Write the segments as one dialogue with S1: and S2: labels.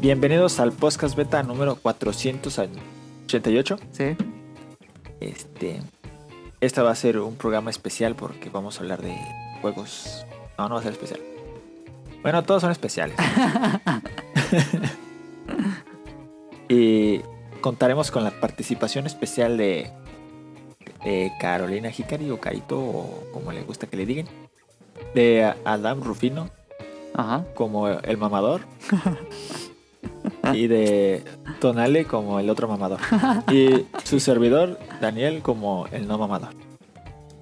S1: Bienvenidos al podcast beta número 488.
S2: Sí.
S1: Este, esta va a ser un programa especial porque vamos a hablar de juegos. No, no va a ser especial. Bueno, todos son especiales. y contaremos con la participación especial de, de Carolina Hicari o Carito o como le gusta que le digan. De Adam Rufino
S2: Ajá.
S1: como el mamador. y de Tonale como el otro mamador. Y su servidor, Daniel, como el no mamador.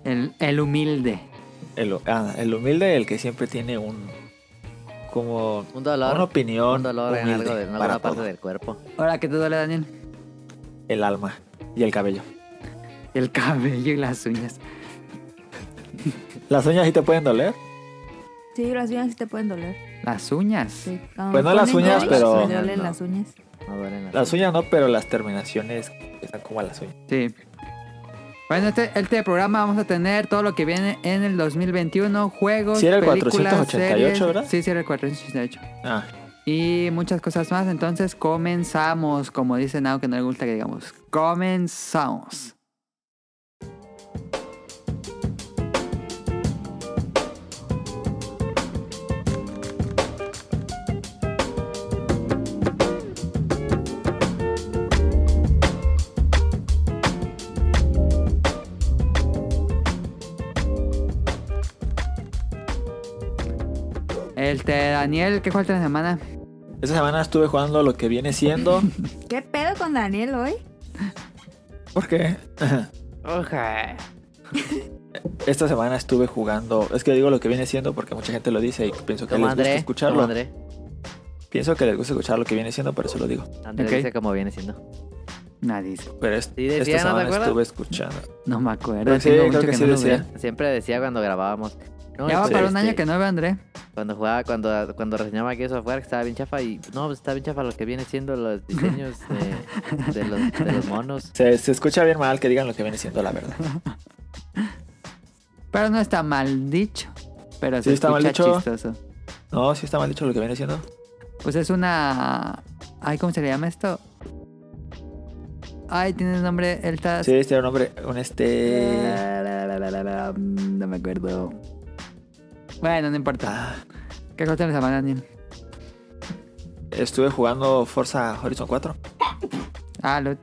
S2: El, el humilde.
S1: El, ah, el humilde, el que siempre tiene un. como.
S3: Un dolor.
S1: una opinión.
S3: un dolor en
S1: humilde
S3: algo de, en
S1: para
S3: alguna parte
S1: todo.
S3: del cuerpo.
S2: Ahora, ¿qué te duele, Daniel?
S1: El alma y el cabello.
S2: El cabello y las uñas.
S1: ¿Las uñas sí te pueden doler?
S4: Sí, las uñas sí te pueden doler.
S2: Las uñas.
S4: Sí. Cuando
S1: Pues no
S4: me
S1: las
S4: ponen
S1: uñas,
S4: gel,
S1: pero-
S4: Me duelen
S3: No.
S4: las uñas.
S3: No duelen las
S1: Las uñas no, pero las terminaciones están como a las uñas.
S2: Sí. Bueno, este, este programa vamos a tener todo lo que viene en el 2021. Juegos,
S1: Sí, era el
S2: películas,
S1: 488,
S2: series.
S1: ¿verdad?
S2: Sí, sí, era el 488.
S1: Ah,
S2: Y muchas cosas más. Entonces, comenzamos. Como dice Nao, que no le gusta que digamos. Comenzamos. El te Este, Daniel, ¿qué jugaste la semana?
S1: esta semana estuve jugando lo que viene siendo.
S4: ¿Qué pedo con Daniel hoy?
S1: ¿Por qué? Esta semana estuve jugando. Es que digo lo que viene siendo porque mucha gente lo dice y pienso que
S3: Como
S1: les gusta
S3: André.
S1: escucharlo.
S3: como André.
S1: Pienso que les gusta escuchar lo que viene siendo, por eso lo digo.
S3: André
S2: Ok.
S3: dice cómo viene siendo.
S2: Nadie. dice.
S1: Pero es-
S3: Sí, decía,
S1: esta
S3: ¿no te
S1: semana
S3: acuerdas?
S1: estuve escuchando.
S2: No me acuerdo.
S1: Sí,
S2: tengo
S1: creo
S2: mucho
S1: que
S2: que,
S1: sí
S2: no lo
S1: decía.
S2: veo.
S3: Siempre decía cuando grabábamos. No,
S2: Ya va
S3: este,
S2: para un año
S3: este,
S2: que no veo a André.
S3: Cuando jugaba, cuando, cuando reseñaba Gears of War, que estaba bien chafa y... No, pues, está bien chafa lo que viene siendo los diseños de, de los, de los monos.
S1: Se, se escucha bien mal que digan lo que viene siendo, la verdad.
S2: Pero no está mal dicho. Pero
S1: Sí,
S2: se
S1: está mal
S2: escucha
S1: dicho.
S2: chistoso.
S1: No, sí está mal dicho lo que viene siendo.
S2: Pues es una. Ay, ¿cómo se le llama esto? Ay, tiene el nombre. Él
S3: Ah,
S2: está.
S1: Sí, este era un hombre, un este.
S2: La, la, la, la, la, la, mm, No me acuerdo. Bueno, no importa.
S1: Ah,
S2: ¿Qué cosa les llaman, Daniel?
S1: estuve jugando Forza Horizon 4.
S2: Ah, lo...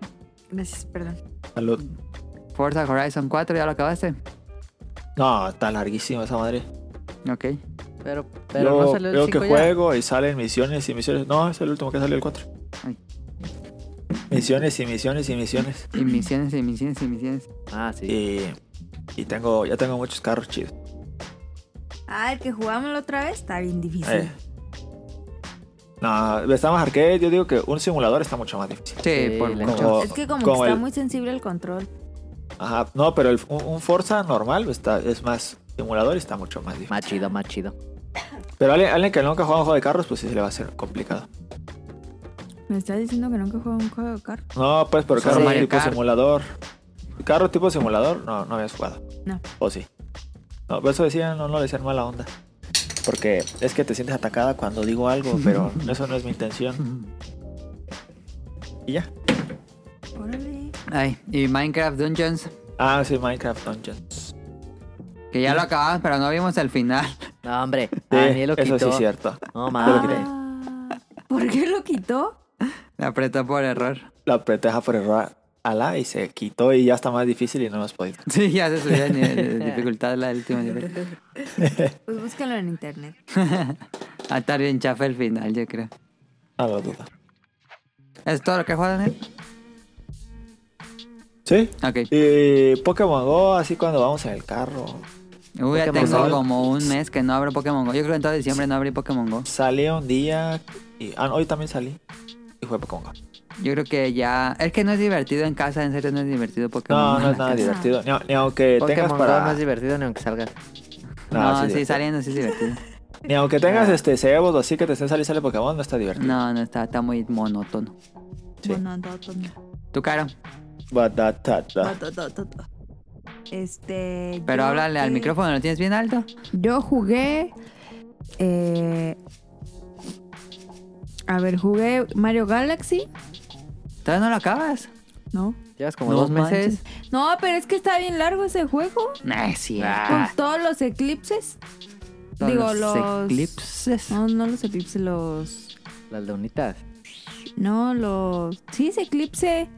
S4: Gracias, perdón.
S1: Salud.
S2: Forza Horizon 4, ¿ya lo acabaste?
S1: No, está larguísimo esa madre.
S2: Ok.
S3: Pero, pero
S1: Yo
S3: no salió el
S1: veo
S3: 5
S1: que
S3: ya.
S1: juego y salen misiones y misiones. No, es el último que salió el 4.
S2: Ay.
S1: Misiones y misiones y misiones.
S2: Y misiones, y misiones, y misiones.
S3: Ah, sí.
S1: Y, y tengo, ya tengo muchos carros chidos.
S4: Ah, el que jugamos la otra vez está bien difícil.
S1: Eh. No, está más arcade. Yo digo que un simulador está mucho más difícil.
S2: Sí,
S3: Sí,
S2: por
S3: la-
S2: mucho.
S1: Como-
S4: es que como,
S1: como
S4: que está
S1: el-
S4: muy sensible el control.
S1: Ajá, no, pero el- un, un Forza normal está, es más simulador y está mucho más difícil.
S3: Más chido, más chido.
S1: Pero alguien, alguien que nunca ha jugado un juego de carros, pues sí se le va a hacer complicado.
S4: Me estás diciendo que nunca juego un juego de carro.
S1: No, pues, pero
S2: Solo
S1: carro
S2: Mario
S1: tipo
S2: Kart.
S1: simulador. Carro tipo simulador, no, no habías jugado.
S4: No.
S1: O sí. No, pero eso decían, no, no le decían mala onda. Porque es que te sientes atacada cuando digo algo, pero eso no es mi intención. Y ya.
S4: Órale.
S2: Ay, y Minecraft Dungeons.
S1: Ah, sí, Minecraft
S3: Ah,
S1: Dungeons.
S2: Que ya lo acabamos, pero no vimos el final.
S3: No, hombre.
S1: Sí,
S3: Daniel lo quitó.
S1: eso sí es cierto.
S3: No,
S1: lo
S3: mames.
S1: quité.
S4: Ah, ¿Por qué lo quitó?
S2: La apretó por error.
S1: La apreté ajá, por error a la y se quitó y ya está más difícil y no hemos podido.
S2: Sí, ya se subió en eh, dificultad la última nivel.
S4: Pues búscalo en internet.
S2: A estar bien chafa el final, yo creo.
S1: No lo dudo.
S2: ¿Es todo lo que juega Daniel?
S1: Sí.
S2: Ok.
S1: Y Pokémon Go, así cuando vamos en el carro.
S2: Uy, ya
S3: Pokémon
S2: tengo
S3: Go.
S2: como un mes que no abro Pokémon Go. Yo creo que en todo diciembre no abrí Pokémon Go.
S1: Salí un día y ah, hoy también salí y fue Pokémon Go.
S2: Yo creo que ya. Es que no es divertido en casa, en serio no es divertido Pokémon
S1: No,
S2: Go.
S1: no
S2: en
S1: es
S2: la
S1: nada
S2: casa.
S1: divertido. Ni, ni aunque tengas
S3: Pokémon
S1: para.
S3: Go no es divertido ni aunque salgas.
S1: No,
S2: No,
S1: sí es
S2: sí,
S1: divertido.
S2: saliendo sí es divertido.
S1: Ni aunque tengas este cebos o así que te estén saliendo sale Pokémon, no está
S3: Mm.
S1: divertido.
S2: No, no está, está muy monótono.
S1: Sí.
S4: Bueno, todo, todo, todo,
S2: Tú, Caro.
S1: Batatata.
S4: todo, todo, todo, todo. Este.
S2: Pero
S4: yo
S2: háblale al
S4: que-
S2: micrófono, ¿lo tienes bien alto?
S4: Yo jugué. eh, A ver, jugué Mario Galaxy.
S2: ¿Todavía no lo acabas?
S4: No.
S3: Llevas como
S2: No
S3: dos meses.
S2: manches.
S4: No, pero es que está bien largo ese juego.
S2: No, es cierto.
S3: Ah.
S4: Con todos los eclipses.
S2: Todos
S4: digo,
S2: los
S4: los- Ah.
S2: eclipses.
S4: No, no los eclipses, los.
S3: Las leonitas.
S4: No, los. Sí, es eclipse.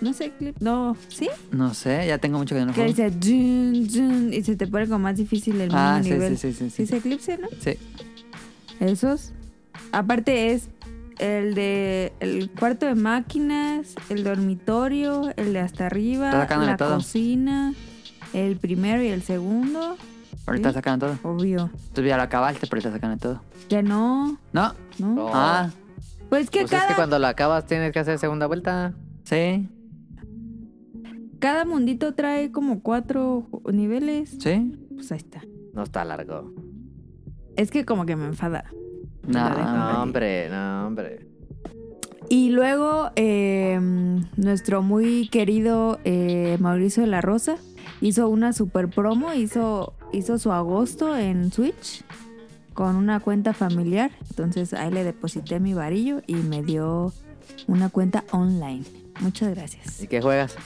S4: No sé, eclipse. No, sí.
S2: No sé, ya tengo mucho que no
S4: Que
S2: juego.
S4: dice. "Jun, jun", y se te pone como más difícil el
S2: Ah,
S4: mismo
S2: sí,
S4: nivel.
S2: sí, sí, sí,
S4: Sí,
S2: sí.
S4: es eclipse, ¿no?
S2: Sí.
S4: Esos. Aparte es el de el cuarto de máquinas, el dormitorio, el de hasta
S2: Está
S4: arriba,
S2: sacándole
S4: la
S2: todo.
S4: cocina, el primero y el segundo,
S2: Ahorita
S4: Sí.
S2: sacan todo.
S4: obvio.
S2: Tú ya lo acabaste, pero ahorita sacan todo.
S4: Ya no,
S2: ¿No?
S4: ¿no?
S3: No.
S2: Ah,
S4: Pues que
S3: Pues
S4: cada,
S3: es que cuando lo acabas tienes que hacer segunda vuelta.
S2: sí,
S4: cada mundito trae como cuatro ju- niveles.
S2: sí.
S4: Pues ahí está.
S3: No está largo.
S4: Es que como que me enfada.
S2: No,
S3: No,
S2: hombre.
S3: hombre, no, hombre.
S4: Y luego eh, nuestro muy querido eh, Mauricio de la Rosa hizo una super promo, hizo, hizo su agosto en Switch con una cuenta familiar. Entonces ahí le deposité mi varillo y me dio una cuenta online. Muchas gracias.
S3: ¿Y qué juegas?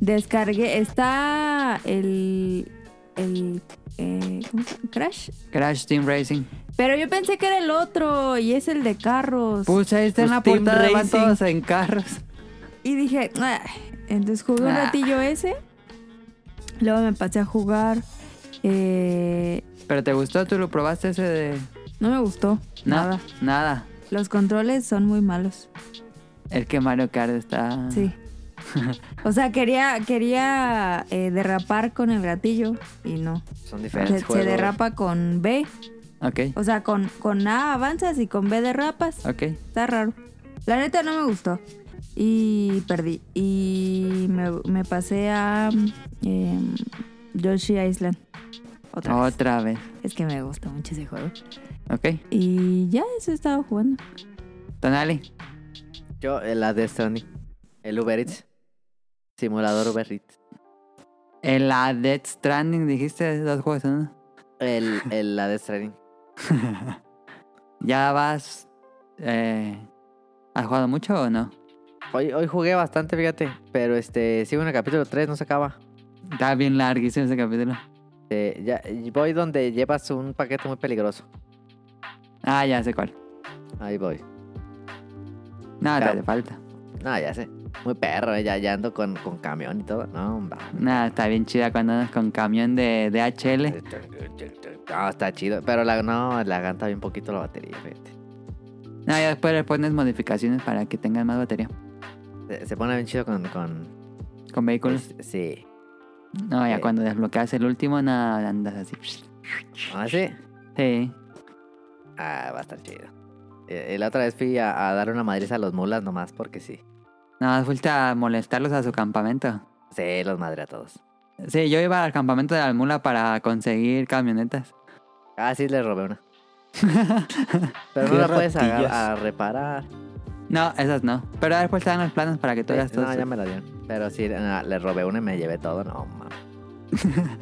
S4: Descargué, está el... el eh, ¿cómo se llama? ¿Crash?
S2: Crash Team Racing.
S4: Pero yo pensé que era el otro y es el de carros.
S2: Puse ahí está en
S3: Pues
S2: la
S3: Team
S2: portada, van
S3: Racing.
S2: todos en carros.
S4: Y dije, "Ah". entonces jugué un
S2: Ah.
S4: ratillo ese. Luego me pasé a jugar. eh,
S2: ¿Pero te gustó? ¿Tú lo probaste ese de...?
S4: no me gustó
S2: No,
S4: nada.
S2: Nada.
S4: Los controles son muy malos.
S2: El que Mario Kart está...
S4: Sí. O sea, quería, quería eh, derrapar con el gatillo y no.
S3: Son
S4: Se,
S3: diferentes
S4: se
S3: juegos.
S4: derrapa con B.
S2: Ok,
S4: O sea, con, con A avanzas y con B derrapas.
S2: ok.
S4: Está raro. La neta no me gustó. Y perdí. Y me, me pasé a em, Yoshi Island. Otra vez.
S2: Otra vez.
S4: Es que me gusta mucho ese juego.
S2: Ok.
S4: Y ya eso he estado jugando.
S2: Tonali.
S3: Yo, eh, la de Sony. El Uber Eats. Simulador Uber Eats.
S2: El la Death Stranding dijiste dos juegos, ¿no?
S3: El, el, la de Stranding.
S2: ¿Ya vas... Eh, ¿Has jugado mucho o no?
S3: Hoy, hoy jugué bastante, fíjate. Pero este, sigo en el capítulo 3, no se acaba.
S2: Está bien larguísimo ese capítulo.
S3: Eh, ya, y voy donde llevas un paquete muy peligroso.
S2: Ah, ya sé cuál.
S3: Ahí voy.
S2: No, te
S3: Ya.
S2: hace falta.
S3: No, ya sé. Muy perro, eh, ya, ya ando con, con camión y todo. No, hombre.
S2: Nada, está bien chida cuando andas con camión de DHL.
S3: No, Ah, está chido. Pero la, no, la ganta bien poquito la batería, fíjate.
S2: No, ya después le pones modificaciones para que tengan más batería.
S3: Se, se pone bien chido con... con este,
S2: Con vehículos.
S3: es- sí.
S2: No, ya
S3: eh.
S2: cuando desbloqueas el último, nada, andas así.
S3: ¿Ah, sí?
S2: Sí.
S3: Ah, va a estar chido. Eh, eh, la otra vez fui a, a dar una madriza a los mulas nomás porque sí.
S2: Nada más fuiste a molestarlos a su campamento.
S3: Sí, los madre a todos.
S2: Sí, yo iba al campamento de la mula para conseguir camionetas.
S3: Ah, sí, les robé una. Pero no
S1: Qué
S3: la puedes agar-
S1: ratillas.
S3: a reparar.
S2: No, esas no. Pero después te dan los planos para que tú
S3: Sí,
S2: hagas todo.
S3: no,
S2: su-
S3: ya me la dieron. Pero sí, eh, no, le robé una y me llevé todo. No, mames.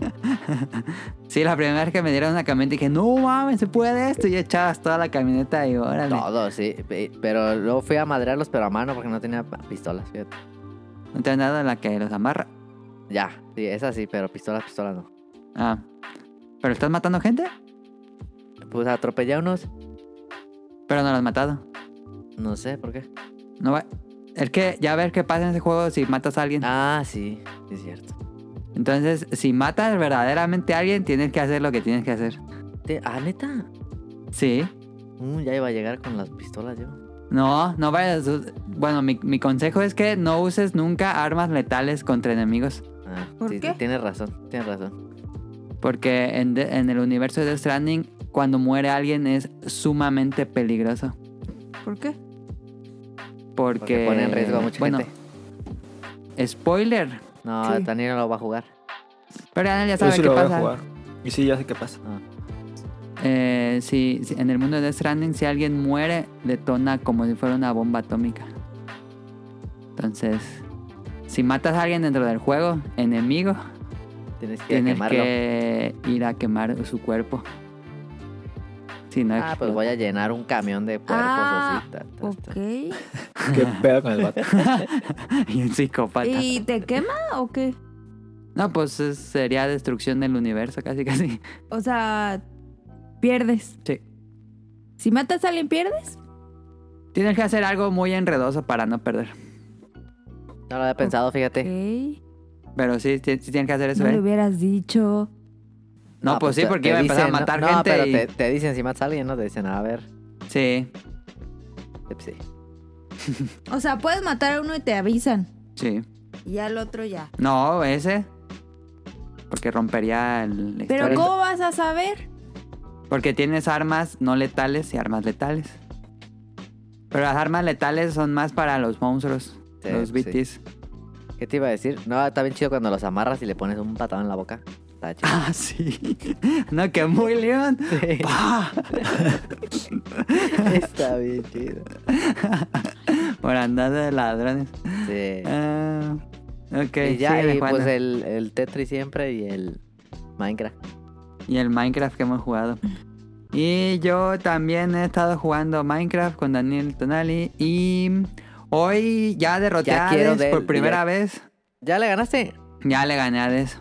S2: Sí, la primera vez que me dieron una camioneta dije, no mames, se puede esto. Y echabas toda la camioneta y órale.
S3: Todo, sí. Pe- Pero luego fui a madrearlos, pero a mano porque no tenía pa- pistolas, fíjate.
S2: No te han dado la que los amarra.
S3: Ya, sí, esa sí, pero pistolas, pistolas no.
S2: Ah. ¿Pero estás matando gente?
S3: Pues atropellé a unos.
S2: Pero no los has matado.
S3: No sé por qué.
S2: No va. Es que ya ver qué pasa en ese juego si matas a alguien.
S3: Ah, sí, sí es cierto.
S2: Entonces, si matas verdaderamente a alguien, tienes que hacer lo que tienes que hacer.
S3: Te- Ah, neta.
S2: Sí.
S3: Mm, ya iba a llegar con las pistolas yo.
S2: No, no vayas. a us- Bueno, mi, mi consejo es que no uses nunca armas letales contra enemigos.
S3: Ah,
S4: ¿Por
S3: sí,
S4: qué?
S3: Tienes razón, tienes razón.
S2: Porque en, de- en el universo de Death Stranding, cuando muere alguien es sumamente peligroso.
S4: ¿Por qué?
S2: Porque,
S3: Porque pone en riesgo a mucha
S2: bueno,
S3: gente.
S2: Spoiler.
S3: No,
S4: Sí.
S3: Daniel no lo va a jugar.
S2: Pero Daniel ya
S1: Yo
S2: sabe
S1: sí
S2: qué
S1: lo voy
S2: pasa.
S1: a jugar. Y sí, ya sé qué pasa.
S2: Eh, si, si- en el mundo de Death Stranding, si alguien muere, detona como si fuera una bomba atómica. Entonces, si matas a alguien dentro del juego, enemigo,
S3: Tienes que
S2: tienes
S3: quemarlo.
S2: que ir a quemar su cuerpo. Sí, no
S3: Ah, pues
S2: explota.
S3: voy a llenar un camión de puercos
S4: Ah,
S3: así. ta, ta, ta.
S4: Ok.
S1: ¿Qué pedo con el vato?
S2: Y un psicópata.
S4: ¿Y te quema o qué?
S2: No, pues es- sería destrucción del universo, casi, casi.
S4: O sea, pierdes.
S2: Sí.
S4: Si matas a alguien, pierdes.
S2: Tienes que hacer algo muy enredoso para no perder.
S3: No lo había pensado, fíjate.
S4: Ok.
S2: Pero sí, ti- sí tienes que hacer eso,
S4: No
S2: ¿eh?
S4: lo hubieras dicho.
S2: No, pues sí,
S3: Ah, te-
S2: porque
S3: te
S2: iba a empezar a
S3: dicen, no-
S2: matar
S3: no,
S2: gente
S3: pero
S2: y-
S3: te, te dicen si matas a alguien, ¿no? Te dicen, a ver, pues
S2: Sí,
S3: sí.
S4: O sea, puedes matar a uno y te avisan.
S2: sí.
S4: Y al otro ya.
S2: No, ese. Porque rompería el... la
S4: Pero
S2: historia.
S4: ¿cómo vas a saber?
S2: Porque tienes armas no letales y armas letales. Pero las armas letales son más para los monstruos,
S3: Sí,
S2: los
S3: sí.
S2: BTs.
S3: ¿Qué te iba a decir? No, está bien chido cuando los amarras y le pones un patado en la boca. Está chido.
S2: Ah, sí. No, que muy león. Pa.
S3: está bien chido.
S2: Por andar de ladrones.
S3: Sí.
S2: Ah, ok,
S3: y ya,
S2: síguele,
S3: y
S2: Juana.
S3: pues el, el Tetris siempre y el Minecraft.
S2: y el Minecraft que hemos jugado. Y yo también he estado jugando Minecraft con Daniel Tonali. Y hoy ya derroté
S3: Ya
S2: a
S3: quiero
S2: Hades
S3: ver-
S2: por primera
S3: ya-
S2: vez.
S3: ¿Ya le ganaste?
S2: Ya le gané a Hades.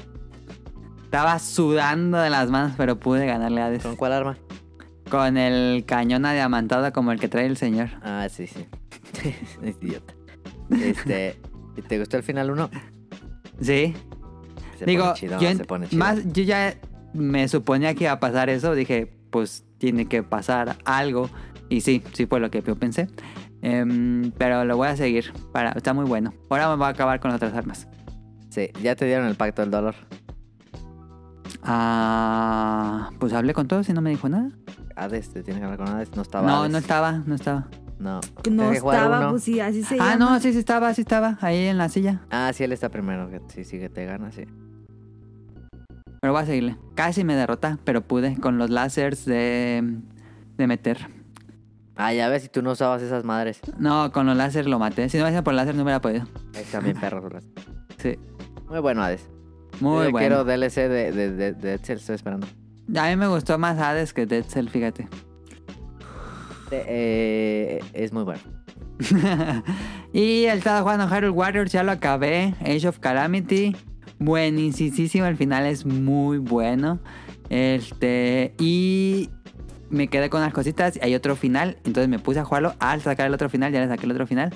S2: Estaba sudando de las manos, pero pude ganarle a Hades.
S3: ¿Con cuál arma?
S2: Con el cañón adiamantado como el que trae el señor.
S3: Ah, sí, sí. es idiota. Este, ¿y ¿te gustó el final uno?
S2: Sí.
S3: Se
S2: Digo,
S3: pone chido,
S2: yo,
S3: se pone chido.
S2: Más, yo ya me suponía que iba a pasar eso. Dije, pues tiene que pasar algo. Y sí, sí fue lo que yo pensé. Em, pero lo voy a seguir. Para, está muy bueno. Ahora me voy a acabar con otras armas.
S3: Sí, ya te dieron el pacto del dolor.
S2: Ah, pues hablé con todos y no me dijo nada.
S3: Hades, te tienes que hablar con Hades. No estaba
S2: No,
S3: Hades.
S2: no estaba, no estaba.
S3: No.
S4: No
S3: Tienes que jugar
S4: estaba,
S3: uno.
S4: pues sí, así se
S2: Ah,
S4: llama.
S2: no, sí, sí estaba, sí estaba. Ahí en la silla.
S3: Ah, sí, él está primero. que- Sí, sí, que te gana, sí.
S2: Pero voy a seguirle. Casi me derrota, pero pude con los lásers de, de meter.
S3: Ah, ya ves, si tú no usabas esas madres.
S2: No, con los láser lo maté. Si no me hacen por láser no hubiera podido.
S3: Es también perro. Zulaz.
S2: Sí.
S3: Muy bueno, Hades.
S2: Muy
S3: Yo
S2: bueno.
S3: quiero DLC de, de, de, de Edsel, estoy esperando.
S2: A mí me gustó más Hades que Dead Cell, fíjate.
S3: De- eh, es muy bueno.
S2: y el estado jugando Harold Warriors, ya lo acabé. Age of Calamity. Buenísimo, el final es muy bueno. Este, y me quedé con las cositas. y Hay otro final, entonces me puse a jugarlo. Ah, Al sacar el otro final, ya le saqué el otro final.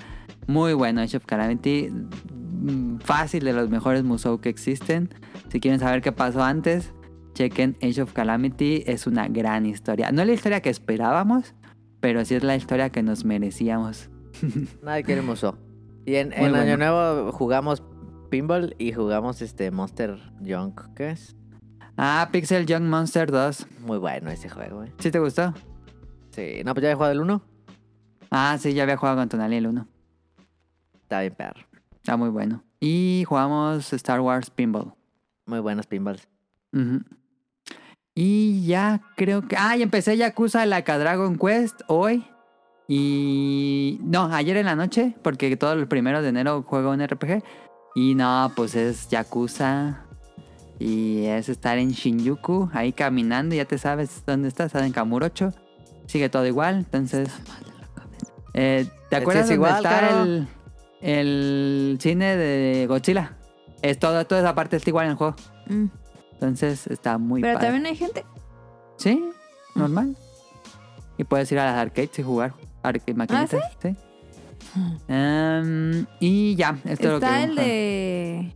S2: Muy bueno, Age of Calamity. Mm, Fácil de los mejores Musou que existen. Si quieren saber qué pasó antes, chequen Age of Calamity. Es una gran historia. No es la historia que esperábamos, pero sí es la historia que nos merecíamos.
S3: Nadie quiere Musou. Y en,
S2: Muy
S3: en Año
S2: bueno.
S3: Nuevo jugamos Pinball y jugamos este Monster Junk, ¿qué es?
S2: Ah, Pixel Young Monster 2.
S3: Muy bueno ese juego, eh.
S2: ¿Sí te gustó?
S3: Sí, no, pues ya he jugado el 1.
S2: Ah, sí, ya había jugado con Tonali el 1.
S3: Está bien, perro.
S2: Está muy bueno. Y jugamos Star Wars Pinball.
S3: Muy buenos pinballs.
S2: Ujú. Y ya creo que. Ah, y empecé Yakuza la Dragon Quest hoy. Y. No, ayer en la noche, porque todos los primeros de enero juego un RPG. Y no, pues es Yakuza. Y es estar en Shinjuku, ahí caminando, ya te sabes dónde estás, estás en Kamurocho. Sigue todo igual, entonces. Eh, ¿Te
S3: Sí,
S2: acuerdas
S3: es
S2: dónde
S3: igual,
S2: está
S3: claro.
S2: el, el cine de Godzilla? Es todo, toda esa parte está igual en el juego.
S4: Mm.
S2: Entonces está muy
S4: Pero
S2: padre.
S4: también hay gente.
S2: Sí, normal. Y puedes ir a las arcades y jugar
S4: ¿Ah,
S2: arcade maquinitas. sí? Em, y ya, esto es lo que
S4: Está
S2: vamos
S4: el
S2: a-
S4: de.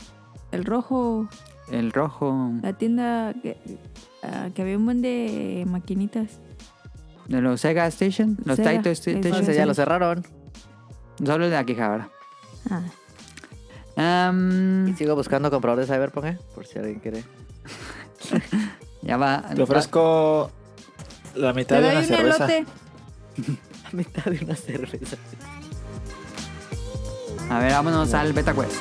S4: El rojo.
S2: El rojo
S4: La tienda que, ah, que había un buen de maquinitas.
S2: de los Sega Station, los
S4: Sega,
S2: Taito
S4: ahí
S2: Station.
S3: No sé,
S4: sí.
S3: ya lo cerraron.
S2: Solo el de aquí ahora.
S4: Ah.
S2: Em,
S3: Y sigo buscando comprador de Cyberpunk, eh, por si alguien quiere.
S2: ya va.
S1: Te ofrezco la mitad
S4: Te
S1: de
S4: doy
S1: una
S4: un
S1: cerveza.
S4: elote.
S3: A mitad de una cerveza.
S2: A ver, vámonos al Beta Quest.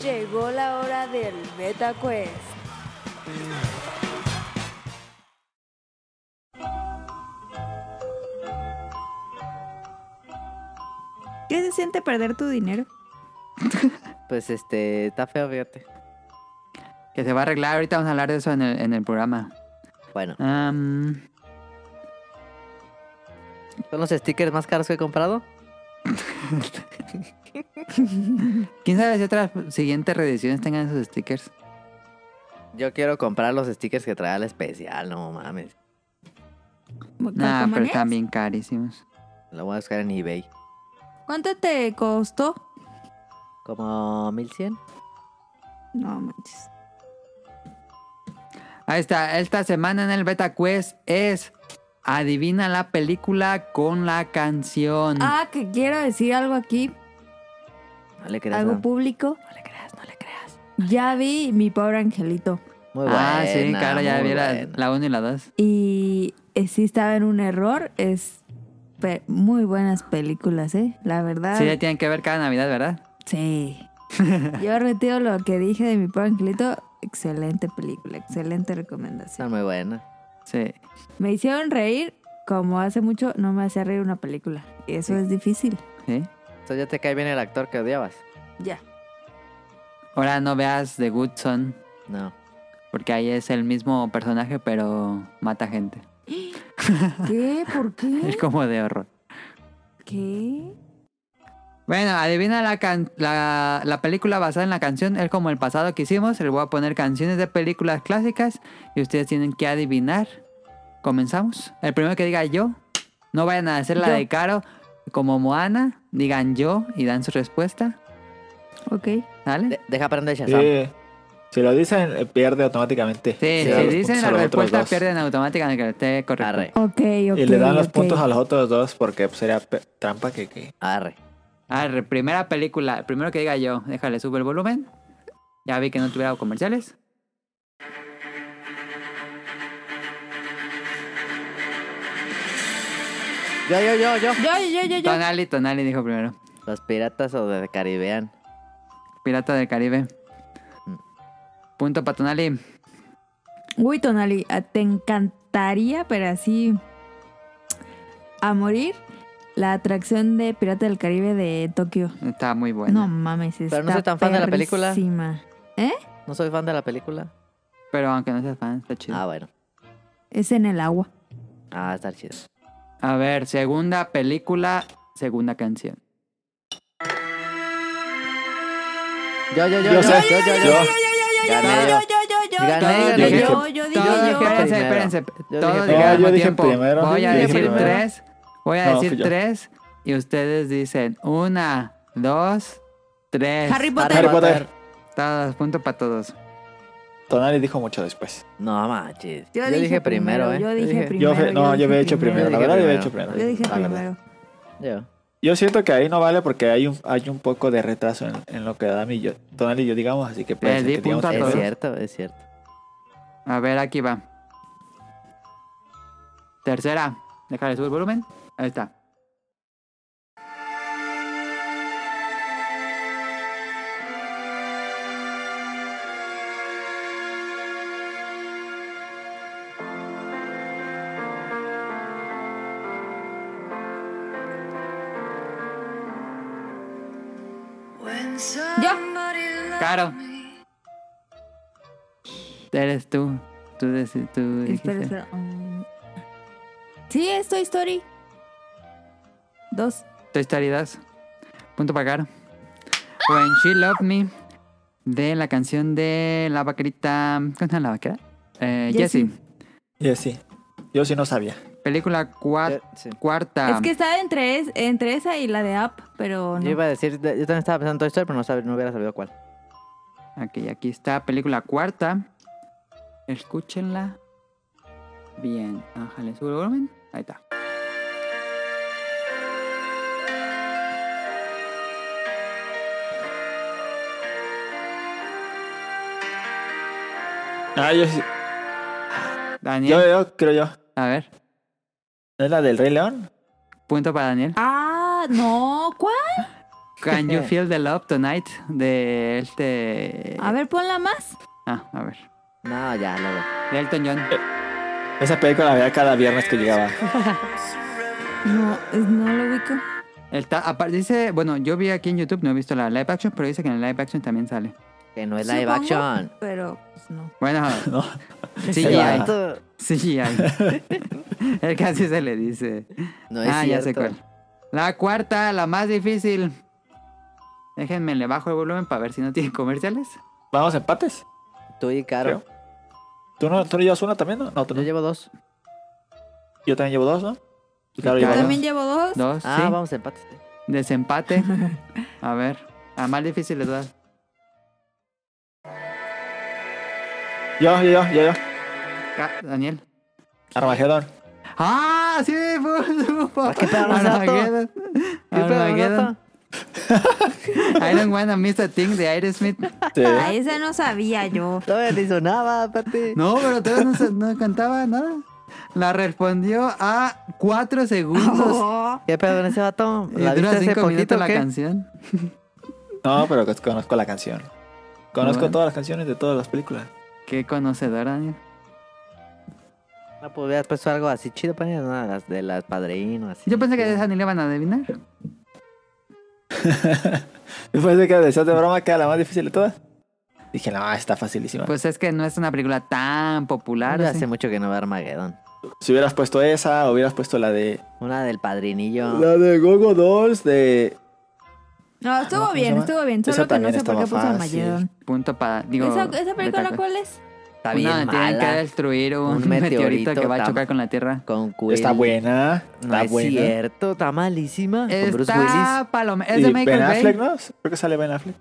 S4: Llegó la hora del Beta Quest. ¿Qué se siente perder tu dinero?
S3: Pues este, está feo, fíjate.
S2: Que se va a arreglar. Ahorita vamos a hablar de eso en el, en el programa. Em,
S3: Bueno,
S2: Am,
S3: ¿son los stickers más caros que he comprado?
S2: ¿Quién sabe si otras siguientes reediciones tengan esos stickers?
S3: Yo quiero comprar los stickers que trae el especial, no mames.
S2: Nah, pero
S4: ¿Calcomanías?
S2: están bien carísimos.
S3: Lo voy a buscar en eBay.
S4: ¿Cuánto te costó?
S3: Como 1100.
S4: No manches.
S2: Ahí está. Esta semana en el Beta Quest es Adivina la película con la canción.
S4: Ah, que quiero decir algo aquí,
S3: No le creas.
S4: algo
S3: no.
S4: público.
S3: No le creas, no le creas.
S4: Ya vi mi pobre angelito
S3: Muy
S2: Ah,
S3: buena.
S2: sí, claro, ya
S3: muy
S2: vi la-
S3: buena.
S2: la 1 y la 2.
S4: y eh, sí estaba en un error. Es pe- muy buenas películas, ¿eh? La verdad.
S3: Ah.
S2: Sí, ya tienen que ver cada Navidad, ¿verdad?
S4: Sí. Yo retiro lo que dije de mi pobre angelito. Excelente película, excelente recomendación.
S3: Está muy buena.
S2: Sí.
S4: Me hicieron reír como hace mucho no me hacía reír una película. Y eso es difícil.
S2: sí.
S3: Entonces ya te cae bien el actor que odiabas.
S4: Ya.
S2: Ahora no veas The Good Son,
S3: No.
S2: porque ahí es el mismo personaje, pero mata gente.
S4: ¿Qué? ¿Por
S2: Es
S3: ¿Eh?
S4: qué?
S2: como de horror.
S4: ¿Qué?
S2: Bueno, adivina la, can- la, la película basada en la canción. Es como el pasado que hicimos. Les voy a poner canciones de películas clásicas y ustedes tienen que adivinar. Comenzamos. El primero que diga yo. No vayan a hacer la
S4: Yo.
S2: de Caro como Moana. Digan yo y dan su respuesta.
S4: Ok.
S2: ¿Vale?
S3: De- deja aprender Shazam.
S1: Sí. Si lo dicen, eh, pierde automáticamente.
S2: Sí,
S1: Le
S3: sí,
S1: dan
S2: si
S1: los
S2: dicen
S1: puntos a
S2: la
S1: los otros
S2: respuesta
S1: dos.
S2: pierden automáticamente que esté correcto.
S3: Arre,
S4: Ok, ok.
S1: Y le dan los
S4: ok.
S1: puntos a los otros dos porque pues, sería pe- trampa que, que-
S3: arre.
S2: Arre, primera película, el primero que diga yo, déjale, sube el volumen. Ya vi que no tuviera comerciales.
S3: Yo, yo, yo, yo.
S4: Yo, yo, yo, yo.
S2: Tonali, Tonali dijo primero.
S3: Los piratas o de Caribean.
S2: Pirata del Caribe.
S3: Mm.
S2: Punto para Tonali.
S4: Uy, Tonali, a- te encantaría, pero así a morir, la atracción de Pirata del Caribe de Tokio.
S2: Está muy bueno.
S4: No mames, está
S3: no soy tan fan de la película.
S4: perrísima.
S3: No soy fan de la película.
S2: Pero aunque no seas fan, está chido.
S3: Ah, bueno.
S4: Es en el agua.
S3: Ah, está chido.
S2: A ver, segunda película, segunda canción.
S3: Yo, yo, yo,
S1: Yo
S3: yo.
S1: sé, yo, yo, yo.
S3: Gané yo. Gané,
S4: yo, yo,
S1: gané.
S4: yo, yo dije
S2: Todos,
S4: yo.
S3: dije-
S2: espérense,
S3: primero.
S2: espérense.
S3: Yo
S2: Todos
S3: dije
S2: dijeron
S1: primero.
S2: al
S1: Yo
S2: mismo
S1: dije
S2: tiempo.
S1: primero,
S2: Voy a
S1: yo
S2: decir
S1: dije primero.
S2: tres. Voy a
S1: No,
S2: decir
S1: fui yo.
S2: tres. Y ustedes dicen una, dos, tres.
S4: Harry Potter.
S1: Harry Potter.
S2: Todos, punto para todos.
S1: Tonali dijo mucho después.
S3: No manches. Yo, dije primero, ¿eh.
S4: Yo dije
S1: Yo,
S4: primero.
S1: fe- no, yo había hecho primero.
S3: primero.
S1: La verdad, yo había
S3: Yo
S1: hecho
S3: dije
S1: primero.
S4: Yo dije
S1: La verdad.
S4: primero.
S3: Yo.
S1: Yo siento que ahí no vale porque hay un, hay un poco de retraso en, en lo que da mi yo, Tonali y yo digamos, así que puede
S2: Eh,
S1: ser
S2: di
S1: que digamos
S2: punto a
S1: primero.
S3: Es
S2: todos.
S3: cierto, es cierto.
S2: A ver, aquí va. Tercera. Déjale subir el volumen. Ahí está.
S4: Yo.
S2: Caro. Eres tú. Tú, deci- tú dijiste.
S4: Espera, espera. Mm. Sí, es Toy Story. Dos.
S2: Toy Story 2. Punto para Caro. When She Loved Me. De la canción de la vaquerita. ¿Cómo se llama la vaquera? Eh,
S4: Jessie.
S2: Jessie.
S1: Yo sí. Yo sí no sabía.
S2: Película cua-
S3: Yo- sí.
S2: cuarta.
S4: Es que estaba entre, es- entre esa y la de App, pero no.
S3: Yo iba a decir, yo también estaba pensando en Toy Story, pero no, sab- no hubiera sabido cuál.
S2: Ok, aquí está. Película cuarta. Escúchenla. Bien. Ájale, sube el volumen. Ahí está.
S1: Ah, yo sí.
S2: Daniel.
S1: Yo, eh, yo creo yo.
S2: A ver.
S1: ¿No es la del Rey León?
S2: Punto para Daniel.
S4: Ah, no, ¿cuál?
S2: Can you feel the love tonight? De este.
S4: A ver, ponla más.
S2: Ah, a ver.
S3: No, ya, luego.
S2: De Elton John.
S1: Esa película la veía cada viernes que llegaba.
S4: No, es- no lo ubico.
S2: El ta- apar- dice, bueno, yo vi aquí en YouTube, no he visto la live action, pero dice que en la live action también sale.
S3: Que no es live
S4: Supongo,
S3: action.
S4: Pero, pues no.
S2: Bueno,
S1: No.
S3: El
S2: CGI.
S3: vato-
S2: CGI. El casi se le dice.
S3: No es
S2: ah, ya sé
S3: cierto.
S2: cuál. La cuarta, la más difícil. Déjenme, le bajo el volumen para ver si no tiene comerciales.
S1: Vamos a empates.
S3: Tú y Caro.
S1: creo. ¿Tú no, tú no llevas una también, no? No, tú no.
S3: Yo llevo dos.
S1: Yo también llevo dos, ¿no? Y Caro
S2: Yo
S1: lleva
S4: Yo
S1: dos.
S4: también llevo dos.
S2: Dos,
S3: Ah,
S2: sí.
S3: vamos, empate.
S2: Desempate. A ver. A más difícil les das.
S1: Yo, yo, yo, yo, yo.
S2: Ca- Daniel.
S1: Armagedón.
S2: ¡Ah! ¡Sí! ¡Fue
S3: Ah, qué pedo, Rosato?
S2: Armageddon. Armageddon. I don't wanna miss a thing de Aerosmith.
S1: Sí.
S4: A Ah, esa no sabía yo.
S3: Todavía ni sonaba, aparte.
S2: No, pero todavía no, se- no cantaba nada. La respondió a cuatro segundos.
S4: Oh,
S3: ¿Qué pedo con ese vato?
S2: y
S3: ¿La
S2: Eh, dura
S3: viste hace
S2: cinco minutos
S3: poquito o
S2: la
S3: qué?
S2: canción.
S1: No, pero cos- conozco la canción. Conozco
S2: Bueno.
S1: todas las canciones de todas las películas.
S2: Qué conocedor, Daniel.
S3: No, pues hubieras puesto algo así chido, para una de las, de las padrinos. así.
S2: Yo pensé que esa ni le van a adivinar.
S1: Después de que decías de broma que era la más difícil de todas. Dije, no, está facilísima.
S2: Pues es que no es una película tan popular.
S3: Yo
S2: así.
S3: hace mucho que no veo Armagedón.
S1: si hubieras puesto esa, o hubieras puesto la de.
S3: Una del padrinillo.
S1: La de Gogo Dolls de.
S4: No, estuvo
S1: Ah, ¿cómo se
S4: bien,
S1: llama?
S4: estuvo bien.
S1: Esa
S4: Solo que no
S1: también
S4: sé por
S1: estaba
S4: qué puso
S1: fácil.
S4: Armageddon.
S2: Punto para. Digo,
S4: ¿Esa, esa película
S2: betaca.
S4: cuál es?
S3: Está
S2: Una
S3: bien
S2: donde tienen que
S3: mala.
S2: destruir un,
S3: Un
S2: meteorito,
S3: meteorito
S2: que va a
S3: tam-
S2: chocar con la Tierra.
S3: Con Quilly.
S1: Está buena.
S3: No
S1: está
S3: es
S1: buena.
S3: cierto, está malísima. Con Bruce Willis.
S2: Está paloma. eh. Es
S1: Y
S2: de Michael
S1: ben Affleck,
S2: Bay.
S1: ¿no? Creo que sale Ben Affleck.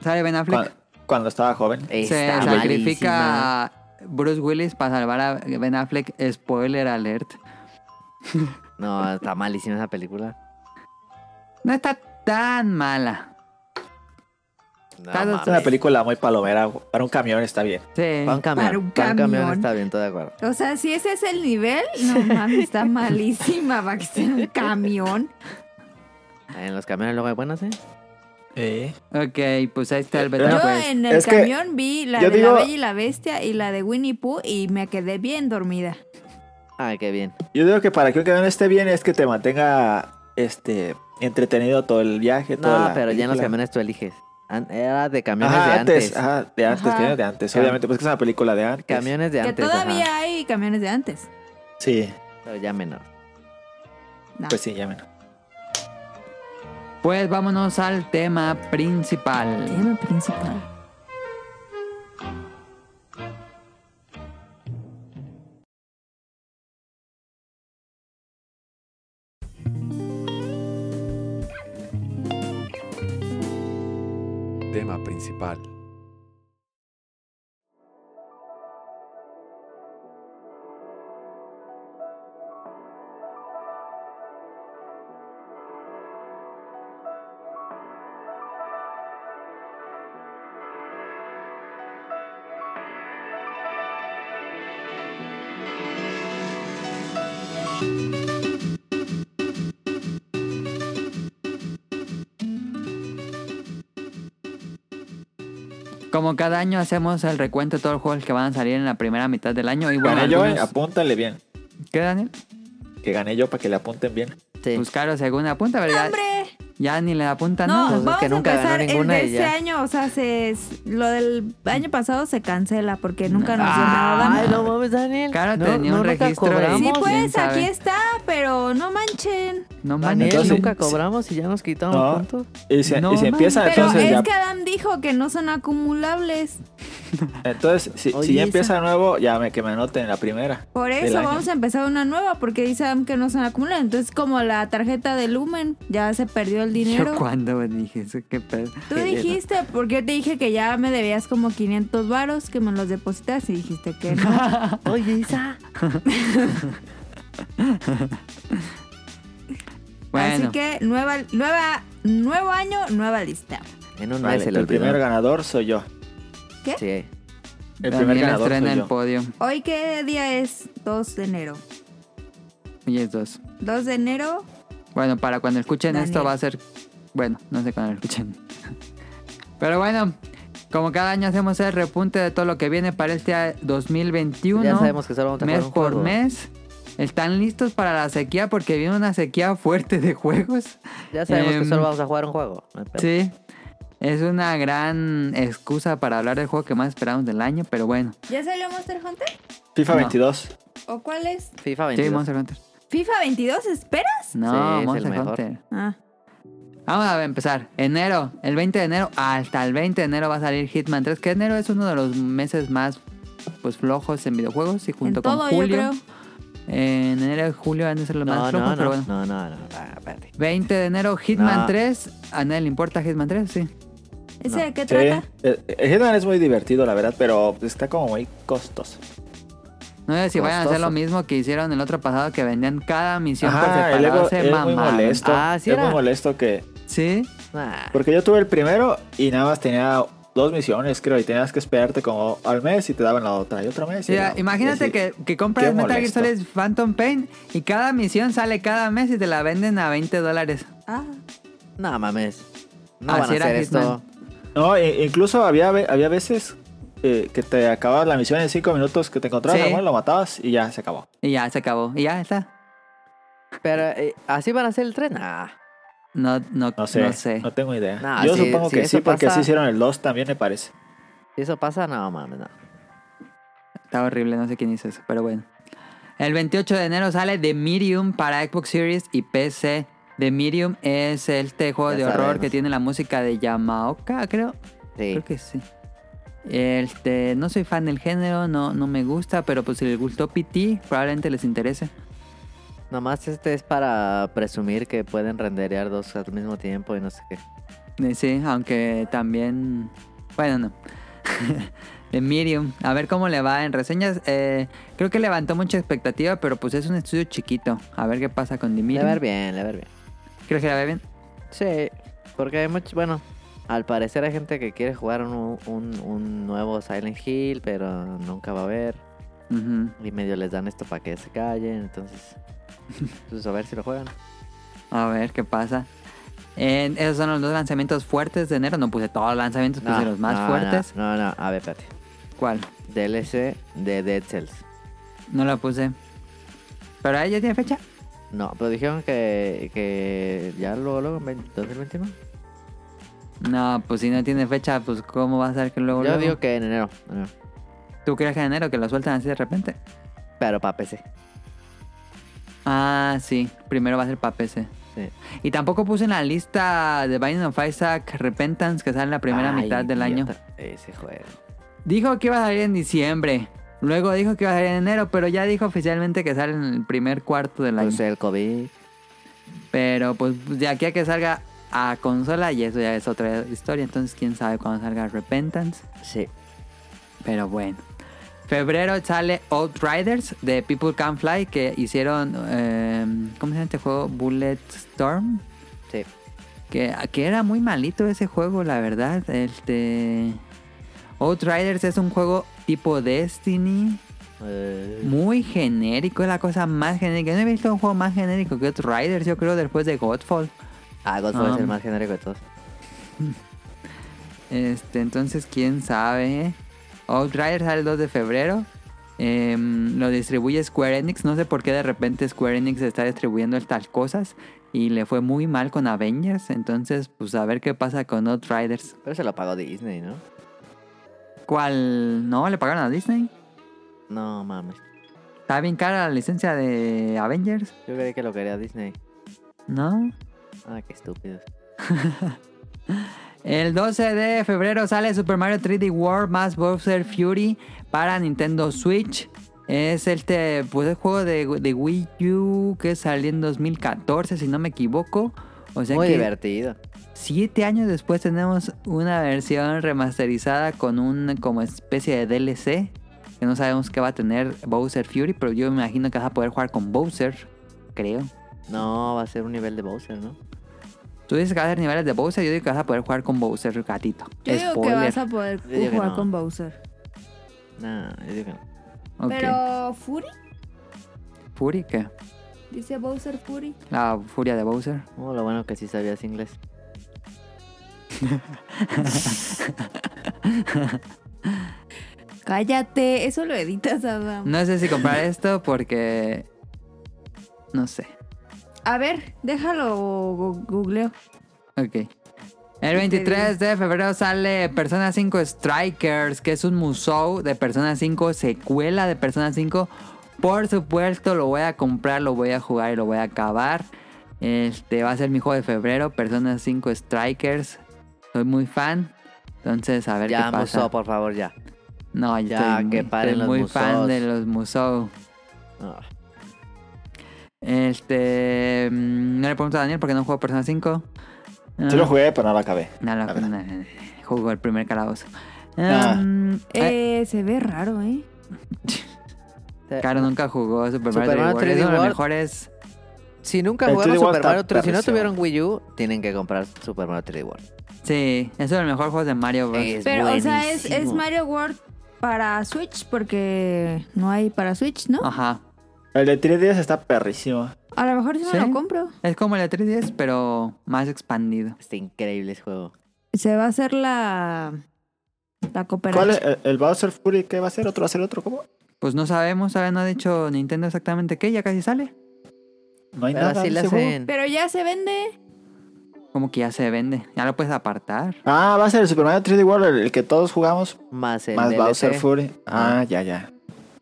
S2: Sale Ben
S1: Cuan-
S2: Affleck.
S1: Cuando, estaba joven.
S3: Está
S2: Se
S3: malísima.
S2: sacrifica a Bruce Willis para salvar a Ben Affleck. Spoiler alert.
S3: No, está malísima esa película.
S2: No está tan mala.
S3: No,
S2: Está-
S3: mames.
S1: Es una película muy palomera. Para un camión está bien.
S2: Sí.
S3: Para un camión.
S4: Para un
S3: Para un camión
S4: camión.
S3: está bien, estoy de acuerdo.
S4: O sea, si ese es el nivel, no mames, está malísima. Va que sea un camión.
S3: En los camiones luego hay buenas, ¿eh?
S2: Ok, pues ahí está el
S1: Pero
S2: beta.
S4: Yo
S2: pues.
S4: en el
S1: es que
S4: camión vi la
S1: yo
S4: de
S1: digo-
S4: La Bella y la Bestia y la de Winnie Pooh y me quedé bien dormida.
S3: Ah, qué bien.
S1: Yo digo que para que un camión esté bien es que te mantenga este entretenido todo el viaje.
S3: No,
S1: toda la
S3: pero ya en los
S1: película.
S3: camiones tú eliges. An- Era de camiones
S1: Ajá,
S3: de antes.
S1: antes. Ajá, de antes,
S4: Ajá.
S1: camiones de antes.
S3: Cam-
S1: Obviamente, pues que es una película de antes.
S3: Camiones de antes.
S4: que todavía
S3: ajá.
S4: hay camiones de antes.
S1: Sí,
S3: Pero ya menos.
S4: No.
S1: pues sí, ya menos.
S3: Ah,
S2: Pues vámonos al tema principal.
S4: Tema principal.
S5: Tema principal.
S2: Como cada año hacemos el recuento de todos los juegos que van a salir en la primera mitad del año. Y bueno,
S1: Gané yo, eh,
S2: algunos-
S1: apúntale bien.
S2: ¿Qué, Daniel?
S1: Que gané yo para que le apunten bien.
S3: Sí.
S2: Pues claro, según apunta, pero ya,
S4: ¡Hombre!
S2: ya ni le apunta
S4: No,
S2: nada.
S3: pues es
S4: vamos
S3: que nunca
S4: a
S3: ganó
S4: empezar el
S3: ninguna
S4: de
S3: y
S4: este
S3: ya.
S4: año. O sea, se, es- lo del año pasado se cancela porque nunca nos dio
S3: Ay,
S4: nada.
S3: no mames, Daniel.
S2: Claro,
S3: no,
S2: tenía
S3: no,
S2: un
S3: nunca
S2: registro de-
S4: Sí,
S3: cobramos.
S2: ¿quién
S4: pues
S2: sabe?
S4: aquí está, pero no manchen.
S2: Pues, No
S3: Daniel,
S2: mames.
S1: Entonces,
S3: nunca
S1: sí.
S3: cobramos y ya nos quitamos
S1: No.
S3: puntos.
S1: Y si,
S2: No
S1: y si empieza,
S4: Pero
S1: Ah, entonces
S4: es
S1: ya.
S4: que Adam dijo que no son acumulables.
S1: Entonces, si, si
S3: Oye,
S1: ya
S3: esa-
S1: empieza de nuevo, ya me, que me anoten en la primera.
S4: Por
S1: del
S4: eso
S1: año.
S4: vamos a empezar una nueva porque dice Adam que no son acumulables. Entonces, como la tarjeta de Lumen, ya se perdió el
S2: Yo
S4: dinero.
S2: cuando dije eso, qué pedo.
S4: Tú dijiste, porque yo te dije que ya me debías como 500 varos, que me los depositas y dijiste que no.
S3: Oye, Isa.
S2: Bueno,
S4: Así que nueva, nueva, nuevo año, nueva lista.
S3: En un
S1: Vale,
S3: mes se
S1: el
S3: le olvidó.
S1: primer ganador soy yo.
S3: Sí.
S1: El primer
S2: Daniel
S1: ganador
S2: estrena
S1: soy
S2: el
S1: yo.
S2: podio.
S4: Hoy qué día es 2 de enero.
S2: Y es dos.
S4: 2 de enero,
S2: Bueno, para cuando escuchen
S4: Daniel.
S2: esto va a ser... Bueno, no sé cuando lo escuchen. Pero bueno, como cada año hacemos el repunte de todo lo que viene para este 2021.
S3: Ya sabemos que solo vamos a
S2: mes
S3: jugar un
S2: por
S3: juego.
S2: mes. ¿Están listos para la sequía? Porque viene una sequía fuerte de juegos.
S3: Ya sabemos que
S2: Em,
S3: solo vamos a jugar un juego.
S2: Sí. Es una gran excusa para hablar del juego que más esperamos del año, pero bueno.
S4: ¿Ya salió Monster Hunter?
S1: FIFA
S2: No.
S1: 22.
S4: ¿O cuál es?
S3: FIFA
S2: Sí,
S3: 22.
S2: Monster Hunter.
S4: ¿FIFA 22 esperas?
S2: No,
S3: Sí, es
S2: Monster
S3: el mejor.
S2: Hunter.
S4: Ah,
S2: Vamos a empezar. Enero, el 20 de enero, hasta el 20 de enero va a salir Hitman 3, que enero es uno de los meses más pues flojos en videojuegos y junto
S4: en todo
S2: con
S4: yo
S2: julio.
S4: creo.
S2: En enero y julio van a ser los más
S3: no,
S2: flojos,
S3: no,
S2: pero
S3: no,
S2: bueno.
S3: no, no, no, ah, espérate.
S2: 20 de enero, Hitman
S1: No.
S2: 3. ¿A nadie le importa Hitman 3? Sí.
S4: ¿Ese
S3: No.
S4: de qué
S1: Sí.
S4: trata?
S1: El- el Hitman es muy divertido, la verdad, pero está como muy costoso.
S2: No sé si vayan a hacer
S3: Costoso.
S2: lo mismo que hicieron el otro pasado, que vendían cada misión
S1: Ajá,
S2: por
S1: el Evo
S2: separado.
S1: es
S2: Se
S1: muy
S2: mamaron.
S1: molesto.
S3: Ah, sí
S1: es
S3: era.
S1: muy molesto que...
S2: Sí.
S3: Ah,
S1: Porque yo tuve el primero y nada más tenía dos misiones, creo, y tenías que esperarte como al mes y te daban la otra y otra mes. y
S2: Mira,
S1: la- y
S2: imagínate
S1: así.
S2: que, que compras
S1: Qué
S2: Metal Gear
S1: molesto.
S2: Solid Phantom Pain y cada misión sale cada mes y te la venden a 20 dólares.
S4: Ah,
S3: no mames. No
S2: Así
S3: van a
S2: era
S3: hacer
S2: Hitman.
S3: esto.
S1: No, e- incluso había, ve- había veces eh, que te acababas la misión en cinco minutos, que te encontrabas
S2: Sí.
S1: a uno, lo matabas y ya se acabó.
S2: Y ya se acabó. Y ya está.
S3: Pero eh, así van a hacer el tren. Ah, Nah.
S2: No, no,
S1: No sé, no, tengo idea.
S3: No,
S1: yo
S3: sí,
S1: supongo
S3: sí,
S1: que
S3: eso
S1: sí, porque
S3: pasa.
S1: así hicieron el 2 también, me parece.
S3: Si eso pasa, no mames, no.
S2: Está horrible, no sé quién hizo eso, pero bueno. El 28 de enero sale The Medium para Xbox Series y PC. The Medium es este juego
S3: Ya
S2: de horror
S3: sabemos.
S2: que tiene la música de Yamaoka, creo.
S3: Sí.
S2: Creo que sí. Este, no soy fan del género, no, no me gusta, pero pues si les gustó PT, probablemente les interese.
S3: Nomás este es para presumir que pueden renderear dos al mismo tiempo y no sé qué.
S2: Eh, Sí, aunque también. Bueno, no. De Medium. A ver cómo le va en reseñas. Eh, creo que levantó mucha expectativa, pero pues es un estudio chiquito. A ver qué pasa con The
S3: Le
S2: Medium.
S3: ver bien, le ver bien.
S2: ¿Crees que la ve bien?
S3: Sí, porque hay mucho, bueno, al parecer hay gente que quiere jugar un, un, un nuevo Silent Hill, pero nunca va a haber.
S2: Ujú.
S3: Y medio les dan esto para que se callen, entonces... Pues a ver si lo juegan.
S2: A ver qué pasa. Eh, esos son los dos lanzamientos fuertes de enero. No puse todos los lanzamientos, puse los más
S3: no,
S2: fuertes.
S3: No, no, a ver, espérate.
S2: ¿Cuál?
S3: DLC de Dead Cells.
S2: No la puse. ¿Pero ahí ya tiene fecha?
S3: No, pero dijeron que, que ya luego, luego, en 20- 2021.
S2: No, pues si no tiene fecha, pues cómo va a ser que luego.
S3: Yo
S2: luego?
S3: digo que en enero. enero.
S2: ¿Tú crees que en enero que lo sueltan así de repente?
S3: Pero para PC.
S2: Ah, sí. Primero va a ser para PC.
S3: Sí.
S2: Y tampoco puse en la lista de Binding of Isaac Repentance que sale en la primera
S3: Ay,
S2: mitad del año.
S3: idiota. Ese juego.
S2: Dijo que iba a salir en diciembre. Luego dijo que iba a salir en enero, pero ya dijo oficialmente que sale en el primer cuarto del año.
S3: Pues el COVID.
S2: Pero pues de aquí a que salga a consola y eso ya es otra historia. Entonces quién sabe cuándo salga Repentance.
S3: Sí.
S2: Pero bueno. Febrero sale Outriders de People Can Fly que hicieron... eh, ¿Cómo se llama este juego? Bullet Storm.
S3: Sí.
S2: Que, que era muy malito ese juego, la verdad. Este. Outriders es un juego tipo Destiny.
S3: Eh,
S2: Muy genérico, es la cosa más genérica. No he visto un juego más genérico que Outriders, yo creo, después de Godfall.
S3: ah, Godfall es
S2: Um,
S3: el más genérico de todos.
S2: Este, entonces, quién sabe. eh? Outriders sale el 2 de febrero. Em, lo distribuye Square Enix. No sé por qué de repente Square Enix está distribuyendo estas cosas. Y le fue muy mal con Avengers. Entonces, pues a ver qué pasa con Outriders.
S3: Pero se lo pagó Disney, ¿no?
S2: ¿Cuál? No, le pagaron a Disney.
S3: No mames.
S2: Está bien cara la licencia de Avengers,
S3: Yo creí que lo quería Disney.
S2: ¿no?
S3: Ah, qué estúpidos.
S2: El 12 de febrero sale Super Mario 3D World más Bowser Fury para Nintendo Switch. Es este, pues el juego de, de Wii U que salió en 2014, si no me equivoco. O sea
S3: Muy
S2: que
S3: divertido.
S2: siete años después tenemos una versión remasterizada con un como especie de DLC. Que no sabemos qué va a tener Bowser Fury, pero yo me imagino que vas a poder jugar con Bowser, creo.
S3: No, va a ser un nivel de Bowser, ¿no?
S2: Tú dices que vas a haber niveles de Bowser, yo digo que vas a poder jugar con Bowser gatito.
S4: yo digo que
S2: Spoiler.
S4: vas a poder
S3: Yo digo que
S4: jugar
S3: no.
S4: con Bowser.
S3: Nah, yo digo que no.
S2: Ok.
S4: Pero Fury,
S2: ¿Fury qué?
S4: dice Bowser Fury.
S2: La furia de Bowser.
S3: Oh, lo bueno que sí sabías inglés.
S4: Cállate, eso lo editas, Adam.
S2: No sé si comprar esto porque No sé.
S4: A ver, déjalo, gu- googleo.
S2: Ok. El 23 de febrero sale Persona 5 Strikers, que es un musou de Persona 5, secuela de Persona 5. Por supuesto, lo voy a comprar, lo voy a jugar y lo voy a acabar. Este va a ser mi juego de febrero, Persona 5 Strikers. Soy muy fan. Entonces, a ver
S3: Ya,
S2: qué pasa.
S3: Musou, por favor, ya.
S2: No, yo
S3: Ya,
S2: estoy
S3: que
S2: muy,
S3: paren
S2: estoy
S3: los
S2: muy
S3: museos.
S2: fan de los museos.
S3: Ah,
S2: Este. mm, No le pregunto a Daniel porque no jugó Persona 5.
S1: Sí lo
S2: Ah,
S1: jugué, pero no lo acabé.
S2: No, lo-
S1: la verdad.
S2: no, no, no, jugó el primer calabozo.
S1: Ah.
S2: Um, eh,
S4: Eh, se ve raro, ¿eh?
S3: te-
S2: Caro nunca jugó Super Mario
S3: eh, Super
S2: 3D
S3: Mario
S2: World. Es
S3: 3D
S2: uno de los
S3: World.
S2: mejores.
S3: Si nunca
S1: El
S3: jugaron
S1: 3D World
S3: Super
S1: está
S3: Mario 3, si no
S1: perrísimo.
S3: tuvieron Wii U, tienen que comprar Super Mario 3D World.
S2: Sí, es uno de los mejores juegos de Mario Bros.
S3: Es
S4: Pero, o sea, es,
S3: buenísimo.
S4: es Mario World para Switch porque no hay para Switch, ¿no?
S1: Ah,
S2: Ajá.
S1: El de 3DS está perrísimo.
S4: A lo mejor sí,
S2: ¿Sí?
S4: me lo compro.
S2: Es como el de 3DS, pero más expandido.
S3: Está increíble ese juego.
S4: Se va a hacer la. La cooperación.
S1: ¿Cuál es el, el Bowser Fury? ¿Qué va a ser? ¿Otro va a ser otro? ¿Cómo?
S2: Pues no sabemos, todavía no ha dicho Nintendo exactamente qué, ya casi sale.
S1: No hay
S3: Pero
S1: nada.
S3: así
S1: de
S3: le
S1: ese juego.
S3: hacen.
S4: Pero ya se vende.
S2: Como que ya se vende. Ya lo puedes apartar.
S1: Ah, va a ser el Super Mario 3D World, el, el que todos jugamos,
S3: Más el
S1: más
S3: DLC.
S1: Bowser Fury. Ah, ya, ya.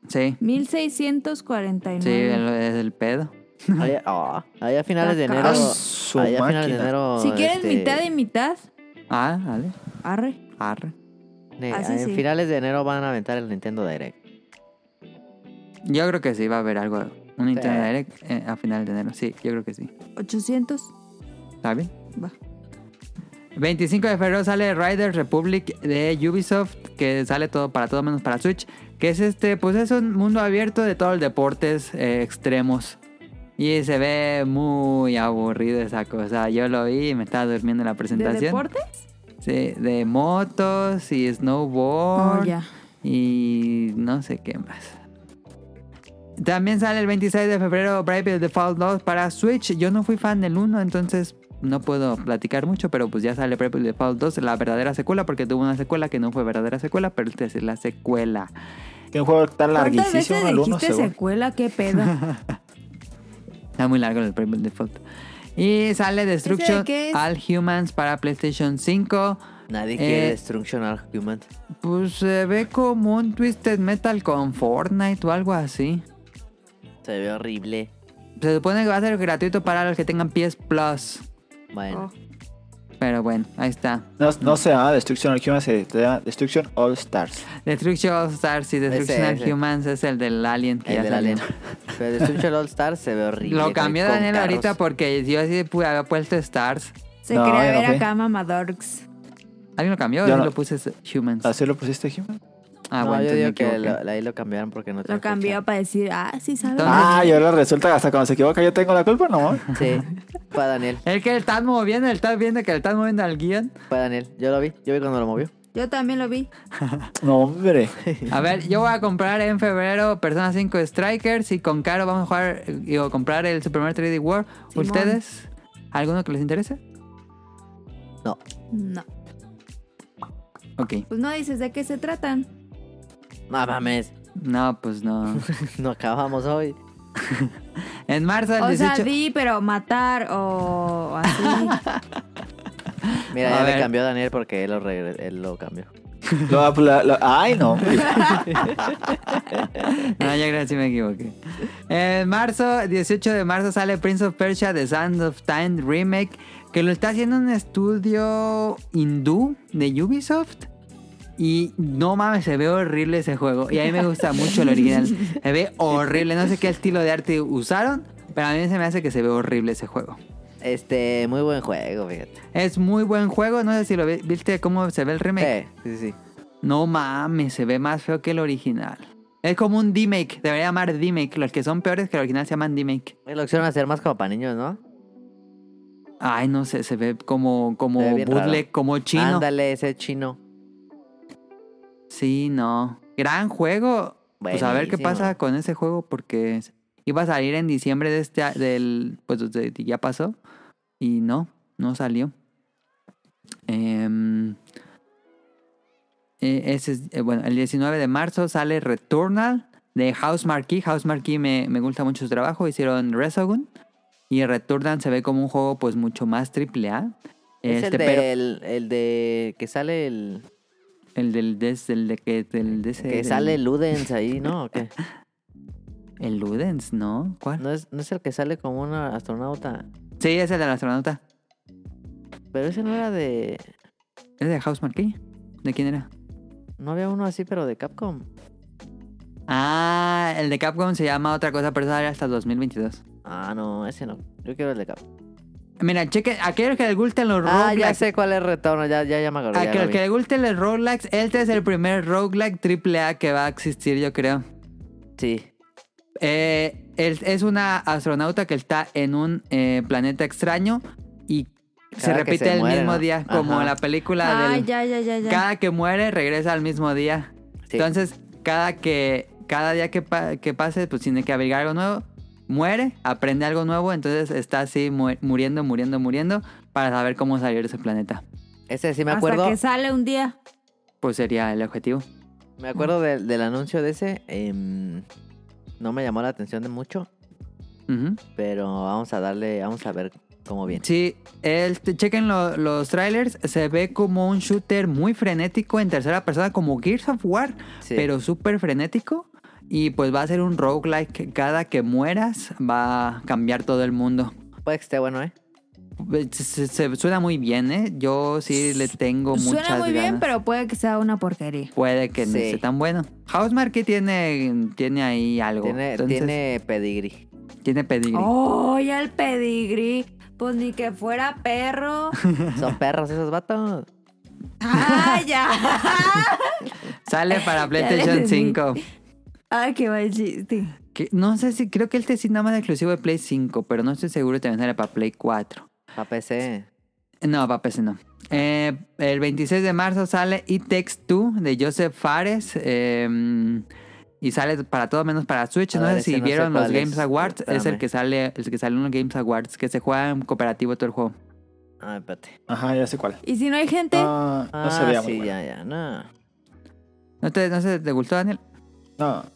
S2: Sí.
S4: 1649.
S2: Sí, el- es el pedo.
S3: Ahí- ah, ahí a finales de
S4: Está
S3: enero.
S1: Ah,
S4: caro.
S1: su
S3: Ahí a
S1: máquina.
S3: finales de enero.
S4: si quieren
S3: este,
S4: mitad y mitad,
S2: Ah, vale.
S4: arre.
S2: Arre.
S3: ne-
S4: así
S3: en
S4: sí.
S3: finales de enero van a aventar el Nintendo Direct.
S2: Yo creo que sí va a haber algo. Un Nintendo
S3: Sí.
S2: Direct eh, a final de enero. Sí, yo creo que sí.
S4: 800.
S2: ¿Está bien?
S4: Va.
S2: 25 de febrero sale Riders Republic de Ubisoft, que sale todo para todo menos para Switch, que es este, pues es un mundo abierto de todos los deportes eh, extremos. Y se ve muy aburrido esa cosa. Yo lo vi y me estaba durmiendo en la
S4: ¿De
S2: presentación.
S4: deporte?
S2: Sí, de motos y snowboard.
S4: Oh, ya.
S2: Y no sé qué más. También sale el 26 de febrero Bravely Default 2 para Switch. Yo no fui fan del 1, entonces no puedo platicar mucho, pero pues ya sale Bravely Default 2, la verdadera secuela, porque tuvo una secuela que no fue verdadera secuela, pero esta sí es la secuela.
S1: Que un juego está
S4: ¿Cuántas
S1: larguísimo,
S3: este
S4: veces
S1: el uno,
S4: dijiste
S1: según.
S4: secuela? ¿Qué pedo?
S2: Está muy largo el Bravely Default. Y sale Destruction
S4: qué es?
S2: All Humans para PlayStation 5.
S3: Nadie
S2: Eh,
S3: quiere Destruction All Humans.
S2: Pues se ve como un Twisted Metal con Fortnite o algo así.
S3: Se ve horrible.
S2: Se supone que va a ser gratuito para los que tengan PS Plus.
S3: Bueno.
S4: Oh.
S2: Pero bueno, ahí está.
S1: No, no se llama Destruction All Humans, se llama Destruction All Stars.
S2: Destruction All Stars y Destruction
S3: Ese,
S2: All
S3: ese.
S2: Humans es el del Alien que ya
S3: El del
S2: salió.
S3: Alien. Pero Destruction All Stars se ve horrible.
S2: Lo
S3: güey,
S2: cambió
S3: con
S2: Daniel
S3: carros.
S2: ahorita porque yo así pude haber puesto Stars.
S4: Se
S1: No,
S4: quería
S1: yo no
S4: ver
S1: fui.
S4: acá Mamadorks.
S2: ¿Alguien lo cambió?
S1: Yo
S2: Yo
S1: no.
S2: lo puse s- Humans.
S1: ¿Así lo pusiste, Human?
S2: Ah,
S3: no,
S2: bueno,
S3: yo
S2: entonces me
S3: digo que
S2: equivoqué.
S3: lo- ahí lo cambiaron porque no
S4: Lo
S3: tenía
S4: cambió para decir, ah, sí, ¿sabes?
S2: Entonces-
S1: Ah, y ahora resulta que hasta cuando se equivoca yo tengo la culpa, ¿no?
S3: fecha. Sí, para Daniel,
S2: El que le están moviendo, el estás viendo que le están moviendo al guión.
S3: para Daniel. Yo lo vi, yo vi cuando lo movió.
S4: Yo también lo vi.
S1: No, hombre.
S2: A ver, yo voy a comprar en febrero Persona 5 Strikers y con Caro vamos a jugar eh, digo, comprar el Super Mario 3D World.
S4: Simón.
S2: ¿Ustedes? ¿Alguno que les interese?
S4: No.
S2: Ok.
S4: Pues no dices de qué se tratan.
S3: No mames,
S2: No, pues no.
S3: no acabamos hoy.
S2: En marzo del
S4: O
S2: 18...
S4: sea, di, pero matar o así.
S3: Mira,
S2: A
S3: ya
S2: ver.
S3: le cambió Daniel porque él lo, regre- él lo cambió.
S1: Lo- la- la- ay, no. hombre.
S2: No, yo creo que sí me equivoqué. En marzo, 18 de marzo, sale Prince of Persia The Sands of Time Remake, que lo está haciendo un estudio hindú de Ubisoft. Y no mames, se ve horrible ese juego. Y a mí me gusta mucho el original. Se ve horrible. No sé qué estilo de arte usaron, pero a mí se me hace que se ve horrible ese juego.
S3: Este, muy buen juego, fíjate.
S2: Es muy buen juego. No sé si lo vi- viste cómo se ve el remake.
S3: Eh, Sí, sí, sí.
S2: No mames, se ve más feo que el original. Es como un D-Make, debería llamar D-Make. Los que son peores que el original se llaman D-Make.
S3: Y Lo quisieron hacer más como para niños, ¿no?
S2: Ay, no sé, se ve como, como
S3: Se ve bien
S2: bootleg, como chino.
S3: Ándale, ese chino.
S2: Sí, no. Gran juego. Pues a ver qué
S3: Buenísimo.
S2: pasa con ese juego porque iba a salir en diciembre de este a- del pues de- ya pasó y no, no salió. Em, eh, ese es- eh, bueno, el 19 de marzo sale Returnal de House Marquee. House Marquee me, me gusta mucho su trabajo. Hicieron Resogun. Y Returnal se ve como un juego pues mucho más triple A.
S3: Es el,
S2: Este,
S3: de,
S2: pero
S3: el, el de que sale el
S2: el del des, del de que del de ese-
S3: que
S2: del-
S3: sale Ludens ahí, ¿no? ¿O qué?
S2: el Ludens, ¿no? ¿Cuál?
S3: No es, no es el que sale como un astronauta.
S2: Sí, es el del astronauta.
S3: Pero ese no era de.
S2: ¿Es de House Marquis? ¿De quién era?
S3: No había uno así, pero de Capcom.
S2: Ah, el de Capcom se llama otra cosa, pero eso sale hasta 2022.
S3: Ah, no, ese no. Yo quiero el de Capcom.
S2: Mira, cheque, aquellos que les gusten los
S3: Ah, ya
S2: roguelikes-
S3: sé cuál es retorno, ya, ya, ya me acordé.
S2: A
S3: ya
S2: Ah, que
S3: lo
S2: el
S3: vi.
S2: que le guste el roguelikes, este es el primer roguelike AAA que va a existir, yo creo.
S3: Sí.
S2: Eh, él es una astronauta que está en un eh, planeta extraño y se
S3: Cada que
S2: repite
S3: se
S2: el
S3: muere,
S2: mismo
S3: ¿no?
S2: día, como
S3: Ajá.
S2: la película
S4: Ah,
S2: del...
S4: ya, ya, ya, ya.
S2: Cada que muere regresa al mismo día.
S3: sí.
S2: Entonces, cada que cada día que, pa- que pase, pues tiene que averiguar algo nuevo. Muere, aprende algo nuevo, entonces está así mu- muriendo, muriendo, muriendo para saber cómo salir de ese planeta.
S3: ese sí me
S4: Hasta
S3: acuerdo.
S4: que sale un día.
S2: Pues sería el objetivo.
S3: Me acuerdo del, del anuncio de ese. em, no me llamó la atención de mucho,
S2: Ujú.
S3: pero vamos a darle, vamos a ver cómo viene.
S2: Sí, el, te- chequen lo- los trailers, se ve como un shooter muy frenético en tercera persona, como Gears of War,
S3: Sí.
S2: pero súper frenético. Y pues va a ser un roguelike, que cada que mueras va a cambiar todo el mundo.
S3: Puede que esté bueno, ¿eh?
S2: Se, se- se- suena muy bien, ¿eh? Yo sí le tengo muchas
S4: Suena muy bien,
S2: ganas.
S4: pero puede que sea una porquería.
S2: Puede que no
S3: Sí.
S2: esté tan bueno. House Marquee tiene, tiene ahí algo.
S3: Tiene,
S2: Entonces, tiene,
S3: tiene pedigrí.
S2: pedigrí.
S4: Oh, ya el pedigrí. Pues ni que fuera perro.
S3: Son perros esos vatos.
S4: ¡Ah, ya!
S2: Sale para
S4: le
S2: PlayStation
S4: entendí.
S2: 5.
S4: ¡Ah, qué mal chiste!
S2: Que- no sé si, creo que este sí nada más exclusivo de Play 5, pero no estoy seguro si también sale para Play 4.
S3: A PC.
S2: No, para PC no. Eh, el 26 de marzo sale It Takes Two de Joseph Fares. eh, y sale para todo menos para Switch.
S3: A
S2: No sé
S3: ver,
S2: si
S3: ese no sé
S2: vieron los
S3: cuál es.
S2: Games Awards. Es el
S3: Espérame.
S2: que sale, el que sale en los Games Awards, que se juega en cooperativo todo el juego.
S3: Ah, espérate.
S1: Ajá, ya sé cuál.
S4: ¿Y si no hay gente?
S1: No, no
S3: Ah,
S1: se veía
S3: sí,
S1: muy bueno.
S3: ya, ya, no.
S2: ¿No te, no se te gustó, Daniel?
S1: No.
S2: Está-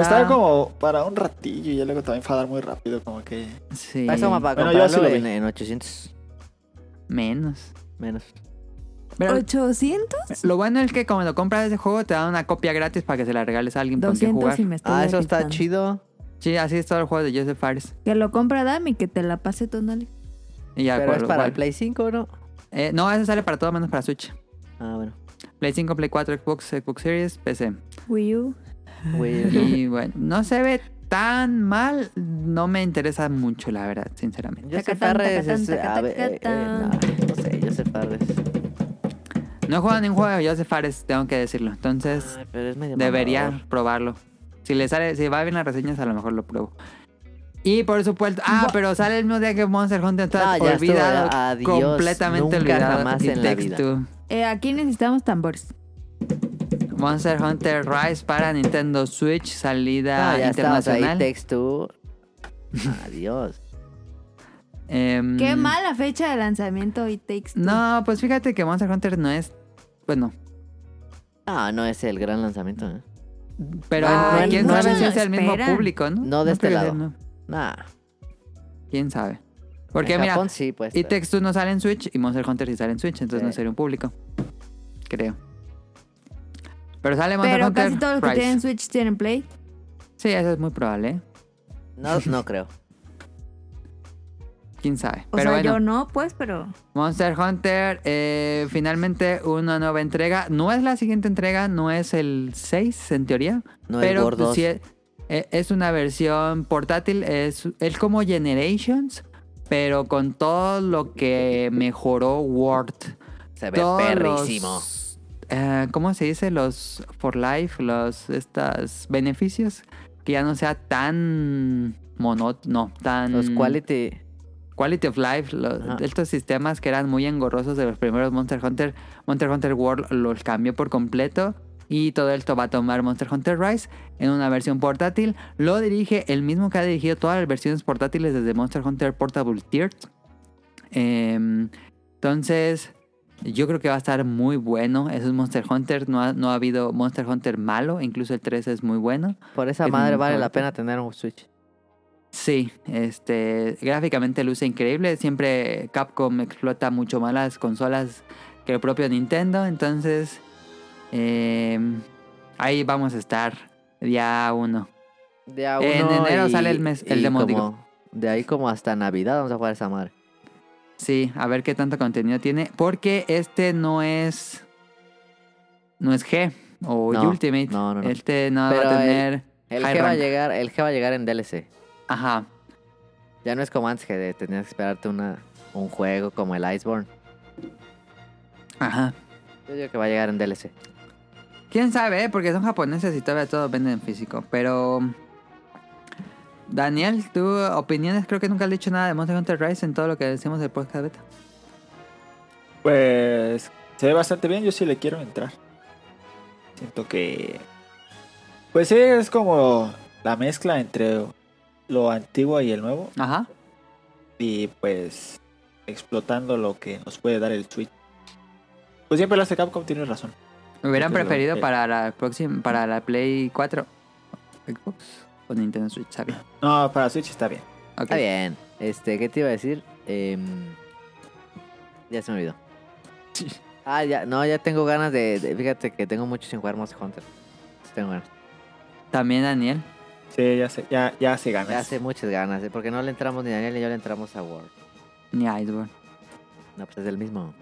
S3: Ah.
S1: Estaba como para un ratillo y ya luego te va a enfadar muy rápido, como que...
S2: Sí.
S3: Eso para
S1: Bueno, yo
S3: comprarlo
S1: sí lo vi.
S3: en, en 800
S2: Menos.
S3: menos.
S2: Pero
S4: ¿800?
S2: lo bueno es que cuando lo compras ese juego te dan una copia gratis para que se la regales a alguien con quien
S4: 200
S2: jugar.
S4: y me estoy
S3: Ah, eso está
S4: irritando.
S3: chido.
S2: Sí, así es todo el juego de Joseph Fares.
S4: Que lo compra Dami, que te la pase tú, Nali.
S2: Y ya
S3: Pero es
S2: cual-
S3: para el
S2: cual.
S3: Play 5, ¿no?
S2: Eh, no, eso sale para todo menos para Switch.
S3: Ah, bueno.
S2: Play 5, Play 4, Xbox, Xbox Series, PC.
S4: Wii U.
S3: Güey, no.
S2: Y bueno, no se ve tan mal. No me interesa mucho, la verdad, sinceramente.
S3: Yo sé
S4: Tacatán,
S3: Farres es...
S4: tacatán,
S3: a ver, eh, eh,
S4: tacatán.
S3: no, no sé, yo sé Farres.
S2: No he jugado ningún juego de Joseph Fares, tengo que decirlo. Entonces,
S3: Ay, pero es medio
S2: debería
S3: mamador.
S2: probarlo. Si le sale, si va bien las reseñas, a lo mejor lo pruebo. Y por supuesto, ah, pero sale el mismo día que Monster Hunter, entonces
S3: No, Ah, ya estuvo,
S2: olvidado,
S3: ya, adiós,
S2: completamente
S3: nunca
S2: olvidado.
S3: jamás
S2: It
S3: en la
S2: Takes
S3: vida.
S2: Two.
S4: Eh, aquí necesitamos tambores.
S2: Monster Hunter Rise para Nintendo Switch, salida
S3: No, Ah, ya estabas ahí,
S2: internacional.
S3: Text Two. Adiós.
S2: Em,
S4: Qué mala fecha de lanzamiento y takes. Two.
S2: No, pues fíjate que Monster Hunter no es. Bueno,
S3: Ah, no es el gran lanzamiento, ¿eh?
S2: pero
S4: Ay,
S2: en- quién
S4: no
S2: sabe
S4: se
S2: si
S4: lo
S2: es el mismo
S4: esperan.
S2: público, ¿no?
S3: No de este
S2: creo que
S3: lado.
S2: sea, no.
S3: Nah.
S2: Quién sabe. Porque
S3: en
S2: mira,
S3: Japón sí, pues.
S2: y Text Two no sale en Switch y Monster Hunter sí sale en Switch, entonces
S3: Sí.
S2: no sería un público. Creo. Pero sale Monster
S4: Pero
S2: Hunter
S4: casi todos los que
S2: Rise.
S4: tienen Switch tienen Play.
S2: Sí, eso es muy probable, ¿eh?
S3: No, no creo.
S2: Quién sabe.
S4: O
S2: pero
S4: sea,
S2: bueno.
S4: yo no, pues, pero.
S2: Monster Hunter, eh, finalmente una nueva entrega. No es la siguiente entrega, no es el 6 en teoría.
S3: No es
S2: pero
S3: gordo.
S2: sí es, eh, es una versión portátil, es, es como Generations, pero con todo lo que mejoró Word.
S3: Se ve
S2: Todos
S3: perrísimo.
S2: los, eh, ¿Cómo se dice? Los for life, los estos beneficios. Que ya no sea tan monótono, tan...
S3: Los quality.
S2: Quality of Life, lo-
S3: Ajá.
S2: estos sistemas que eran muy engorrosos de los primeros Monster Hunter, Monster Hunter World los cambió por completo y todo esto va a tomar Monster Hunter Rise en una versión portátil. Lo dirige el mismo que ha dirigido todas las versiones portátiles desde Monster Hunter Portable Tier. Em, entonces, yo creo que va a estar muy bueno. Eso es Monster Hunter, no ha, no ha habido Monster Hunter malo, incluso el 3 es muy bueno.
S3: Por esa
S2: Es mi
S3: madre vale
S2: favorito.
S3: la pena tener un Switch.
S2: Sí, este, gráficamente luce increíble. Siempre Capcom explota mucho más las consolas que el propio Nintendo. Entonces, eh, ahí vamos a estar día uno.
S3: Día
S2: En
S3: uno
S2: enero
S3: y-
S2: sale el mes- el
S3: y
S2: demo,
S3: como
S2: digo.
S3: De ahí como hasta Navidad vamos a jugar esa madre.
S2: Sí, a ver qué tanto contenido tiene. Porque este no es. No es G o
S3: No,
S2: Ultimate.
S3: no, no, no.
S2: Este no
S3: Pero
S2: va a
S3: el-
S2: tener.
S3: El
S2: high
S3: G va a
S2: rank.
S3: llegar, el G va a llegar en DLC.
S2: Ajá.
S3: Ya no es como antes que de- tenías que esperarte una, un juego como el Iceborne.
S2: Ajá.
S3: Yo digo que va a llegar en DLC.
S2: Quién sabe, eh? porque son japoneses y todavía todo venden en físico. Pero. Daniel, tu opiniones, creo que nunca le he dicho nada de Monster Hunter Rise en todo lo que decimos del podcast beta.
S1: Pues se ve bastante bien, yo sí le quiero entrar. Siento que... Pues sí, es como la mezcla entre lo antiguo y el nuevo.
S2: Ajá.
S1: Y pues explotando lo que nos puede dar el Switch. Pues siempre lo hace Capcom, tienes razón.
S2: Me hubieran
S1: Creo que lo-
S2: preferido
S1: eh.
S2: para la próxima, para la Play 4. Xbox o Nintendo Switch, está bien.
S1: No, para Switch está bien.
S2: Ok.
S3: Está bien. Este, ¿qué te iba a decir? Em, ya se me olvidó. Ah, ya, no, ya tengo ganas de, de- Fíjate que tengo mucho sin jugar Monster Hunter. Sí Tengo ganas.
S2: También Daniel.
S1: Sí, ya se, ya, ya se gana.
S3: Ya hace muchas ganas, ¿eh? porque no le entramos ni Daniel ni yo le entramos a World.
S2: Ni Iceborne.
S3: No, pues es el mismo.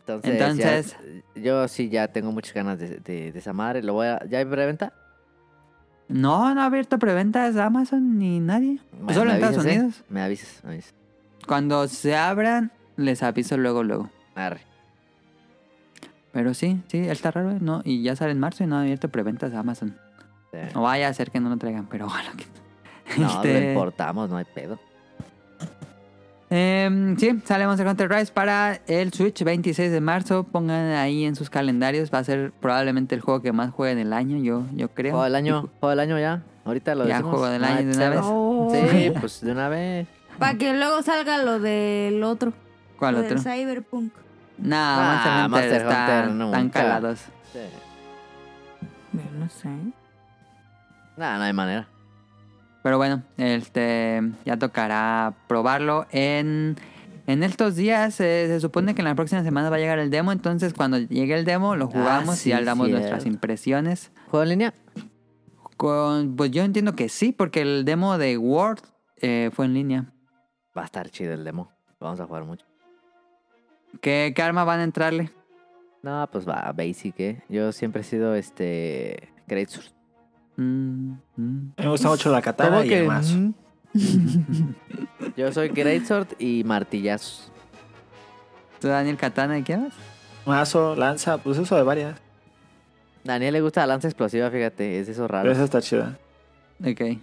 S3: Entonces,
S2: Entonces-
S3: ya- yo sí ya tengo muchas ganas de, de, de esa madre. Lo voy a, ¿Ya hay preventa?
S2: No, no ha abierto preventas de Amazon ni nadie.
S3: Bueno,
S2: Solo
S3: me
S2: en Estados
S3: avisas, ¿eh?
S2: Unidos.
S3: Me avisas, me avisas.
S2: Cuando se abran, les aviso luego, luego.
S3: Arre.
S2: Pero sí, sí, está raro, ¿eh? ¿no? Y ya sale en marzo y no ha abierto preventas de Amazon.
S3: Sí.
S2: No vaya a ser que no lo traigan, pero ojalá que no.
S3: No,
S2: Este,
S3: lo importamos, no hay pedo.
S2: em, sí, sale Monster Hunter Rise para el Switch 26 de marzo. Pongan ahí en sus calendarios. Va a ser probablemente el juego que más jueguen el año, yo, yo creo.
S3: Juego del año, juego del año ya. Ahorita lo
S2: Ya,
S3: decimos.
S2: juego del
S3: No
S2: año
S3: hay
S2: de una
S3: pedo.
S2: vez.
S4: Oh.
S3: Sí, pues de una vez.
S4: Para que luego salga lo del otro.
S2: ¿Cuál
S4: lo
S2: otro?
S4: Del cyberpunk.
S2: No, Monster
S3: Ah,
S2: Hunter
S3: Monster Hunter
S2: están,
S3: nunca.
S2: están calados.
S3: Sí.
S4: Yo no sé.
S3: Nah, no hay manera.
S2: Pero bueno, este ya tocará probarlo en, en estos días. eh, se supone que en la próxima semana va a llegar el demo. Entonces, cuando llegue el demo, lo jugamos
S3: Ah, sí,
S2: y ya damos nuestras
S3: cierto.
S2: impresiones.
S3: ¿Juego en línea?
S2: Con, pues yo entiendo que sí, porque el demo de Word eh, fue en línea.
S3: Va a estar chido el demo. Vamos a jugar mucho.
S2: ¿Qué, qué arma van a entrarle?
S3: No, pues va, basic, eh. Yo siempre he sido este. Great Source.
S2: Mm, mm.
S1: Me gusta mucho la katana y el mazo.
S3: Yo soy Great Sword y martillazos.
S2: ¿Tú, Daniel Katana, y qué más?
S1: Mazo, lanza, pues eso de varias.
S3: Daniel le gusta la lanza explosiva, fíjate, es de esos
S1: Pero
S3: raros.
S1: esa está chida.
S2: Ok.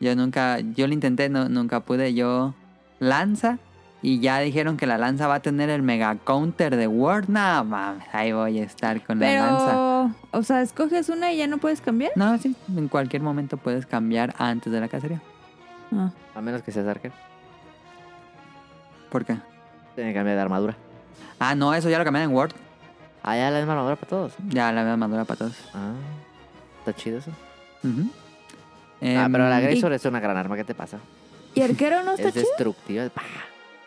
S2: Yo nunca, yo lo intenté, no, nunca pude. Yo lanza y ya dijeron que la lanza va a tener el mega counter de Word. No, mames, ahí voy a estar con
S4: Pero,
S2: la lanza.
S4: o sea, escoges una y ya no puedes cambiar.
S2: No, sí, en cualquier momento puedes cambiar antes de la cacería.
S4: Ah.
S3: A menos que seas arquero.
S2: ¿Por qué?
S3: Tiene que cambiar de armadura.
S2: Ah, no, eso ya lo cambiaron en Word.
S3: Ah, ya la misma armadura para todos.
S2: Ya la armadura para todos.
S3: Ah, está chido eso.
S2: Ujú.
S3: ah,
S2: Em,
S3: pero la Great
S4: y-
S3: Sword es una gran arma, ¿qué te pasa?
S4: ¿Y arquero no está
S3: Es
S4: chido?
S3: destructiva. pa.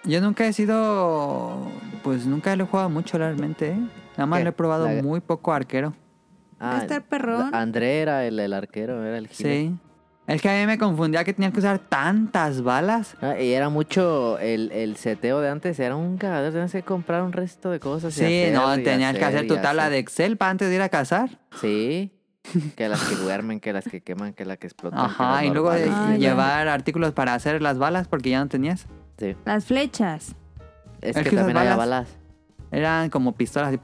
S2: Yo nunca he sido. Pues nunca lo he jugado mucho realmente, ¿eh? Nada más
S3: ¿Qué?
S2: lo he probado
S3: La-
S2: muy poco arquero.
S4: Va a
S3: Ah,
S4: estar perrón.
S3: André era el, el arquero, era el gil.
S2: Sí. Es que a mí me confundía que tenía que usar tantas balas.
S3: Ah, y era mucho el, el seteo de antes, era un cagadero, tenías que comprar un resto de cosas. y
S2: Sí,
S3: hacer,
S2: no,
S3: y
S2: tenías que hacer
S3: y
S2: tu tabla
S3: hacer.
S2: de Excel para antes de ir a cazar.
S3: Sí, que las que duermen, que las que queman, que las que explotan. que las
S2: Ajá, y luego de-
S3: normales,
S4: Ah,
S3: que-
S4: ya.
S2: llevar artículos para hacer las balas porque ya no tenías.
S3: Sí.
S4: Las flechas.
S2: Es
S3: Es que,
S2: que esas
S3: también había
S2: balas-
S3: balas.
S2: Eran como pistolas, así,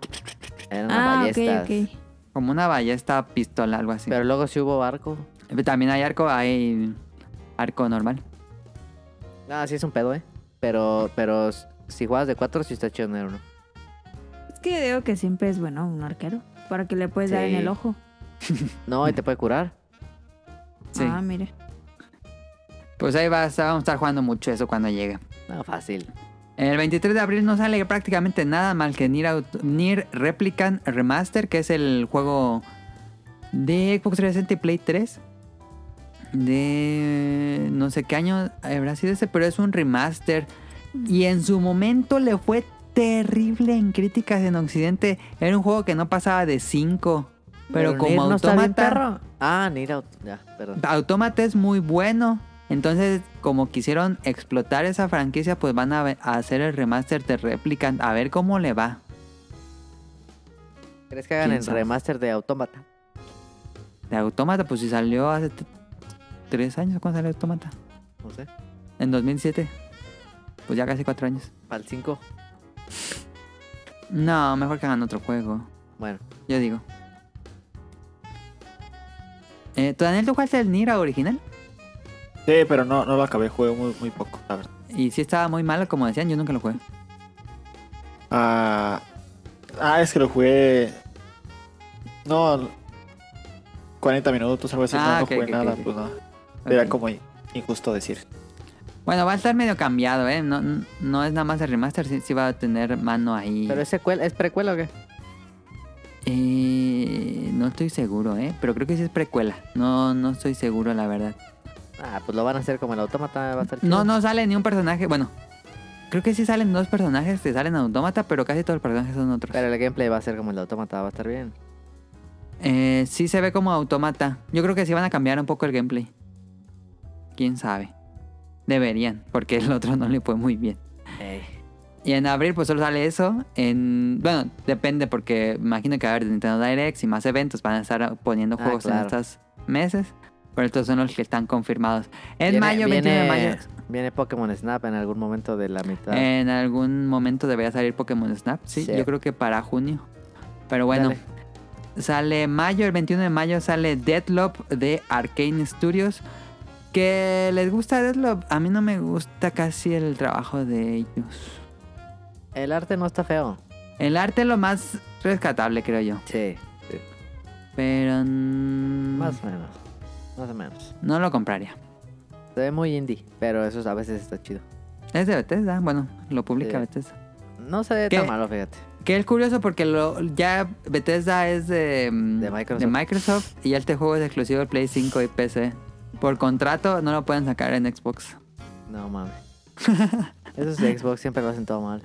S3: Eran las
S4: Ah, ok,
S3: ballestas.
S4: ok.
S2: como una ballesta, pistola, algo así.
S3: Pero luego sí hubo barco.
S2: También hay arco, hay arco normal.
S3: Ah, sí es un pedo, ¿eh? Pero, pero si juegas de cuatro, sí está chido en uno.
S4: Es que digo que siempre es bueno un arquero. Para que le puedes dar
S3: Sí.
S4: en el ojo.
S3: No, y te puede curar.
S2: Sí.
S4: Ah, mire.
S2: Pues ahí va, a estar- vamos a estar jugando mucho eso cuando llegue.
S3: No, fácil.
S2: El 23 de abril no sale prácticamente nada más que Nier, Aut- Nier Replicant Remaster, que es el juego de Xbox 360 y Play 3. de no sé qué año habrá sido ese, pero es un remaster.
S3: Mm.
S2: Y en su momento le fue terrible en críticas en Occidente. Era un juego que no pasaba de 5. Pero, como
S3: Nier no está bien,
S2: Automata,
S3: perro. Ah, Nier Automata. Ya, perdón.
S2: Automata es muy bueno. Entonces, como quisieron explotar esa franquicia, pues van a, ve- a hacer el remaster de Replicant. A ver cómo le va.
S3: ¿Crees que hagan
S2: ¿Quién
S3: el
S2: sabe?
S3: remaster de Automata?
S2: De Automata, pues si salió hace t- tres años, ¿cuándo salió Automata?
S3: No sé.
S2: En 2007. Pues ya casi cuatro años.
S3: Para el 5.
S2: No, mejor que hagan otro juego.
S3: Bueno,
S2: Yo digo. Eh, ¿Tú, Daniel, tú jugaste el Nira original?
S1: Sí, pero no, no lo acabé, jugué muy, muy poco, la verdad.
S2: Y si estaba muy malo, como decían, yo nunca lo jugué.
S1: Ah, ah, es que lo jugué. No, 40 minutos, algo así.
S2: Ah,
S1: no, no
S2: ok,
S1: jugué
S2: ok,
S1: nada,
S2: ok.
S1: pues nada. Era
S2: Ok.
S1: como injusto decir.
S2: Bueno, va a estar medio cambiado, ¿eh? No, no es nada más el remaster, sí, sí va a tener mano ahí.
S3: ¿pero es, secuela, es precuela o qué?
S2: Eh, no estoy seguro, ¿eh? Pero creo que sí es precuela. No, no estoy seguro, la verdad.
S3: Ah, pues lo van a hacer como el Automata. Va a estar
S2: No,
S3: chido.
S2: no sale ni un personaje. Bueno, creo que sí salen dos personajes que salen en Autómata, pero casi todos los personajes son otros.
S3: Pero el gameplay va a ser como el Automata. Va a estar bien.
S2: Eh, sí se ve como automata. Yo creo que sí van a cambiar un poco el gameplay. Quién sabe. Deberían, porque el otro no le fue muy bien.
S3: Ey.
S2: Y en abril, pues solo sale eso. En... Bueno, depende, porque me imagino que va a haber Nintendo Direct y más eventos. Van a estar poniendo
S3: Ah,
S2: juegos en
S3: claro.
S2: estos meses. Pero estos son los que están confirmados. En
S3: Viene-
S2: mayo, 21 de mayo. Eh.
S3: Viene Pokémon Snap en algún momento de la mitad.
S2: En algún momento debería salir Pokémon Snap. Sí,
S3: Sí.
S2: yo creo que para junio. Pero bueno.
S3: Dale.
S2: Sale mayo, el 21 de mayo sale Deadloop de Arcane Studios. Que les gusta Deadloop. A mí no me gusta casi el trabajo de ellos.
S3: El arte no está feo.
S2: El arte es lo más rescatable, creo yo.
S3: Sí.
S2: Pero. mm,
S3: Más o menos. Más o menos.
S2: No lo compraría.
S3: Se ve muy indie, pero eso a veces está chido.
S2: Es de Bethesda. Bueno, lo publica
S3: Sí.
S2: Bethesda.
S3: No se ve
S2: ¿Qué?
S3: tan malo, fíjate.
S2: Que es curioso porque lo, ya Bethesda es de, mm,
S3: De Microsoft.
S2: Microsoft y ya este juego es exclusivo de Play 5 y PC. Por contrato no lo pueden sacar en Xbox.
S3: No mames. Esos de Xbox siempre lo hacen todo mal.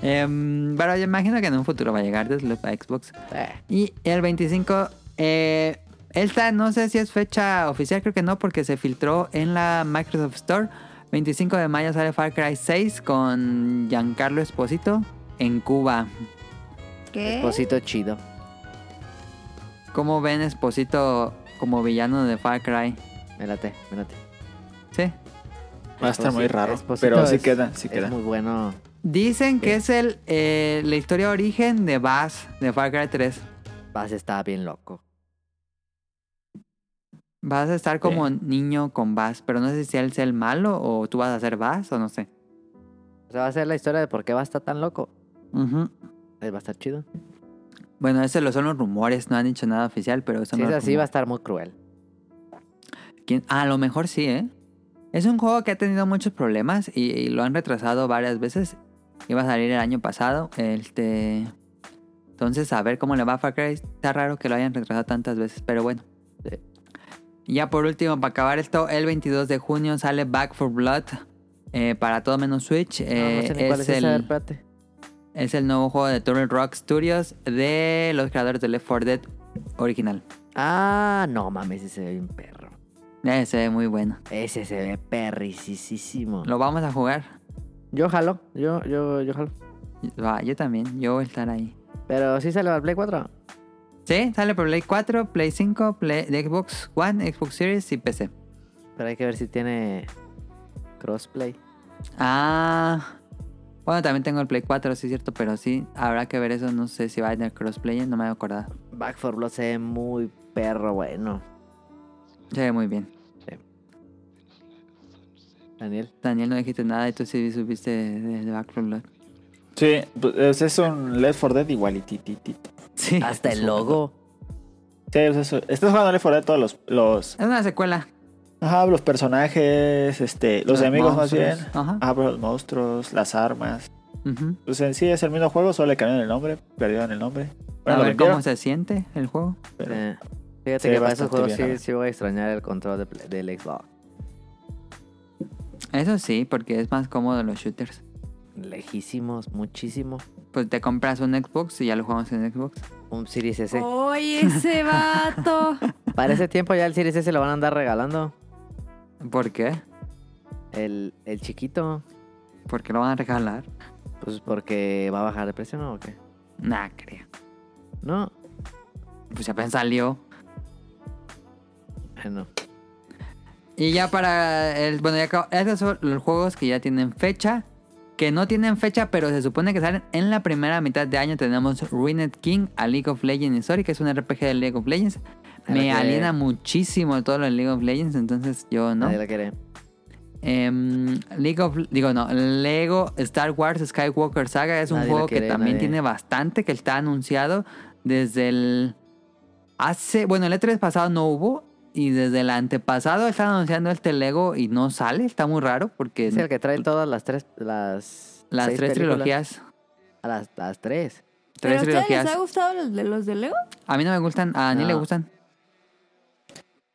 S2: Em, pero yo imagino que en un futuro va a llegar Deathloop a Xbox.
S3: Eh,
S2: Y el 25, eh, esta no sé si es fecha oficial, creo que no, porque se filtró en la Microsoft Store. 25 de mayo sale Far Cry 6 con Giancarlo Esposito en Cuba.
S4: ¿Qué?
S3: Esposito chido.
S2: ¿Cómo ven Esposito como villano de Far Cry?
S3: Me late, me late.
S2: Sí.
S1: Va a estar muy
S3: Esposi-
S1: raro.
S3: Esposito
S1: Pero sí
S3: es-
S1: queda, sí queda.
S3: Es muy bueno.
S2: Dicen que es el, eh, la historia de origen de Bass de Far Cry 3.
S3: Paz estaba bien loco.
S2: Vas a estar como niño con Bass, pero no sé si él es el malo o tú vas a ser Bass o no sé.
S3: O sea, va a ser la historia de por qué va a estar tan loco.
S2: Ujú.
S3: Eh, Va a estar chido.
S2: Bueno, esos lo- son los rumores, no han dicho nada oficial, pero eso
S3: Si es así, va a estar muy cruel.
S2: A lo mejor sí, ¿eh? Es un juego que ha tenido muchos problemas y, y lo han retrasado varias veces. Iba a salir el año pasado. Este... Entonces, a ver cómo le va a Far Cry. Está raro que lo hayan retrasado tantas veces, pero bueno.
S3: Sí.
S2: Y ya por último, para acabar esto, el 22 de junio sale Back for Blood eh, para todo menos Switch.
S3: no,
S2: Eh,
S3: no sé ni cuál es, ese, a ver, espérate.
S2: Es el nuevo juego de Turtle Rock Studios de los creadores de Left 4 Dead original.
S3: Ah, no mames, ese se ve bien perro.
S2: Eh, se ve muy bueno.
S3: Ese se ve perricisísimo.
S2: Lo vamos a jugar.
S3: Yo jalo, yo, yo, yo jalo.
S2: Va, yo también, yo voy a estar ahí.
S3: Pero sí sale al Play 4.
S2: Sí, sale para Play 4, Play 5, Play, de Xbox One, Xbox Series y PC.
S3: Pero hay que ver si tiene crossplay.
S2: Ah. Bueno, también tengo el Play 4, sí es cierto, pero sí, habrá que ver eso. No sé si va a tener crossplay, no me he acordado.
S3: Back for Blood se ve muy perro bueno.
S2: Se ve muy bien.
S3: Daniel.
S2: Daniel, no dijiste nada y tú sí subiste de, de Back 4 Blood.
S1: Sí, pues, es un Left 4 Dead igualitititito.
S2: Sí.
S3: Hasta el logo.
S1: Sí, pues, eso. Estás jugando Left 4 Dead todos los, los,
S2: Es una secuela.
S1: ajá, los personajes, este, los, enemigos más bien.
S2: Ajá.
S1: Ah, pero los monstruos, las armas.
S2: ujú.
S1: Pues en sí es el mismo juego, solo le cambiaron el nombre, perdieron el nombre. Bueno,
S2: a
S1: lo
S2: ver
S1: vendieron,
S2: cómo se siente el juego.
S1: pero-
S3: Eh, Fíjate
S1: Se ve
S3: que para
S1: bastante
S3: esos juegos
S1: bien, la
S3: sí,
S1: verdad.
S3: sí voy a extrañar el control de Play- del Xbox.
S2: Eso sí, porque es más cómodo los shooters.
S3: Lejísimos, muchísimo.
S2: Pues te compras un Xbox y ya lo jugamos en Xbox.
S3: Un Series S.
S4: Oh. Oye, ese vato.
S3: Para ese tiempo ya el Series S lo van a andar regalando.
S2: ¿Por qué?
S3: El, el chiquito.
S2: ¿Por qué lo van a regalar?
S3: Pues porque va a bajar de precio, ¿no? ¿O qué?
S2: Nah, creo.
S3: No.
S2: Pues ya apenas salió.
S3: Ah, no.
S2: Y ya para el. Bueno, ya acabo- Esos son los juegos que ya tienen fecha. Que no tienen fecha, pero se supone que salen en la primera mitad de año. Tenemos Ruined King, a League of Legends Story, que es un RPG de League of Legends. Me
S3: RPG.
S2: aliena muchísimo todo lo de League of Legends, entonces yo no.
S3: Nadie la quiere.
S2: Em, League of. Digo, no. Lego Star Wars Skywalker Saga es un
S3: Nadie lo
S2: juego que
S3: quiere,
S2: también
S3: nadie.
S2: tiene bastante, que está anunciado desde el. Hace. Bueno, el E3 pasado no hubo. Y desde el antepasado están anunciando este Lego y no sale. Está muy raro porque.
S3: Es el que trae todas las tres. Las,
S2: Las
S3: seis
S2: tres
S3: películas.
S2: trilogías.
S3: A las, las tres.
S4: ¿Pero
S2: Tres
S4: a ustedes les
S2: trilogías.
S4: ha gustado los de, los de Lego?
S2: A mí no me gustan, a Daniel le
S3: No.
S2: gustan.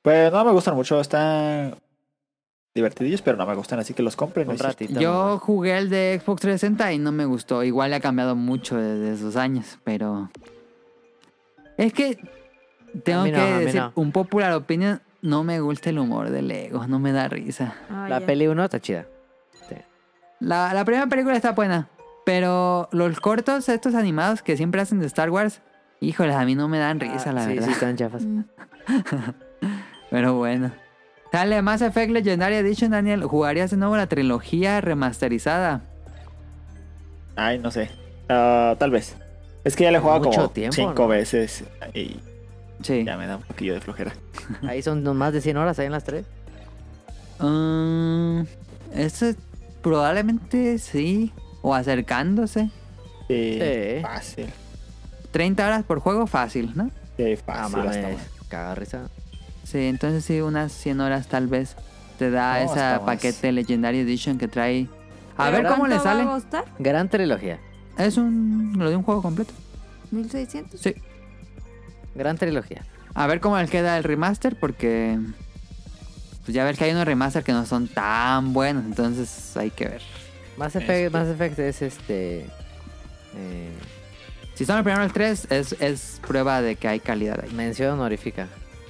S1: Pues no me gustan mucho, están divertidillos, pero no me gustan, así que los compren.
S3: Un
S1: ¿no?
S3: ratito.
S2: Yo jugué el de Xbox 360 y no me gustó. Igual ha cambiado mucho desde esos años, pero. Es que. Tengo
S3: A mí no,
S2: que
S3: a mí
S2: decir,
S3: no.
S2: un popular opinion, no me gusta el humor de Lego, no me da risa.
S4: Ah,
S3: La
S4: ya.
S3: peli 1 está chida.
S2: La, la primera película está buena, pero los cortos, estos animados que siempre hacen de Star Wars, híjoles, a mí no me dan risa, la
S3: Ah, sí,
S2: verdad.
S3: Sí, están chafas.
S4: Mm.
S2: Pero bueno. Sale Mass Effect Legendary Edition, Daniel. ¿Jugarías de nuevo la trilogía remasterizada?
S1: Ay, no sé. Ah, tal vez. Es que ya le he jugado
S3: Mucho
S1: como
S3: tiempo,
S1: cinco
S3: ¿no?
S1: veces y
S2: Sí.
S1: ya me da un poquillo de flojera.
S3: Ahí son más de 100 horas, ahí en las tres.
S2: Mm, eso es- probablemente sí. O acercándose.
S1: Sí,
S3: Sí.
S1: Fácil.
S2: 30 horas por juego fácil, ¿no?
S1: Sí,
S3: Ah,
S1: fácil. hasta
S3: mames.
S1: más.
S3: Caga risa.
S2: Sí, entonces sí, unas 100 horas tal vez. Te da
S1: No, hasta
S2: ese
S1: más.
S2: paquete Legendary Edition que trae. A
S3: Pero
S2: ver cómo le
S4: ¿Cuánto
S2: sale.
S4: va a costar?
S3: Gran trilogía.
S2: Es un. Lo de un juego completo.
S4: ¿1600?
S2: Sí.
S3: Gran trilogía.
S2: A ver cómo les queda el remaster, porque. Pues ya ves que hay unos remaster que no son tan buenos, entonces hay que ver.
S3: Mass
S1: Este.
S3: Effect, Mass Effect es este. eh,
S2: Si son los primeros tres, es, es prueba de que hay calidad ahí.
S3: mención honorífica.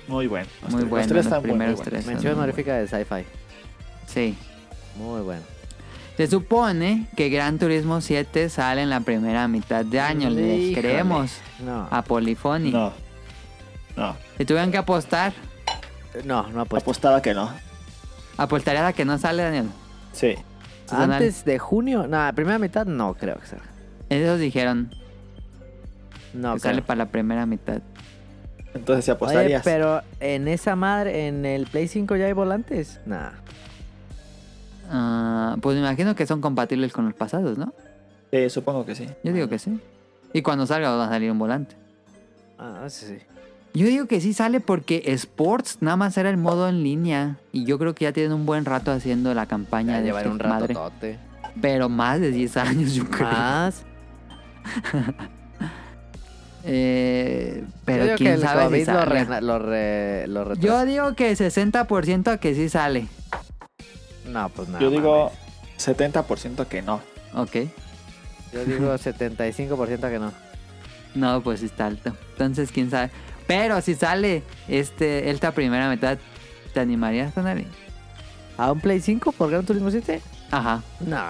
S1: Muy bueno. Los
S2: Muy
S1: tres-
S2: bueno,
S1: Los tres
S2: los
S1: están muy, muy
S2: primeros
S1: buenos.
S2: tres. Eso
S3: Mención
S2: no,
S3: honorífica de sci-fi.
S2: Sí.
S3: Muy bueno.
S2: Se supone que Gran Turismo 7 sale en la primera mitad de año. Les
S3: Híjole.
S2: creemos
S3: No,
S2: a Polifoni.
S1: No. No.
S2: Si tuvieran que apostar,
S3: no, no apuesto.
S1: Apostaba que no.
S2: apostarías a que no sale, Daniel.
S1: Sí.
S2: Susanal.
S3: Antes de junio, no, la primera mitad no creo que salga.
S2: Ellos dijeron
S3: No
S2: que sale
S3: creo.
S2: para la primera mitad.
S1: Entonces se
S3: Oye,
S1: apostarías.
S3: pero en esa madre, en el Play 5 ya hay volantes. Nah.
S2: Ah, pues me imagino que son compatibles con los pasados, ¿no?
S1: Sí, supongo que sí.
S2: Yo digo que sí. Y cuando salga va a salir un volante.
S3: Ah, sí, sí.
S2: Yo digo que sí sale porque Sports nada más era el modo en línea. Y yo creo que ya tienen un buen rato haciendo la campaña
S3: Ya
S2: de
S3: llevar
S2: Street
S3: un rato
S2: Madre.
S3: tote.
S2: Pero más de 10 años, yo creo.
S3: Más.
S2: Eh,
S3: Yo
S2: pero
S3: digo
S2: quién
S3: que el
S2: sabe si
S3: COVID lo,
S2: sale.
S3: re, lo, re, lo retrasó.
S2: Yo digo que 60% que sí sale.
S3: No, pues nada.
S1: Yo digo 70% que no.
S2: Ok.
S3: Yo digo 75% que no.
S2: No, pues sí está alto. Entonces, quién sabe. Pero si sale este esta primera mitad, ¿te animarías, Tonali?
S3: ¿A un Play 5 por Gran Turismo 7?
S2: Ajá.
S3: No.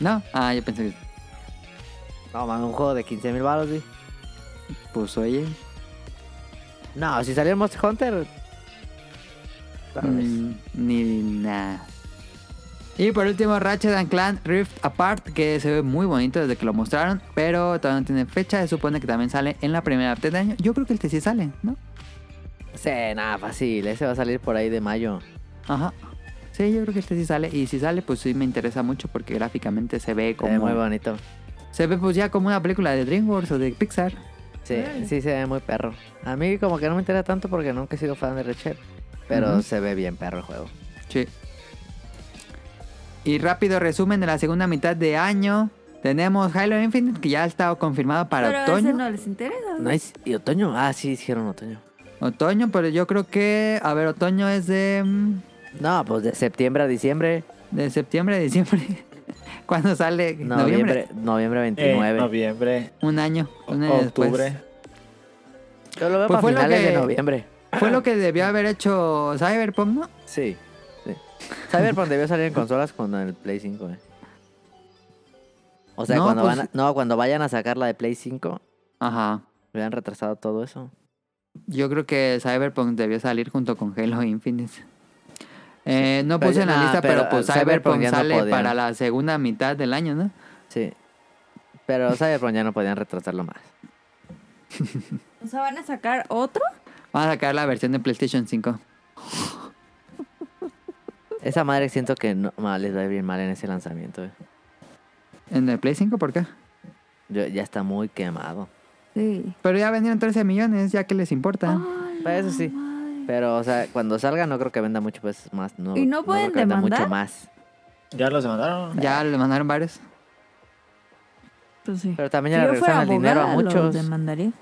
S2: ¿No? Ah, yo pensé que.
S3: No, mano, un juego de 15 mil baros, sí.
S2: Pues oye.
S3: No, si salió el Monster Hunter. Tal vez.
S2: mm, ni nada. Y por último, Ratchet and Clan Rift Apart, que se ve muy bonito desde que lo mostraron, pero todavía no tiene fecha. Se supone que también sale en la primera mitad de año. Yo creo que este sí sale, ¿no?
S3: Sí, nada, fácil. Ese va a salir por ahí de mayo.
S2: Ajá. Sí, yo creo que este sí sale. Y si sale, pues sí me interesa mucho porque gráficamente se ve
S3: Se
S2: como.
S3: ve muy bonito.
S2: se ve pues ya como una película de DreamWorks o de Pixar.
S3: Sí, sí se ve muy perro. A mí como que no me interesa tanto porque nunca he sido fan de Ratchet. Pero
S2: Ujú.
S3: se ve bien perro el juego.
S2: Sí. Y rápido resumen de la segunda mitad de año. Tenemos Halo Infinite, que ya ha estado confirmado para
S4: Pero ese
S2: otoño.
S4: no les interesa.
S3: ¿No es, ¿Y otoño? Ah, sí, dijeron otoño.
S2: Otoño, pero yo creo que. A ver, otoño es de. mm,
S3: No, pues de septiembre a diciembre.
S2: De septiembre a diciembre. ¿Cuándo sale?
S3: Noviembre,
S2: Noviembre.
S3: noviembre
S1: Eh,
S3: 29.
S1: noviembre,
S2: Un año.
S3: Eh,
S2: Un
S3: pues
S2: año
S1: octubre.
S2: después.
S3: Yo lo veo
S2: Pues fue
S3: para
S2: lo
S3: finales de
S2: que-
S3: noviembre.
S2: Fue lo que debió haber hecho Cyberpunk, ¿no?
S3: Sí. sí. Cyberpunk debió salir en consolas con el Play 5, eh. O sea,
S2: No,
S3: cuando
S2: pues-
S3: van a- no, cuando vayan a sacar la de Play 5,
S2: Ajá.
S3: hubieran retrasado todo eso.
S2: Yo creo que Cyberpunk debió salir junto con Halo Infinite. Eh, no
S3: Pero
S2: puse
S3: yo-
S2: en la
S3: nah,
S2: lista, pero,
S3: pero,
S2: pues
S3: eh,
S2: Cyberpunk,
S3: Cyberpunk ya no
S2: sale
S3: podía.
S2: para la segunda mitad del año, ¿no?
S3: Sí. Pero Cyberpunk ya no podían retrasarlo más.
S4: O sea, ¿van a sacar otro?
S2: Van a sacar la versión de PlayStation 5.
S3: Esa madre siento que no, ma, les va a ir bien mal en ese lanzamiento. eh.
S2: ¿En el Play 5 por qué?
S3: Yo- ya está muy quemado.
S4: Sí.
S2: Pero ya vendieron 13 millones, ya que les importa.
S3: Pero eso sí. Pero, o sea, cuando salga no creo que venda mucho, pues más. No,
S4: ¿Y no
S3: creo
S4: pueden
S3: que venda
S4: demandar?
S3: mucho más.
S1: ¿Ya los
S3: Ah.
S1: mandaron?
S2: Ya le mandaron varios.
S4: Pues sí.
S3: Pero también ya le regresaron el dinero a muchos.
S4: demandaría.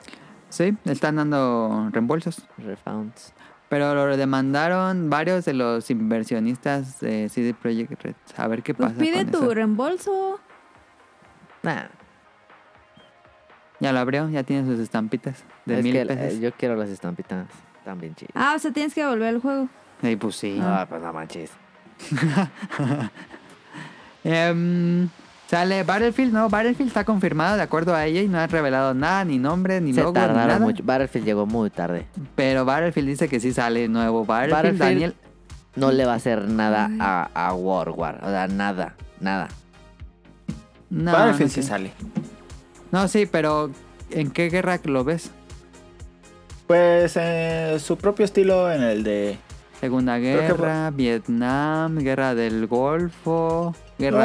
S2: Sí, le están dando reembolsos.
S3: Refunds.
S2: Pero lo demandaron varios de los inversionistas de CD Projekt Red. A ver qué
S4: Pues
S2: pasa.
S4: pide
S2: con
S4: tu
S2: eso.
S4: reembolso.
S3: Nah.
S2: Ya lo abrió, ya tiene sus estampitas de
S3: es
S2: mil
S3: que, eh,
S2: pesos.
S3: yo quiero las estampitas. También chidas.
S4: Ah, o sea, tienes que devolver el juego.
S2: Y pues sí.
S3: Ah, pues no manches.
S2: Em, sale Battlefield, no, Battlefield está confirmado de acuerdo a ella y no ha revelado nada, ni nombre, ni
S3: Se
S2: logo, ni nada.
S3: tardaron mucho. Battlefield llegó muy tarde.
S2: Pero Battlefield dice que sí sale nuevo Battlefield.
S3: Battlefield-
S2: Daniel,
S3: No le va a hacer nada a, a War War. O sea, nada. Nada.
S2: no,
S1: Battlefield
S2: no
S1: sí
S2: sé.
S1: sale.
S2: No, sí, pero ¿en qué guerra lo ves?
S1: Pues eh, su propio estilo en el de...
S2: Segunda
S1: Creo que-
S2: guerra, Vietnam, guerra del Golfo, guerra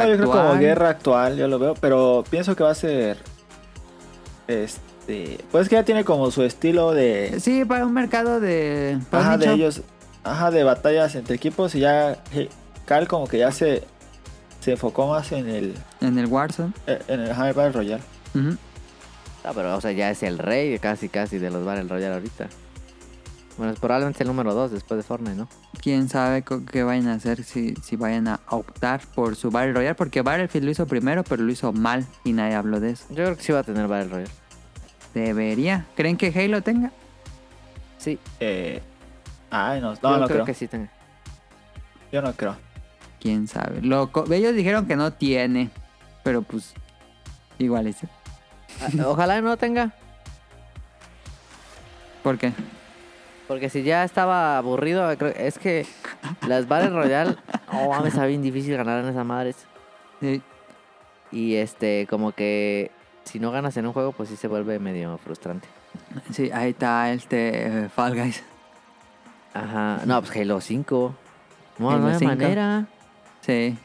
S1: no, yo creo
S2: actual.
S1: como guerra actual, yo lo veo, pero pienso que va a ser... Este... Pues que ya tiene como su estilo de...
S2: Sí, para un mercado de. para un
S1: Ajá, de
S2: nicho.
S1: ellos. Ajá, de batallas entre equipos y ya eh, Cal como que ya se, se enfocó más en el,
S2: En el Warzone.
S1: eh, en el ajá, el Battle Royale.
S2: Ujú.
S3: No, pero, o sea, ya es el rey casi, casi de los Battle Royale ahorita. Bueno, es probablemente el número 2 después de Fortnite, ¿no?
S2: Quién sabe co- qué vayan a hacer si, si vayan a optar por su Battle Royale. Porque Battlefield lo hizo primero, pero lo hizo mal y nadie habló de eso.
S3: Yo creo que sí va a tener Battle Royale.
S2: Debería. ¿Creen que Halo tenga?
S3: Sí,
S1: Eh, ay, no,
S3: yo
S1: no, no
S3: creo,
S1: creo.
S3: que sí tenga.
S1: Yo no creo.
S2: Quién sabe. Lo co- ellos dijeron que no tiene. Pero pues. Igual es.
S3: Ah, Ojalá no tenga.
S2: ¿Por qué?
S3: Porque si ya estaba aburrido, creo- es que las Battle Royale, oh, mames, está bien difícil ganar en esas madres.
S2: Sí.
S3: Y este, como que si no ganas en un juego, pues sí se vuelve medio frustrante.
S2: Sí, ahí está este eh, Fall Guys.
S3: Ajá, no, pues Halo 5. No,
S2: Halo
S3: no había
S2: 5.
S3: manera.
S2: Sí.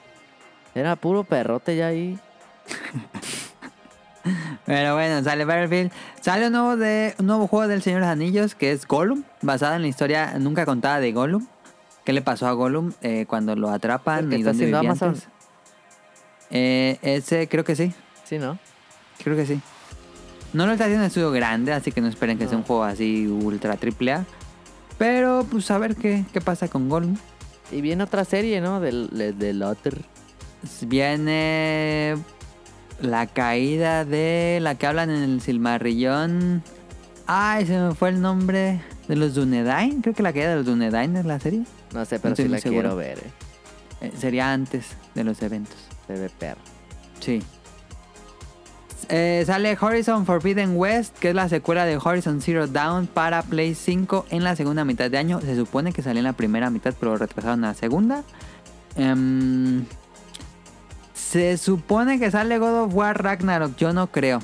S3: Era puro perrote ya ahí.
S2: Pero bueno, sale Battlefield. Sale un nuevo, de, un nuevo juego del Señor de los Anillos que es Gollum, basada en la historia nunca contada de Gollum. ¿Qué le pasó a Gollum eh, cuando lo
S3: El
S2: atrapan
S3: que
S2: y
S3: está
S2: dónde
S3: haciendo
S2: vivía
S3: Amazon.
S2: antes? Eh, ese creo que sí,
S3: Sí, ¿no?
S2: creo que sí. No lo está haciendo en estudio grande, así que no esperen que sea un
S3: No.
S2: juego así ultra triple A. Pero pues a ver qué, qué pasa con Gollum.
S3: Y viene otra serie, ¿no? Del, del, del otro.
S2: Viene la caída de la que hablan en el Silmarillón. Ay, se me fue el nombre de los Dunedain. Creo que la caída de los Dunedain es la serie.
S3: No sé,
S2: No
S3: pero
S2: estoy
S3: sí
S2: muy
S3: la
S2: seguro.
S3: quiero ver, ¿eh?
S2: Eh, sería antes de los eventos.
S3: Se ve perro.
S2: Sí. Eh, sale Horizon Forbidden West, que es la secuela de Horizon Zero Dawn para Play 5 en la segunda mitad de año. Se supone que salió en la primera mitad, pero retrasaron a la segunda. Em, se supone que sale God of War Ragnarok, yo no creo.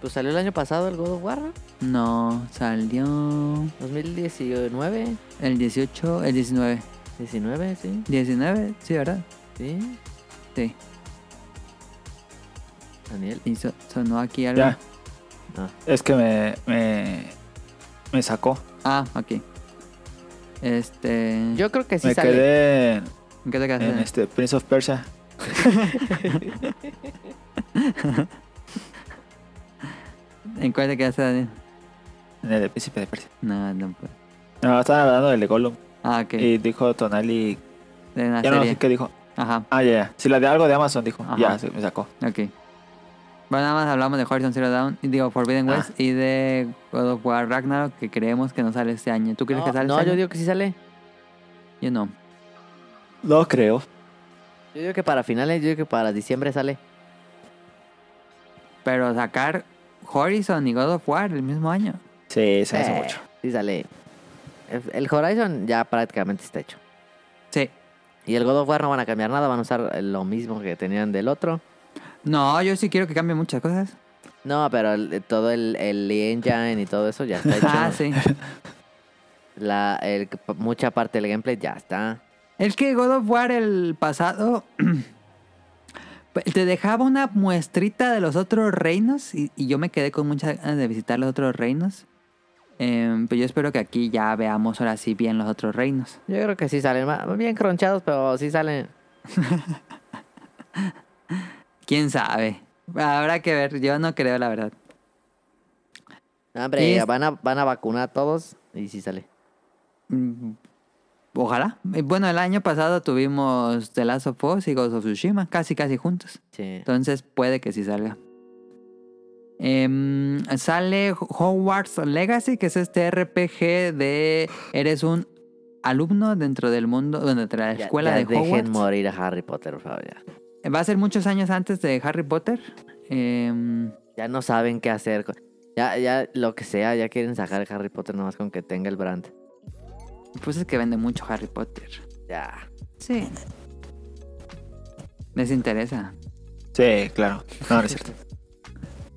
S3: Pues salió el año pasado el God of War, ¿no?
S2: No, salió
S3: 2019,
S2: el 18, el 19.
S3: 19, sí,
S2: 19, sí, ¿verdad?
S3: sí.
S2: Sí,
S3: Daniel.
S2: y so- sonó aquí algo.
S1: Ya.
S3: Ah.
S1: Es que me, me, me sacó.
S2: Ah, ok. Este.
S3: Yo creo que sí
S1: me
S3: sale.
S1: quedé en,
S2: ¿en ¿Qué te quedaste?
S1: en este Prince of Persia.
S2: ¿En cuál te quedaste, Daniel?
S1: En el del príncipe de Persia.
S2: No, no puedo.
S1: No, estaban hablando del de Gollum.
S2: Ah, ok.
S3: Eh,
S1: Y dijo Tonali.
S2: de la
S1: Ya no
S2: serie.
S1: sé qué dijo.
S2: Ajá,
S1: Ah, ya, ya. Si la de algo de Amazon dijo.
S2: Ajá.
S1: Ya, se me sacó.
S2: ok. Bueno, nada más hablamos de Horizon Zero Dawn, y digo Forbidden
S1: Ah.
S2: West y de God of War Ragnarok que creemos que no sale este año. ¿Tú crees
S3: No,
S2: que sale
S3: no
S2: este
S3: yo
S2: año?
S3: digo que sí sale.
S2: Yo no.
S1: No creo.
S3: Yo digo que para finales, yo digo que para diciembre sale.
S2: Pero sacar Horizon y God of War el mismo año.
S1: Sí, se me hace
S3: Eh,
S1: mucho.
S3: Sí sale. El- El Horizon ya prácticamente está hecho.
S2: Sí.
S3: Y el God of War no van a cambiar nada, van a usar lo mismo que tenían del otro.
S2: No, yo sí quiero que cambie muchas cosas.
S3: No, pero el- todo el, el engine y todo eso ya está hecho.
S2: Ah, sí.
S3: La, el- mucha parte del gameplay ya está.
S2: Es que God of War el pasado te dejaba una muestrita de los otros reinos y, y yo me quedé con muchas ganas de visitar los otros reinos. Em, pero yo espero que aquí ya veamos ahora sí bien los otros reinos.
S3: Yo creo que sí salen ma- bien cronchados, pero sí salen.
S2: ¿Quién sabe? Habrá que ver, yo no creo la verdad.
S3: No,
S2: Y
S3: Hombre,
S2: es-
S3: van a, van a vacunar a todos y sí sale.
S2: Mm, Ojalá. Eh, Bueno, el año pasado tuvimos The Last of Us y Ghost of Tsushima, casi casi juntos.
S3: Sí.
S2: Entonces puede que sí salga. Em, sale Hogwarts Legacy, que es este RPG de eres un alumno dentro del mundo, bueno, dentro de la
S3: Ya-
S2: escuela
S3: ya
S2: de
S3: dejen
S2: Hogwarts. Eh,
S3: morir a Harry Potter, por favor. Ya.
S2: Va a ser muchos años antes de Harry Potter. Em,
S3: Ya no saben qué hacer. con- Ya, ya lo que sea, ya quieren sacar a Harry Potter nomás con que tenga el brand.
S2: pues es que vende mucho Harry Potter.
S3: Ya.
S2: Sí. Les interesa.
S1: Sí, claro. No, no es cierto.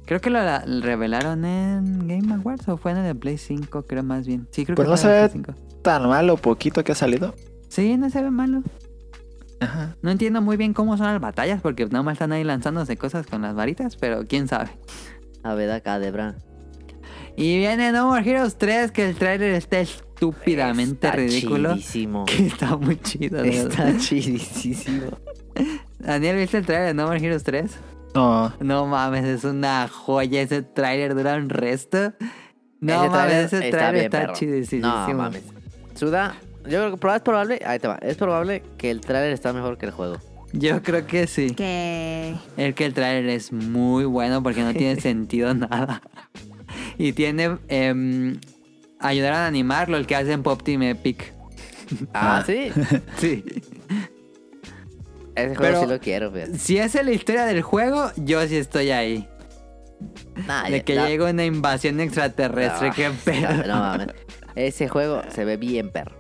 S2: Creo que lo la- revelaron en Game Awards o fue en el de Play 5, creo más bien. Sí, creo
S1: Pues
S2: que
S1: no
S2: fue en el
S1: sé.
S2: Play 5.
S1: Tan malo poquito que ha salido.
S2: Sí, no se ve malo.
S1: Ajá.
S2: No entiendo muy bien cómo son las batallas, porque nada más están ahí lanzándose cosas con las varitas, pero quién sabe.
S3: A ver acá, Debra.
S2: Y viene No More Heroes 3, que el trailer está estúpidamente
S3: Está
S2: ridículo. Que
S3: Chidísimo.
S2: está muy chido. de verdad.
S3: Está chidísimo.
S2: Daniel, ¿viste el trailer de No More Heroes 3?
S1: No.
S2: No mames, es una joya. Ese trailer dura un resto. No
S3: Ese
S2: mames,
S3: tráiler
S2: ese
S3: está
S2: trailer
S3: bien,
S2: está,
S3: perro.
S2: chidísimo.
S3: No mames. Suda, yo creo que proba- es probable, ahí te va, es probable que el tráiler está mejor que el juego.
S2: Yo creo que sí.
S4: Que.
S2: El que el trailer es muy bueno porque no tiene sentido nada. Y tiene em, ayudar a animarlo el que hacen Pop Team Epic.
S3: Ah, sí.
S2: Sí.
S3: Ese juego
S2: Pero-
S3: sí lo quiero, fíjate.
S2: Si esa es la historia del juego, yo sí estoy ahí.
S3: Nah,
S2: De
S3: ya-
S2: que
S3: no,
S2: llega una invasión extraterrestre,
S3: no,
S2: qué pedo.
S3: No, no mames. Ese juego se ve bien perro.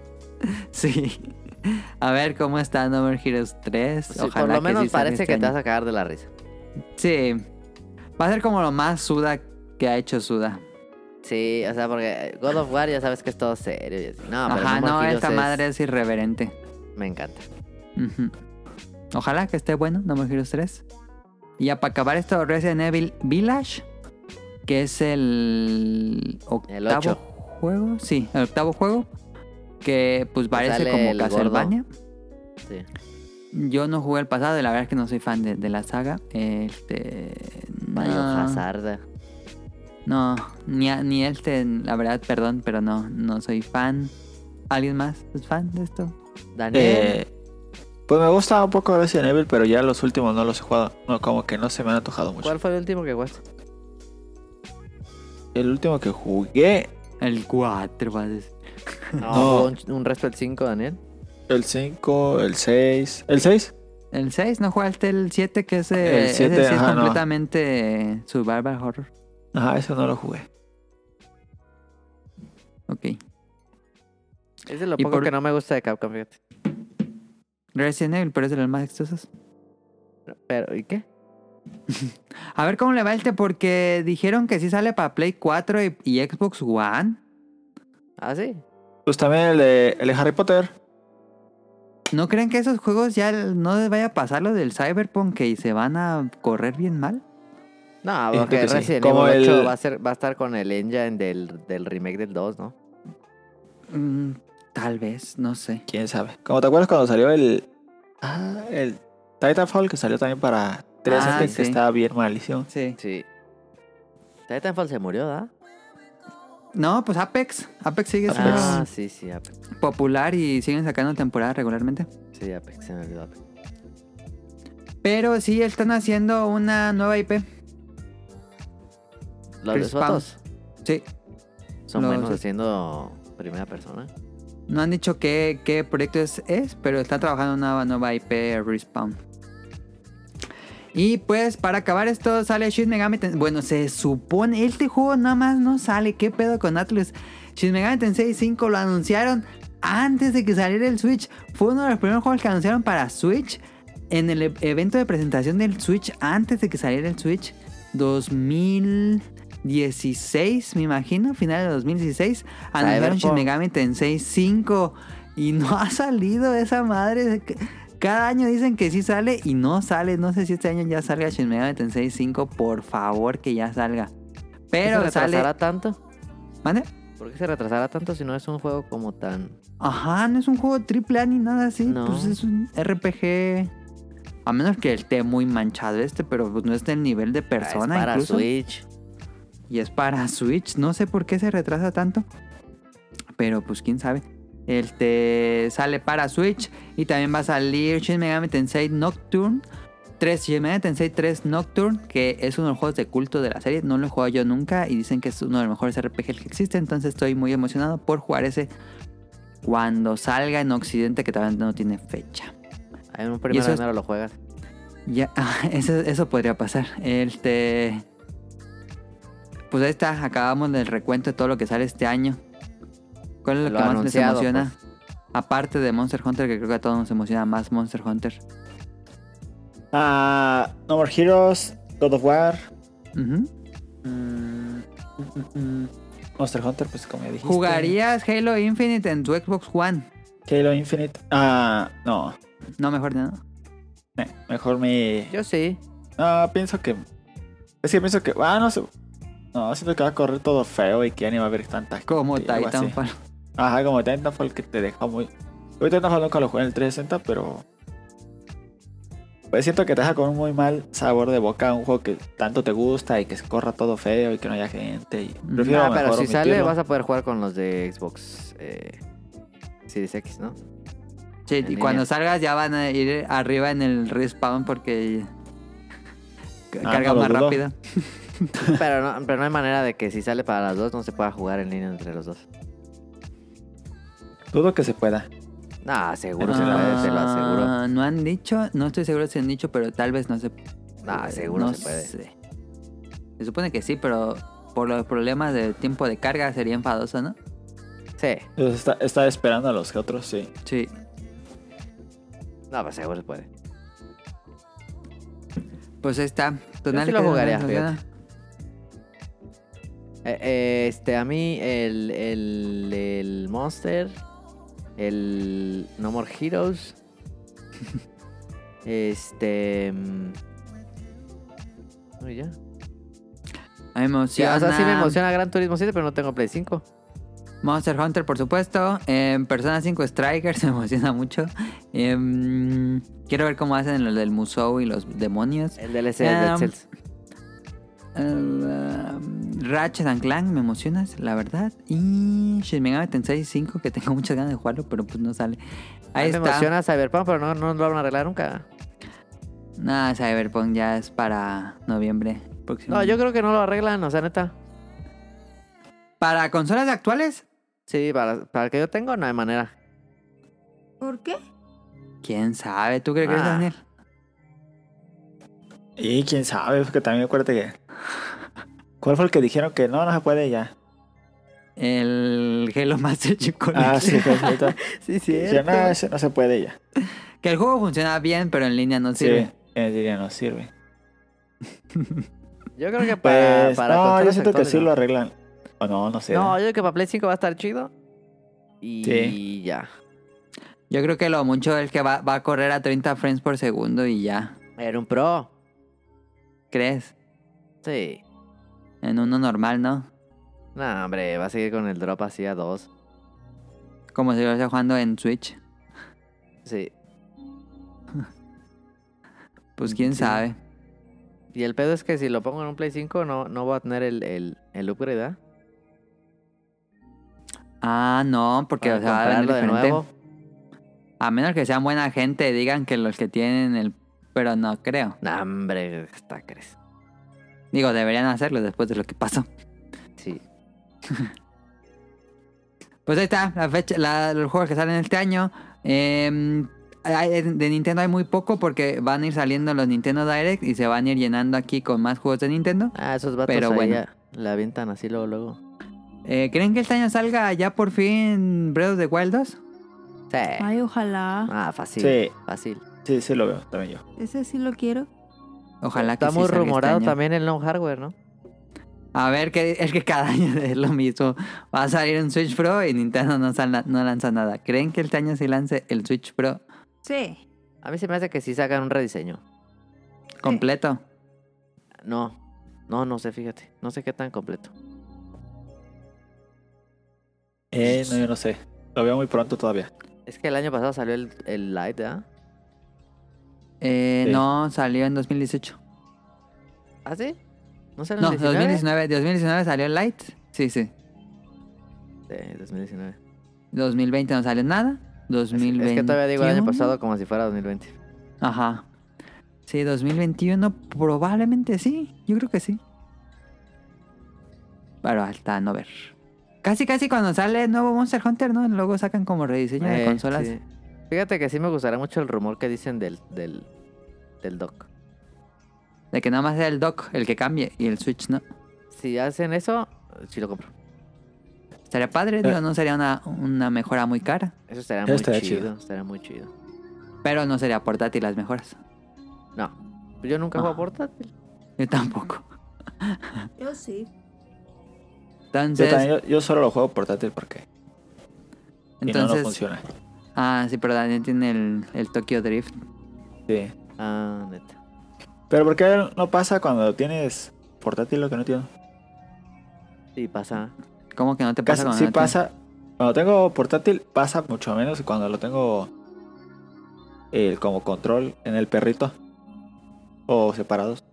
S2: Sí. A ver cómo está No More Heroes 3.
S3: Sí,
S2: Ojalá
S3: por lo
S2: que
S3: menos
S2: sí salga
S3: parece
S2: este
S3: que te
S2: año.
S3: vas a cagar de la risa.
S2: Sí. Va a ser como lo más Suda que ha hecho Suda.
S3: Sí, o sea, porque God of War ya sabes que es todo serio. y así. No, Ah, pero
S2: Ajá,
S3: More
S2: no,
S3: Heroes
S2: esta
S3: es-
S2: madre es irreverente.
S3: Me encanta.
S2: Ujú. Ojalá que esté bueno, No More Heroes 3. Y ya para acabar esto, Resident Evil Village, que es el
S3: El
S2: octavo
S3: ocho.
S2: juego. Sí, el octavo juego. Que pues parece
S3: sale
S2: como
S3: el gordo.
S2: Castlevania.
S3: Sí.
S2: Yo no jugué el pasado y la verdad es que no soy fan de, de la saga. Este. No, Eh,
S3: Biohazard.
S2: no ni, a- ni este, la verdad, perdón, pero no, no soy fan. ¿Alguien más es fan de esto?
S3: Daniel.
S1: Eh, pues me gusta un poco Resident Evil, pero ya los últimos no los he jugado. No, como que no se me han antojado mucho.
S3: ¿Cuál fue el último que jugaste?
S1: El último que jugué,
S2: El 4, vas a decir.
S3: No.
S1: No.
S3: Un, un resto del 5, Daniel.
S1: el 5, el 6. ¿El 6?
S2: El 6, ¿no jugaste el 7? Que es,
S1: El
S2: eh, ese,
S1: siete,
S2: sí es
S1: ajá, no.
S2: completamente eh, survival horror.
S1: Ajá, ese no lo jugué.
S2: Ok.
S3: Es de lo
S2: Y
S3: poco
S2: por-
S3: que no me gusta de Capcom, fíjate.
S2: Resident Evil, pero es de los más exitosos.
S3: Pero, ¿y qué?
S2: A ver cómo le va este, porque dijeron que sí sale para Play 4 y, y Xbox One.
S3: Ah, sí.
S1: Pues también el de, el de Harry Potter.
S2: ¿No creen que esos juegos ya no les vaya a pasar lo del Cyberpunk que se van a correr bien mal?
S3: No,
S1: Sí,
S3: porque
S1: creo que sí.
S3: Resident
S1: Como
S3: Evil 8
S1: el-
S3: va, a ser, va a estar con el engine del, del remake del 2, ¿no?
S2: Mm, tal vez, no sé.
S1: Quién sabe. Como te acuerdas cuando salió el. Ah, el Titanfall que salió también para 360,
S2: Ah, sí.
S1: que estaba bien malísimo.
S2: Sí.
S3: Sí. Titanfall se murió, ¿da?
S2: No, pues Apex. Apex sigue siendo
S3: Ah, sí, sí, Apex.
S2: popular y siguen sacando temporadas regularmente.
S3: Sí, Apex, se me olvidó Apex.
S2: Pero sí están haciendo una nueva IP.
S3: Los
S2: Chris
S3: de Sotos
S2: Sí.
S3: son
S2: Los-
S3: buenos haciendo primera persona.
S2: No han dicho qué, qué proyecto es, es, pero está trabajando una nueva IP Respawn. Y pues para acabar esto sale Shin Megami Ten- Bueno, se supone, este juego nada más no sale. ¿Qué pedo con Atlus? Shin Megami Tensei 5 lo anunciaron antes de que saliera el Switch. Fue uno de los primeros juegos que anunciaron para Switch en el e- evento de presentación del Switch antes de que saliera el Switch 2016, me imagino, final de 2016. Anunciaron Shin
S3: Cyberpunk.
S2: Megami Tensei 5 y no ha salido esa madre. Cada año dicen que sí sale y no sale. No sé si este año ya salga Shin Megami Tensei 5. Por favor, que ya salga.
S3: ¿Por
S2: Pero
S3: qué se retrasará
S2: sale.
S3: tanto?
S2: ¿Mande?
S3: ¿Por qué se retrasará tanto si no es un juego como tan...
S2: Ajá, no es un juego triple A ni nada así.
S3: No.
S2: Pues es un RPG. A menos que esté muy manchado este, pero pues no es del nivel de
S3: Ah, es
S2: persona
S3: para
S2: incluso.
S3: Switch?
S2: Y es para Switch. No sé por qué se retrasa tanto. Pero pues quién sabe. Este sale para Switch. Y también va a salir Shin Megami Tensei Nocturne. 3, Shin Megami Tensei 3 Nocturne. Que es uno de los juegos de culto de la serie. No lo he jugado yo nunca. Y dicen que es uno de los mejores RPGs que existe. Entonces estoy muy emocionado por jugar ese. Cuando salga en Occidente. Que todavía no tiene fecha.
S3: Hay un primero
S2: eso
S3: de
S2: es-
S3: enero lo juegas.
S2: Ya, ah, eso, eso podría pasar. Este. Pues ahí está, acabamos del recuento de todo lo que sale este año. ¿Cuál es lo,
S3: Lo
S2: que más les
S3: anunciado, pues.
S2: emociona? Aparte de Monster Hunter, que creo que a todos nos emociona más Monster Hunter.
S1: Ah, no More Heroes, God of War,
S2: Ujú.
S1: mm, mm, mm, Monster Hunter, pues como ya dijiste.
S2: Este, ¿Jugarías Halo Infinite en tu Xbox One?
S1: Halo Infinite. Ah, no.
S2: No, mejor no.
S1: me- Mejor me.
S3: Yo sí.
S1: No, pienso que. Es que pienso que. Ah, no sé. No, siento que va a correr todo feo y que ya ni va a haber tantas.
S2: Como
S1: Sí, algo así.
S2: Titanfall.
S1: Ajá, como Titanfall que te deja muy. Yo Titanfall nunca lo jugué en el 360, pero. Pues siento que te deja con un muy mal sabor de boca un juego que tanto te gusta y que se corra todo feo y que no haya gente. Y prefiero
S3: Ah, pero
S1: mejor
S3: si sale
S1: omitirlo.
S3: vas a poder jugar con los de Xbox eh, Series X, ¿no?
S2: Sí, y
S3: línea.
S2: cuando salgas ya van a ir arriba en el respawn porque.
S1: Ah, no
S2: carga
S1: lo
S2: más
S1: dudo.
S2: rápido.
S3: pero, no, pero no hay manera de que si sale para las dos no se pueda jugar en línea entre los dos.
S1: Dudo que se pueda.
S3: No, seguro
S1: Ah.
S3: se puede, te lo aseguro.
S2: Ah, No han dicho, no estoy seguro si han dicho, pero tal vez no se
S3: No, Ah, seguro
S2: no
S3: se puede.
S2: sé. Se supone que sí, pero por los problemas de tiempo de carga sería enfadoso, ¿no?
S3: Sí.
S1: Entonces Pues está, está esperando a los otros, sí.
S2: Sí.
S3: No, pues seguro se puede.
S2: Pues ahí está.
S3: Yo sí
S2: ¿qué
S3: lo
S2: te
S3: jugaría,
S2: emociona?
S3: Eh, eh, este, a mí el, el, el Monster, el No More Heroes, este... mm, uy, ya.
S2: A mí me
S3: Sí,
S2: emociona.
S3: o sea, sí me emociona Gran Turismo 7, pero no tengo Play 5.
S2: Monster Hunter, por supuesto. En Persona 5 Strikers me emociona mucho. Em, quiero ver cómo hacen lo del Musou y los demonios.
S3: El DLC de Dead
S2: Um,
S3: Cells.
S2: Eh, Ratchet and Clank me emocionas, la verdad. Y Shin Megami Tensei 5, que tengo muchas ganas de jugarlo, pero pues no sale.
S3: A
S2: Ahí
S3: mí Ah, me
S2: está.
S3: emociona Cyberpunk, pero no, no lo van a arreglar nunca.
S2: Nada, Cyberpunk ya es para noviembre próximo.
S3: No, yo creo que no lo arreglan, o sea, neta.
S2: Para consolas actuales,
S3: Sí, para, para el que yo tengo, no hay manera.
S4: ¿Por qué?
S2: quién sabe. ¿Tú crees que es
S3: Ah.
S2: Daniel?
S1: Y quién sabe, porque también acuérdate que. ¿Cuál fue el que dijeron que no, no se puede ya?
S2: El Halo Master Chief Collection.
S1: Ah, sí, pues, ahorita.
S3: Sí,
S1: Dijeron, no, ese no se puede ya.
S2: Que el juego funciona bien, pero en línea no
S1: Sí,
S2: sirve.
S1: eh, diría, no sirve.
S3: Yo creo que para,
S1: Pues,
S3: para
S1: no, yo
S3: consolas
S1: siento que
S3: actuales,
S1: sí
S3: no.
S1: lo arreglan. O no, no sé.
S3: No, yo creo que para Play 5 va a estar chido. Y
S1: Sí.
S3: ya.
S2: Yo creo que lo mucho es que va, va a correr a 30 frames por segundo y ya.
S3: Era un pro.
S2: ¿Crees?
S3: Sí.
S2: En uno normal, ¿no?
S3: No, hombre, va a seguir con el drop así a 2.
S2: Como si lo estuviera jugando en Switch.
S3: Sí.
S2: Pues quién
S3: Mm, Sí.
S2: sabe.
S3: Y el pedo es que si lo pongo en un Play 5 no, no voy a tener el, el, el upgrade, ¿ah?
S2: Ah, no, porque
S3: para
S2: o sea, va a venir
S3: comprarlo de
S2: diferente.
S3: nuevo.
S2: A menos que sean buena gente, digan que los que tienen el... Pero no creo.
S3: Nah, hombre, está crees.
S2: Digo, deberían hacerlo después de lo que pasó.
S3: Sí.
S2: Pues ahí está, la fecha, la- los juegos que salen este año. Eh, hay- de Nintendo hay muy poco porque van a ir saliendo los Nintendo Direct y se van a ir llenando aquí con más juegos de Nintendo.
S3: Ah, esos vatos
S2: Pero
S3: ahí
S2: bueno.
S3: ya la avientan así luego, luego.
S2: Eh, ¿Creen que este año salga ya por fin Breath of the Wild 2?
S3: Sí.
S4: Ay, ojalá.
S3: Ah, fácil.
S1: Sí,
S3: Fácil.
S1: sí, sí lo veo también yo.
S4: Ese sí lo quiero.
S2: Ojalá que
S3: Está
S2: sí
S3: muy
S2: salga este
S3: rumorado
S2: año.
S3: también el long hardware, ¿no?
S2: A ver, que, es que cada año es lo mismo. Va a salir un Switch Pro y Nintendo no, sal- no lanza nada. ¿Creen que este año sí lance el Switch Pro
S4: Sí.
S3: A mí se me hace que sí sacan un rediseño.
S2: completo?
S3: No. No, no sé, fíjate. No sé qué tan completo.
S1: Eh, no, yo no sé. Lo veo muy pronto todavía.
S3: Es que el año pasado salió el, el Lite, ¿verdad?
S2: Eh,
S1: Sí.
S2: No, salió en 2018.
S3: ¿Ah, sí? ¿No salió
S2: No,
S3: en
S2: 2019,
S3: 2019?
S2: 2019 salió el Light. Sí, sí.
S3: Sí, 2019.
S2: 2020 no salió nada.
S3: Es que-
S2: 2021.
S3: Es que todavía digo el año pasado como si fuera 2020.
S2: Ajá. Sí, 2021 probablemente sí. Yo creo que sí. Pero hasta no ver. Casi, casi cuando sale nuevo Monster Hunter, ¿no? Luego sacan como rediseño de
S3: Eh,
S2: consolas.
S3: sí. Fíjate que sí me gustará mucho el rumor que dicen del, del, del dock.
S2: De que nada más sea el dock el que cambie y el Switch no.
S3: Si hacen eso, sí lo compro.
S2: Estaría padre,
S1: Eh.
S2: digo, no sería una, una mejora muy cara.
S3: Eso estaría
S1: Eso
S3: muy
S1: estaría
S3: chido,
S1: chido.
S3: Estaría muy chido.
S2: Pero no sería portátil las mejoras.
S3: No. Yo nunca juego
S2: Ah.
S3: portátil.
S2: Yo tampoco.
S4: Yo sí.
S1: Yo,
S2: Entonces,
S1: también, yo, yo solo lo juego portátil porque si no,
S2: entonces
S1: no funciona.
S2: Ah, sí, pero Daniel tiene el, el Tokyo Drift.
S1: Sí.
S3: Ah, neta.
S1: Pero ¿por qué no pasa cuando tienes portátil lo que no entiendo?
S3: Sí, pasa.
S2: ¿Cómo que no te pasa
S1: Casi,
S2: cuando
S1: sí
S2: no te-
S1: pasa. Cuando tengo portátil pasa mucho menos que cuando lo tengo eh, como control en el perrito. O separados.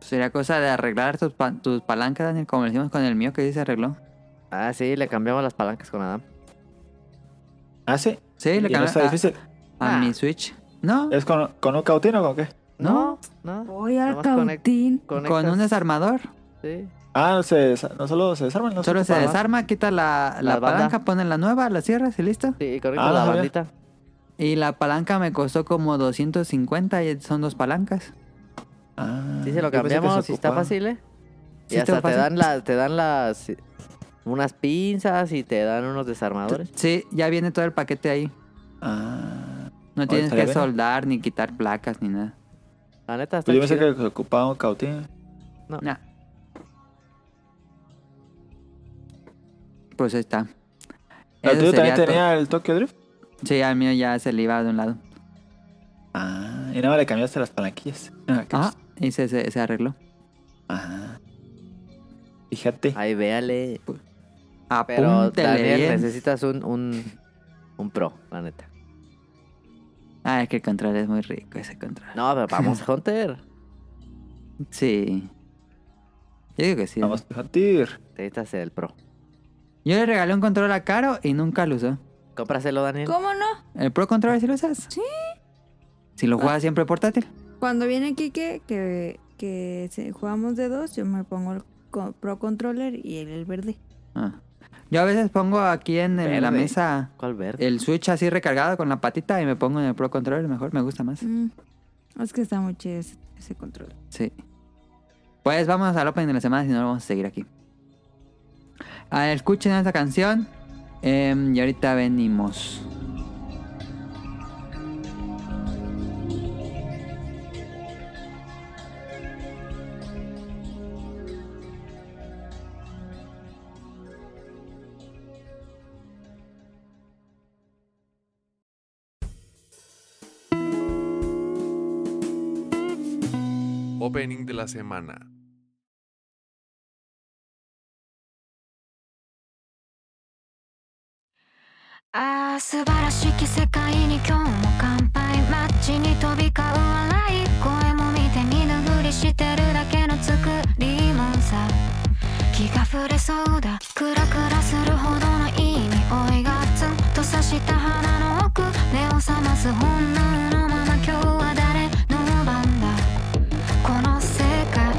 S2: Sería cosa de arreglar tus, pa- tus palancas, Daniel, como lo hicimos con el mío que sí se arregló.
S3: Ah, sí, le cambiamos las palancas con Adam.
S1: Ah, sí.
S2: Sí,
S1: Y
S2: le
S1: no
S2: cambié
S1: está
S2: a,
S1: difícil.
S2: a
S3: Ah.
S2: mi Switch. No,
S1: ¿Es con, con un cautino o con qué?
S2: No.
S3: No. no.
S4: Voy al
S3: Nomás conect-
S4: cautín.
S2: con un
S3: Conectas-
S2: desarmador.
S3: Sí.
S1: Ah, no, se, desa- no solo se desarman. No
S2: Solo se
S1: ocupa, ¿no?
S2: desarma, quita la, la
S3: La banda.
S2: palanca, pone la nueva, la cierras y listo.
S3: Sí, y conectas
S1: Ah,
S3: la
S1: no sabía.
S3: bandita.
S2: Y la palanca me costó como 250 y son dos palancas.
S1: Ah,
S3: Sí, se lo
S1: yo pensé que se
S3: cambiamos y está
S1: ocupaba.
S3: fácil, ¿eh? Y
S2: Sí, está
S3: hasta te
S2: fácil.
S3: dan, las, te dan las... Unas pinzas y te dan unos desarmadores.
S2: Sí, ya viene todo el paquete ahí.
S1: Ah.
S2: No tienes
S1: estaría
S2: que
S1: bueno.
S2: soldar ni quitar placas ni nada.
S3: La neta, está
S1: Pues yo pensé
S3: chido.
S1: que se ocupaba un cautín.
S2: Nah. Pues ahí está.
S1: ¿El
S2: Eso
S1: tuyo también
S2: sería todo.
S1: tenía el Tokyo Drift?
S2: Sí, al mío ya se le iba de un lado.
S1: Ah, y nada más le cambiaste las palanquillas. Ah, qué
S2: Ajá, y se, se- se arregló.
S1: chis- ah. Fíjate.
S3: Ahí véale. Pero
S2: Apúntele
S3: Daniel,
S2: bien.
S3: necesitas un, un, un pro, la neta.
S2: Ah, es que el control es muy rico, ese control.
S3: No, pero vamos, Hunter.
S2: Sí. Yo digo que sí.
S1: Vamos a partir.
S3: Necesitas el pro.
S2: Yo le regalé un control a Caro y nunca lo usó.
S3: Cómpraselo, Daniel.
S4: ¿Cómo no?
S2: ¿El Pro Controller si lo usas?
S4: Sí.
S2: Si lo
S1: Ah.
S2: juegas siempre portátil.
S4: Cuando viene Kike, que, que se- jugamos de dos, yo me pongo el co- Pro Controller y el, el verde.
S2: Ah. Yo a veces pongo aquí en, en la
S3: Verde.
S2: mesa
S3: ¿Cuál verde?
S2: el Switch así recargado con la patita y me pongo en el Pro Controller. Mejor me gusta más.
S4: Mm. Es que está muy chido ese, ese control.
S2: Sí. Pues vamos al opening de la semana, si no lo vamos a seguir aquí. A ver, escuchen esta canción. em, y ahorita venimos.
S5: Opening de la semana.
S6: ああ素晴らしき世界に今日も乾杯街に飛び交う笑い声も見て見ぬふりしてるだけの作りもんさ気が触れそうだクラクラするほどのいいした花の奥目を覚ます本能のまま今日は誰の番だこの世界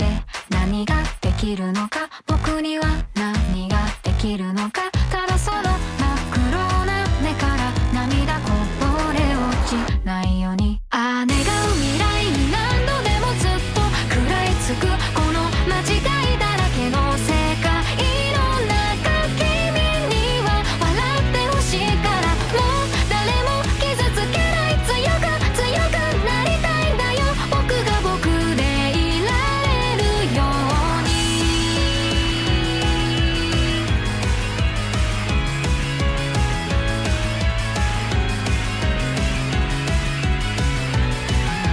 S6: で何ができるのか僕には何ができるのかただその真っ黒な目から涙こぼれ落ちないようにああ願う未来に何度でもずっと食らいつくこの間違いだらけの世界の中君には笑ってほしいからもう誰も傷つけない強く強くなりたいんだよ僕が僕でいられるように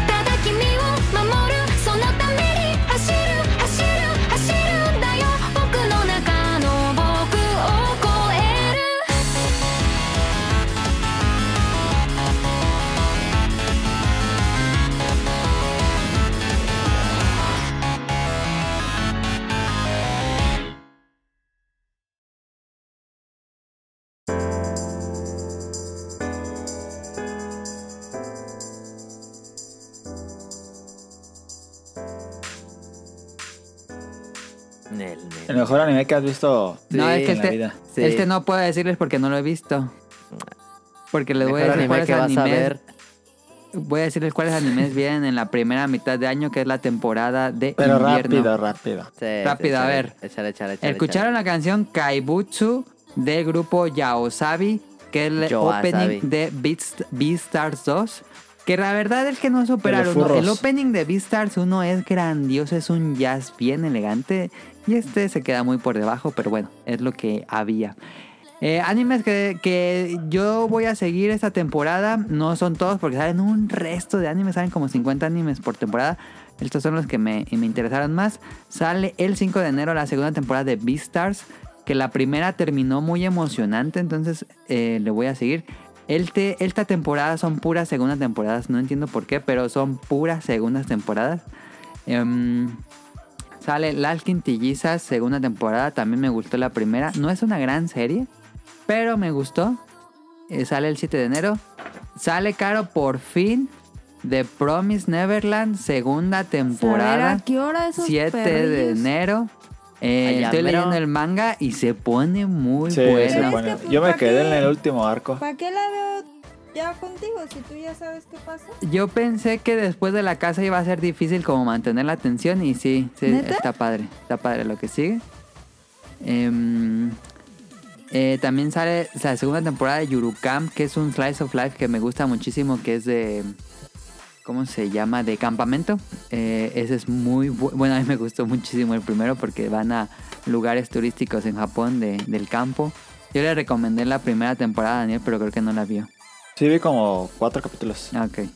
S6: ただ君を守るそのために走る走る走るんだよ僕の中の僕を超える
S3: Nel, nel.
S1: El mejor anime que has visto
S2: no,
S3: Sí,
S2: es que
S1: en la
S2: este,
S1: vida.
S3: Sí.
S2: este no puedo decirles porque no lo he visto. Porque les voy a
S3: Mejor
S2: decir
S3: anime
S2: cuáles
S3: que vas a
S2: animes-
S3: ver.
S2: Voy a decirles cuáles animes vienen en la primera mitad de año, que es la temporada de
S1: Pero
S2: invierno.
S1: rápido, rápido.
S3: Sí, sí,
S2: Rápido, a
S3: échale,
S2: ver.
S3: Échale, échale, échale,
S2: Escucharon la canción Kaibutsu del grupo Yaosabi, que es el
S3: Yoasabi.
S2: opening de Beast- Beastars 2. Que la verdad es que no superaron. ¿no?
S1: furros.
S2: El opening de Beastars 1 es grandioso, es un jazz bien elegante. Y este se queda muy por debajo, pero bueno, es lo que había. Eh, animes que, que yo voy a seguir esta temporada, no son todos porque salen un resto de animes, salen como 50 animes por temporada. Estos son los que me, me interesaron más. Sale el 5 de enero la segunda temporada de Beastars, que la primera terminó muy emocionante, entonces eh, le voy a seguir. El te- esta temporada son puras segundas temporadas, no entiendo por qué, pero son puras segundas temporadas. Em, Sale Lalkin Tillizas, segunda temporada. También me gustó la primera. No es una gran serie, pero me gustó. Eh, sale el 7 de enero. Sale caro por fin. The Promise Neverland, segunda
S4: Saber
S2: temporada.
S4: ¿A qué hora esos
S2: 7 de
S4: perrillos?
S2: enero. Eh,
S3: Allá
S2: estoy
S3: mero.
S2: leyendo el manga y se pone muy
S1: Sí,
S2: bueno.
S1: sí,
S4: Pero
S1: bueno.
S4: es que,
S1: Yo me
S4: ¿para
S1: quedé en
S4: qué?
S1: el último arco.
S4: ¿Para qué la veo ya contigo si tú ya sabes qué pasa?
S2: Yo pensé que después de la casa iba a ser difícil como mantener la atención y sí, sí,
S4: ¿Neta?
S2: está padre, está padre lo que sigue. Em, eh, también sale la segunda temporada de Yurukamp, que es un slice of life que me gusta muchísimo, que es de... ¿Cómo se llama? De campamento. Eh, ese es muy bu- bueno. A mí me gustó muchísimo el primero porque van a lugares turísticos en Japón de- del campo. Yo le recomendé la primera temporada a Daniel, pero creo que no la vio.
S1: Sí, vi como cuatro capítulos.
S2: Ah, Ok.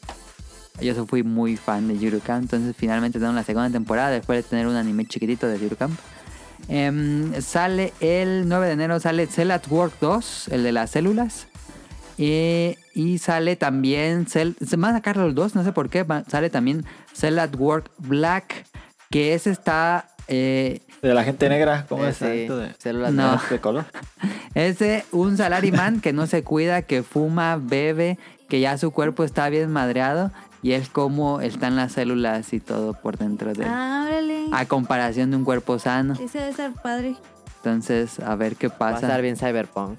S2: Yo so- fui muy fan de Yurukamp, entonces finalmente tenemos la segunda temporada después de tener un anime chiquitito de Yurukamp. Em, sale el 9 de enero, sale Cell at Work 2, el de las células. Eh, y sale también Cell, se van a sacar los dos, no sé por qué, va- sale también Cell at Work Black, que ese está... eh,
S1: De la gente negra, ¿cómo
S3: Eh,
S1: es
S3: sí,
S1: esto de, Mm.
S3: células
S2: No.
S3: negras.
S1: de color?
S2: Es de un salaryman que no se cuida, que fuma, bebe, que ya su cuerpo está bien madreado y es como están las células y todo por dentro de él.
S4: Ah, órale.
S2: A comparación de un cuerpo sano.
S4: Ese debe ser padre.
S2: Entonces, a ver qué
S3: Va a estar
S2: pasa.
S3: bien cyberpunk.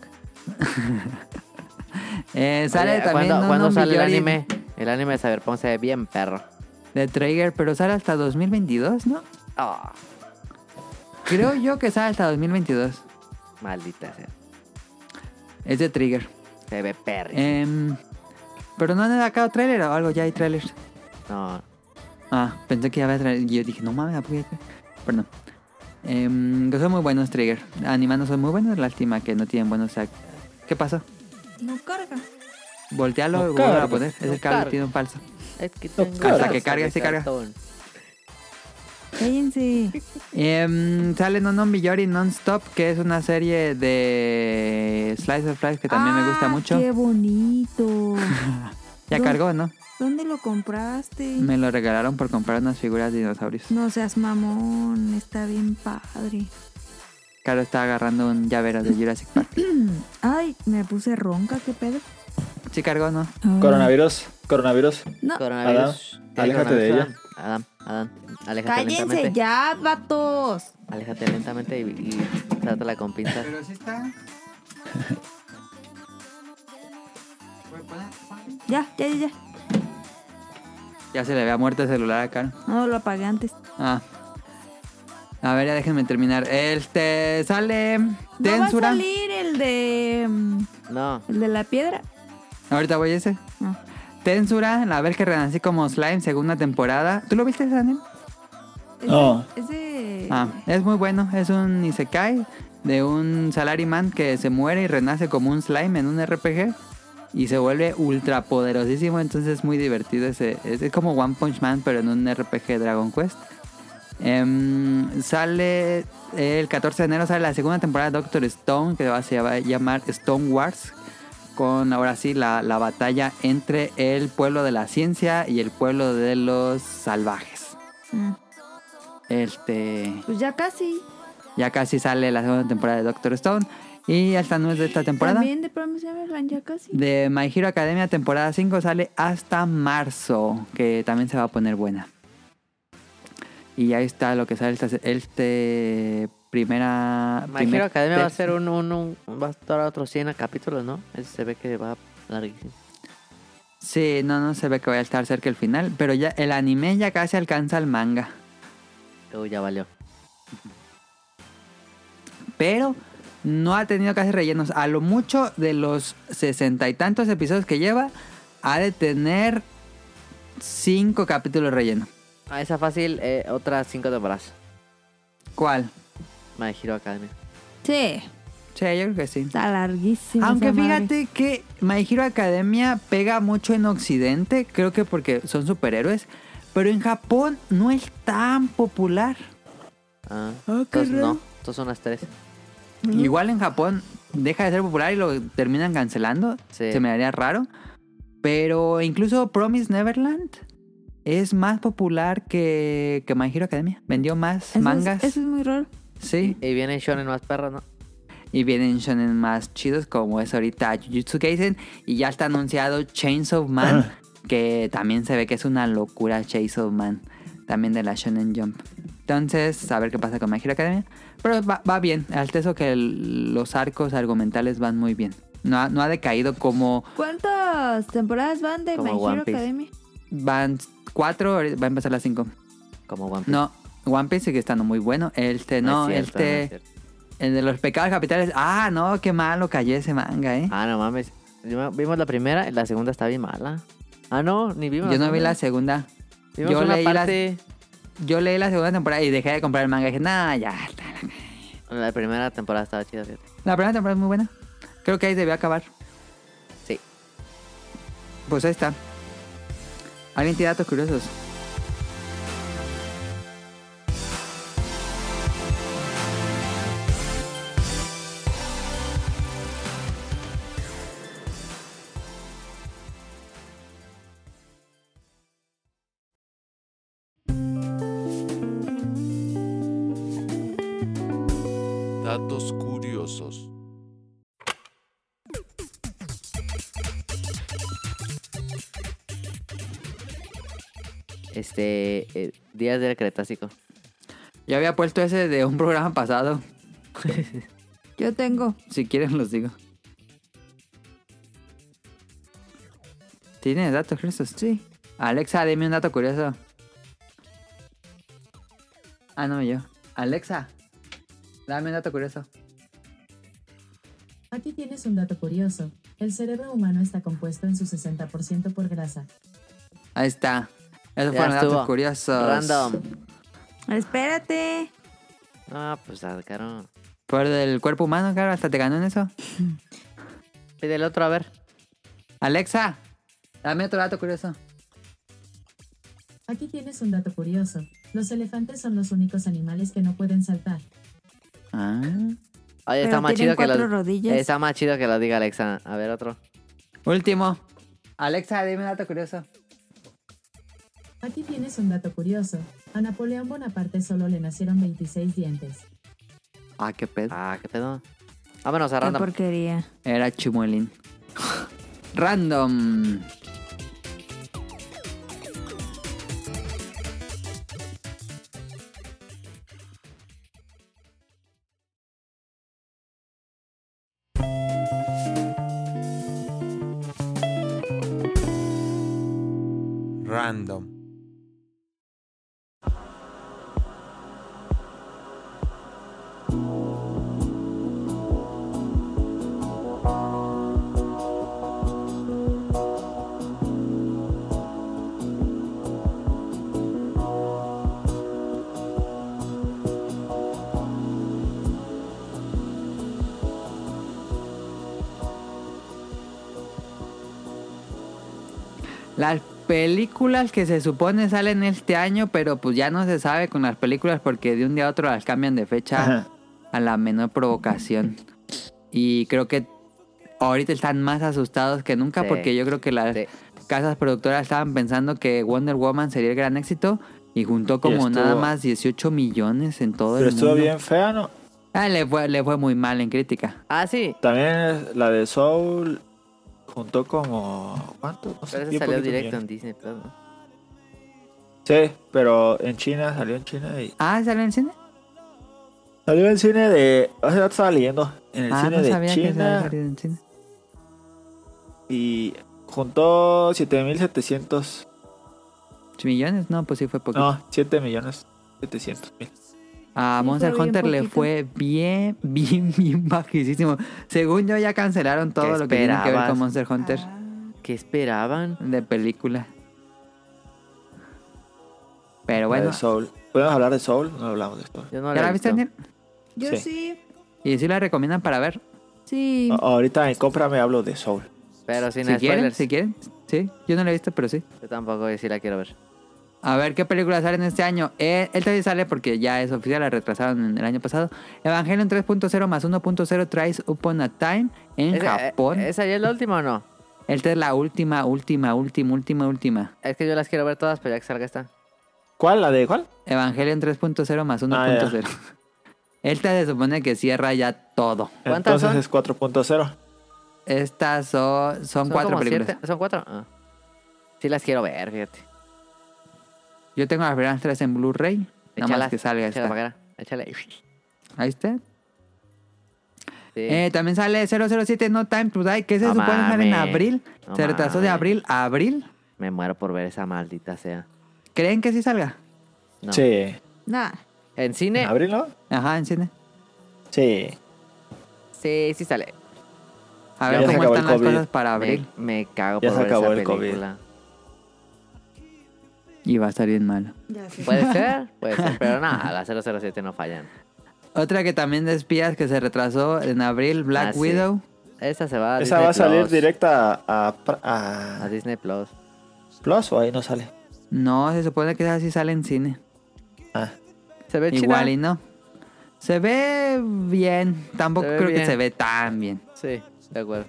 S2: Eh, sale
S3: Oye,
S2: también
S3: ¿Cuándo,
S2: no,
S3: cuándo
S2: no,
S3: sale el
S2: Miyori
S3: anime? El anime de cyberpunk se ve bien perro.
S2: de Trigger, pero sale hasta 2022, ¿no?
S3: Ah,
S2: Creo yo que sale hasta 2022.
S3: maldita sea.
S2: Es de Trigger.
S3: Se ve perro.
S2: Em, pero no han sacado trailer o algo, ya hay trailers.
S3: No.
S2: Ah, pensé que ya había traído. Yo dije, no mames, ¿a poco ya tra- Perdón. Em, que son muy buenos, Trigger. Animando son muy buenos. Lástima que no tienen buenos ac- ¿Qué pasó?
S4: No carga.
S2: Voltealo
S1: No
S2: y vuelvo a
S1: carga,
S2: poner. Es
S3: no
S2: el cable,
S3: carga.
S2: tiene un falso.
S3: Es que
S1: No,
S3: tengo
S1: carga.
S3: ojos
S2: que cargue,
S3: de
S2: sí carga.
S3: cartón.
S4: Cállense.
S2: Em, sale Nonon Miyori Non-Stop, que es una serie de Slice of Life que también me gusta
S4: Ah,
S2: mucho.
S4: Qué bonito.
S2: Ya
S4: no.
S2: cargó, ¿no?
S4: ¿Dónde lo compraste?
S2: Me lo regalaron por comprar unas figuras de dinosaurios.
S4: No seas mamón. Está bien padre.
S2: Caro está agarrando un llavero de Jurassic Park.
S4: Ay, me puse ronca, qué pedo.
S2: Sí cargó, ¿no?
S4: Ay.
S1: Coronavirus, coronavirus.
S4: No.
S3: Coronavirus.
S1: Adam,
S3: Tiene
S1: aléjate de
S3: coronavirus, Adam, Adam, Adam, aléjate
S4: Cállense
S3: lentamente.
S4: ya, vatos.
S3: Aléjate lentamente y, y trátala con pinzas.
S2: Pero sí está.
S4: Ya, ya, ya, ya.
S2: Ya se le había muerto el celular a Caro.
S4: No, lo apagué antes.
S2: Ah. A ver, ya déjenme terminar. Este sale.
S4: ¿No va a
S2: Tensura.
S4: salir el de. mm,
S3: No,
S4: el de la piedra?
S2: Ahorita voy ese.
S4: Ah.
S2: Tensura, la vez que renací como slime, segunda temporada. ¿Tú lo viste ese anime?
S4: Ese-
S1: No.
S4: Ese.
S2: Ah, es muy bueno. Es un isekai de un salaryman que se muere y renace como un slime en un RPG. Y se vuelve ultra poderosísimo. Entonces es muy divertido. Ese, es, es como One Punch Man, pero en un RPG Dragon Quest. Em, sale el 14 de enero, sale la segunda temporada de Doctor Stone, que va- se va a llamar Stone Wars. Con ahora sí la, la batalla entre el pueblo de la ciencia y el pueblo de los salvajes.
S4: Mm,
S2: Este.
S4: Pues ya casi.
S2: Ya casi sale la segunda temporada de Doctor Stone. Y hasta no es de esta temporada.
S4: También de Promise Neverland, ya casi.
S2: De My Hero Academia temporada 5 sale hasta marzo, que también se va a poner buena. Y ahí está lo que sale esta, este primera...
S3: My
S2: primer-
S3: Hero Academia va a
S2: ter-
S3: ser un, un, un- Va a estar otros 100 capítulos, ¿no? Ese se ve que va larguísimo.
S2: Sí, no, no se ve que vaya a estar cerca el final, pero ya el anime ya casi alcanza al manga.
S3: Luego ya valió.
S2: Pero no ha tenido casi rellenos. A lo mucho de los sesenta y tantos episodios que lleva, ha de tener cinco capítulos relleno.
S3: Ah, esa fácil, eh, otras 5 temporadas.
S2: ¿Cuál?
S3: My Hero Academia.
S4: Sí,
S2: Sí, yo creo que sí.
S4: está larguísimo.
S2: Aunque
S4: esa madre.
S2: fíjate que My Hero Academia pega mucho en Occidente, creo que porque son superhéroes, pero en Japón no es tan popular.
S3: Ah,
S2: Ah, qué
S3: entonces no.
S2: raro.
S3: Estos son las 3.
S2: Igual en Japón deja de ser popular y lo terminan cancelando.
S3: Sí.
S2: Se me haría raro. Pero incluso Promise Neverland es más popular que, que My Hero Academia. Vendió más
S4: Eso es-
S2: mangas.
S4: eso es muy raro.
S2: Sí.
S3: Y vienen Shonen más perros, ¿no?
S2: Y vienen shonen más chidos como es ahorita Jujutsu Kaisen. Y ya está anunciado Chainsaw Man. que también se ve que es una locura Chainsaw Man. También de la Shonen Jump. Entonces, a ver qué pasa con My Hero Academia. Pero va, va bien. Hasta eso que el- los arcos argumentales van muy bien. No ha, no ha decaído como
S4: ¿Cuántas temporadas van de
S3: Como
S4: My
S3: One
S4: Hero
S3: Piece.
S4: Academia?
S2: van cuatro, ahorita va a empezar las cinco.
S3: Como One Piece.
S2: No, One Piece sigue estando muy bueno. Este, no,
S3: es cierto, no es
S2: este,
S3: cierto.
S2: el de los pecados capitales. Ah, no, qué malo cayó ese manga, eh.
S3: Ah, no mames. Yo me- Vimos la primera, la segunda está bien mala. Ah, no, ni vimos.
S2: Yo no vi la
S3: segunda.
S2: segunda.
S3: Vimos
S2: yo
S3: una
S2: leí las-
S3: parte.
S2: Yo leí la segunda temporada y dejé de comprar el manga. Dije, nah, ya. está la-
S3: La primera temporada estaba chida, fíjate.
S2: La primera temporada es muy buena. Creo que ahí debió acabar.
S3: Sí.
S2: Pues ahí está. ¿Alguien tiene datos curiosos?
S5: Datos curiosos.
S3: Este. eh, Días del Cretácico.
S2: Yo había puesto ese de un programa pasado.
S4: Yo tengo.
S2: Si quieren los digo. ¿Tienes datos curiosos? Sí. Alexa, dime un dato curioso. Ah, no, yo. Alexa, dame un dato curioso.
S7: Aquí tienes un dato curioso. El cerebro humano está compuesto en su 60% por grasa.
S2: Ahí está. Esos
S3: Ya
S2: fueron datos
S3: estuvo.
S2: curiosos.
S3: Random.
S4: Espérate.
S3: Ah, pues sacaron.
S2: Por el cuerpo humano, claro, hasta te ganó en eso.
S3: Pide el otro, a ver.
S2: Alexa, dame otro dato curioso.
S7: Aquí tienes un dato curioso. Los elefantes son los únicos animales que no pueden saltar.
S2: Ah.
S3: Oye,
S4: Pero
S3: está más
S4: tienen
S3: chido que
S4: cuatro
S3: lo.
S4: rodillas.
S3: Está más chido que lo diga Alexa. A ver, otro.
S2: Último. Alexa, dime un dato curioso.
S7: Aquí tienes un dato curioso. A Napoleón Bonaparte solo le nacieron 26 dientes.
S2: Ah, qué pedo.
S3: Ah, qué pedo. Vámonos a
S4: Qué
S3: random.
S4: porquería.
S2: Era Chimuelín. Random.
S8: Random.
S2: Las películas que se supone salen este año, pero pues ya no se sabe con las películas porque de un día a otro las cambian de fecha
S1: Ajá.
S2: a la menor provocación. Y creo que ahorita están más asustados que nunca
S3: Sí.
S2: porque yo creo que las
S3: Sí.
S2: casas productoras estaban pensando que Wonder Woman sería el gran éxito y juntó como
S1: estuvo-
S2: nada más 18 millones en todo
S1: Pero
S2: el
S1: estuvo
S2: mundo.
S1: bien fea, ¿no?
S2: Ah, le fue, le fue muy mal en crítica.
S3: Ah, sí.
S1: También la de Soul juntó como. ¿Cuánto? No sé,
S3: Pero ese
S1: bien
S3: salió
S1: poquitos
S3: directo en
S1: millones.
S3: Disney, Plus, ¿no?
S1: Sí, pero en China, salió en China y.
S2: Ah, ¿salió en el cine?
S1: Salió en el cine de. Hace rato estaba leyendo. En el
S2: ah,
S1: cine
S2: no
S1: de
S2: sabía que había
S1: China.
S2: salido en cine.
S1: Y juntó 7.700.
S2: 8 millones, no, pues sí fue poquito.
S1: No, 7 millones. 700 mil.
S2: A
S4: Sí,
S2: Monster
S4: fue bien
S2: Hunter le
S4: poquito.
S2: fue bien, bien, bien bajísimo. Según yo, ya cancelaron todo
S3: ¿Qué
S2: lo que tiene que ver
S3: esperabas?
S2: con Monster Hunter
S4: Ah,
S3: ¿Qué esperaban?
S2: de película. Pero
S1: La
S2: bueno,
S1: de Soul. ¿Podemos hablar de Soul? No hablamos de Soul.
S3: Yo
S2: ¿ya
S3: no la he
S2: la viste,
S3: visto.
S2: Daniel?
S4: Yo
S1: Sí.
S4: sí.
S2: Y sí la recomiendan para ver.
S4: Sí.
S1: A- ahorita en compra me hablo de Soul.
S3: Pero sin
S2: si quieren,
S3: spoilers.
S2: si quieren. Sí, yo no la he visto, pero sí.
S3: Yo tampoco, yo sí la quiero ver.
S2: A ver qué películas salen este año. Eh, él también sale porque ya es oficial, la retrasaron en el año pasado. Evangelion 3.0 más 1.0 Tries Upon a Time en
S3: Ese-
S2: Japón.
S3: eh, ¿Esa ya es la última o no?
S2: Esta es la última, última, última, última, última.
S3: Es que yo las quiero ver todas, pero ya que salga esta.
S1: ¿Cuál? ¿La de cuál?
S2: Evangelion 3.0
S3: Ah,
S2: más 1.0. Esta se supone que cierra ya todo.
S3: ¿Cuántas
S1: Entonces
S3: son?
S1: es 4.0.
S2: Estas son, son, cuatro
S3: como
S2: películas.
S3: siete? ¿Son cuatro? Ah. Sí las quiero ver, fíjate.
S2: Yo tengo las primeras tres en Blu-ray. Nada más
S3: Échalas,
S2: que salga
S3: échalas
S2: esta.
S3: para acá, Échale. Sí.
S2: Ahí está. Eh, también sale 007 No Time to Die, que se
S3: No
S2: supone sale en
S3: mames.
S2: abril.
S3: No
S2: se retrasó de
S3: mames.
S2: abril a abril.
S3: Me muero por ver esa maldita sea.
S2: ¿Creen que sí salga?
S3: No.
S1: Sí.
S4: Nah.
S3: En
S1: ¿En
S3: cine.
S1: abril, no?
S2: Ajá, en cine.
S1: Sí.
S3: Sí, sí sale.
S2: A
S1: Ya
S2: ver
S1: se
S2: cómo
S1: acabó el
S2: están las
S1: COVID.
S2: cosas para abril.
S3: Me, me cago
S1: Ya
S3: por
S1: se
S3: ver
S1: acabó
S3: esa
S1: el COVID.
S3: película.
S2: Y va a estar bien malo.
S4: Ya sé.
S3: Puede ser, puede ser, pero nada, las 007 no fallan.
S2: Otra que también de espías que se retrasó en abril, Black
S3: Ah, sí.
S2: Widow.
S3: Esa se va a
S1: Esa
S3: Disney
S1: va a salir
S3: Plus.
S1: directa a, a-
S3: a
S1: a
S3: Disney Plus.
S1: Plus o ahí no sale.
S2: No, se supone que esa sí sale en cine.
S1: Ah,
S3: Se ve chida.
S2: Igual y no. Se ve bien. Tampoco
S3: Se ve
S2: creo que
S3: bien.
S2: se ve tan bien.
S3: Sí, de acuerdo.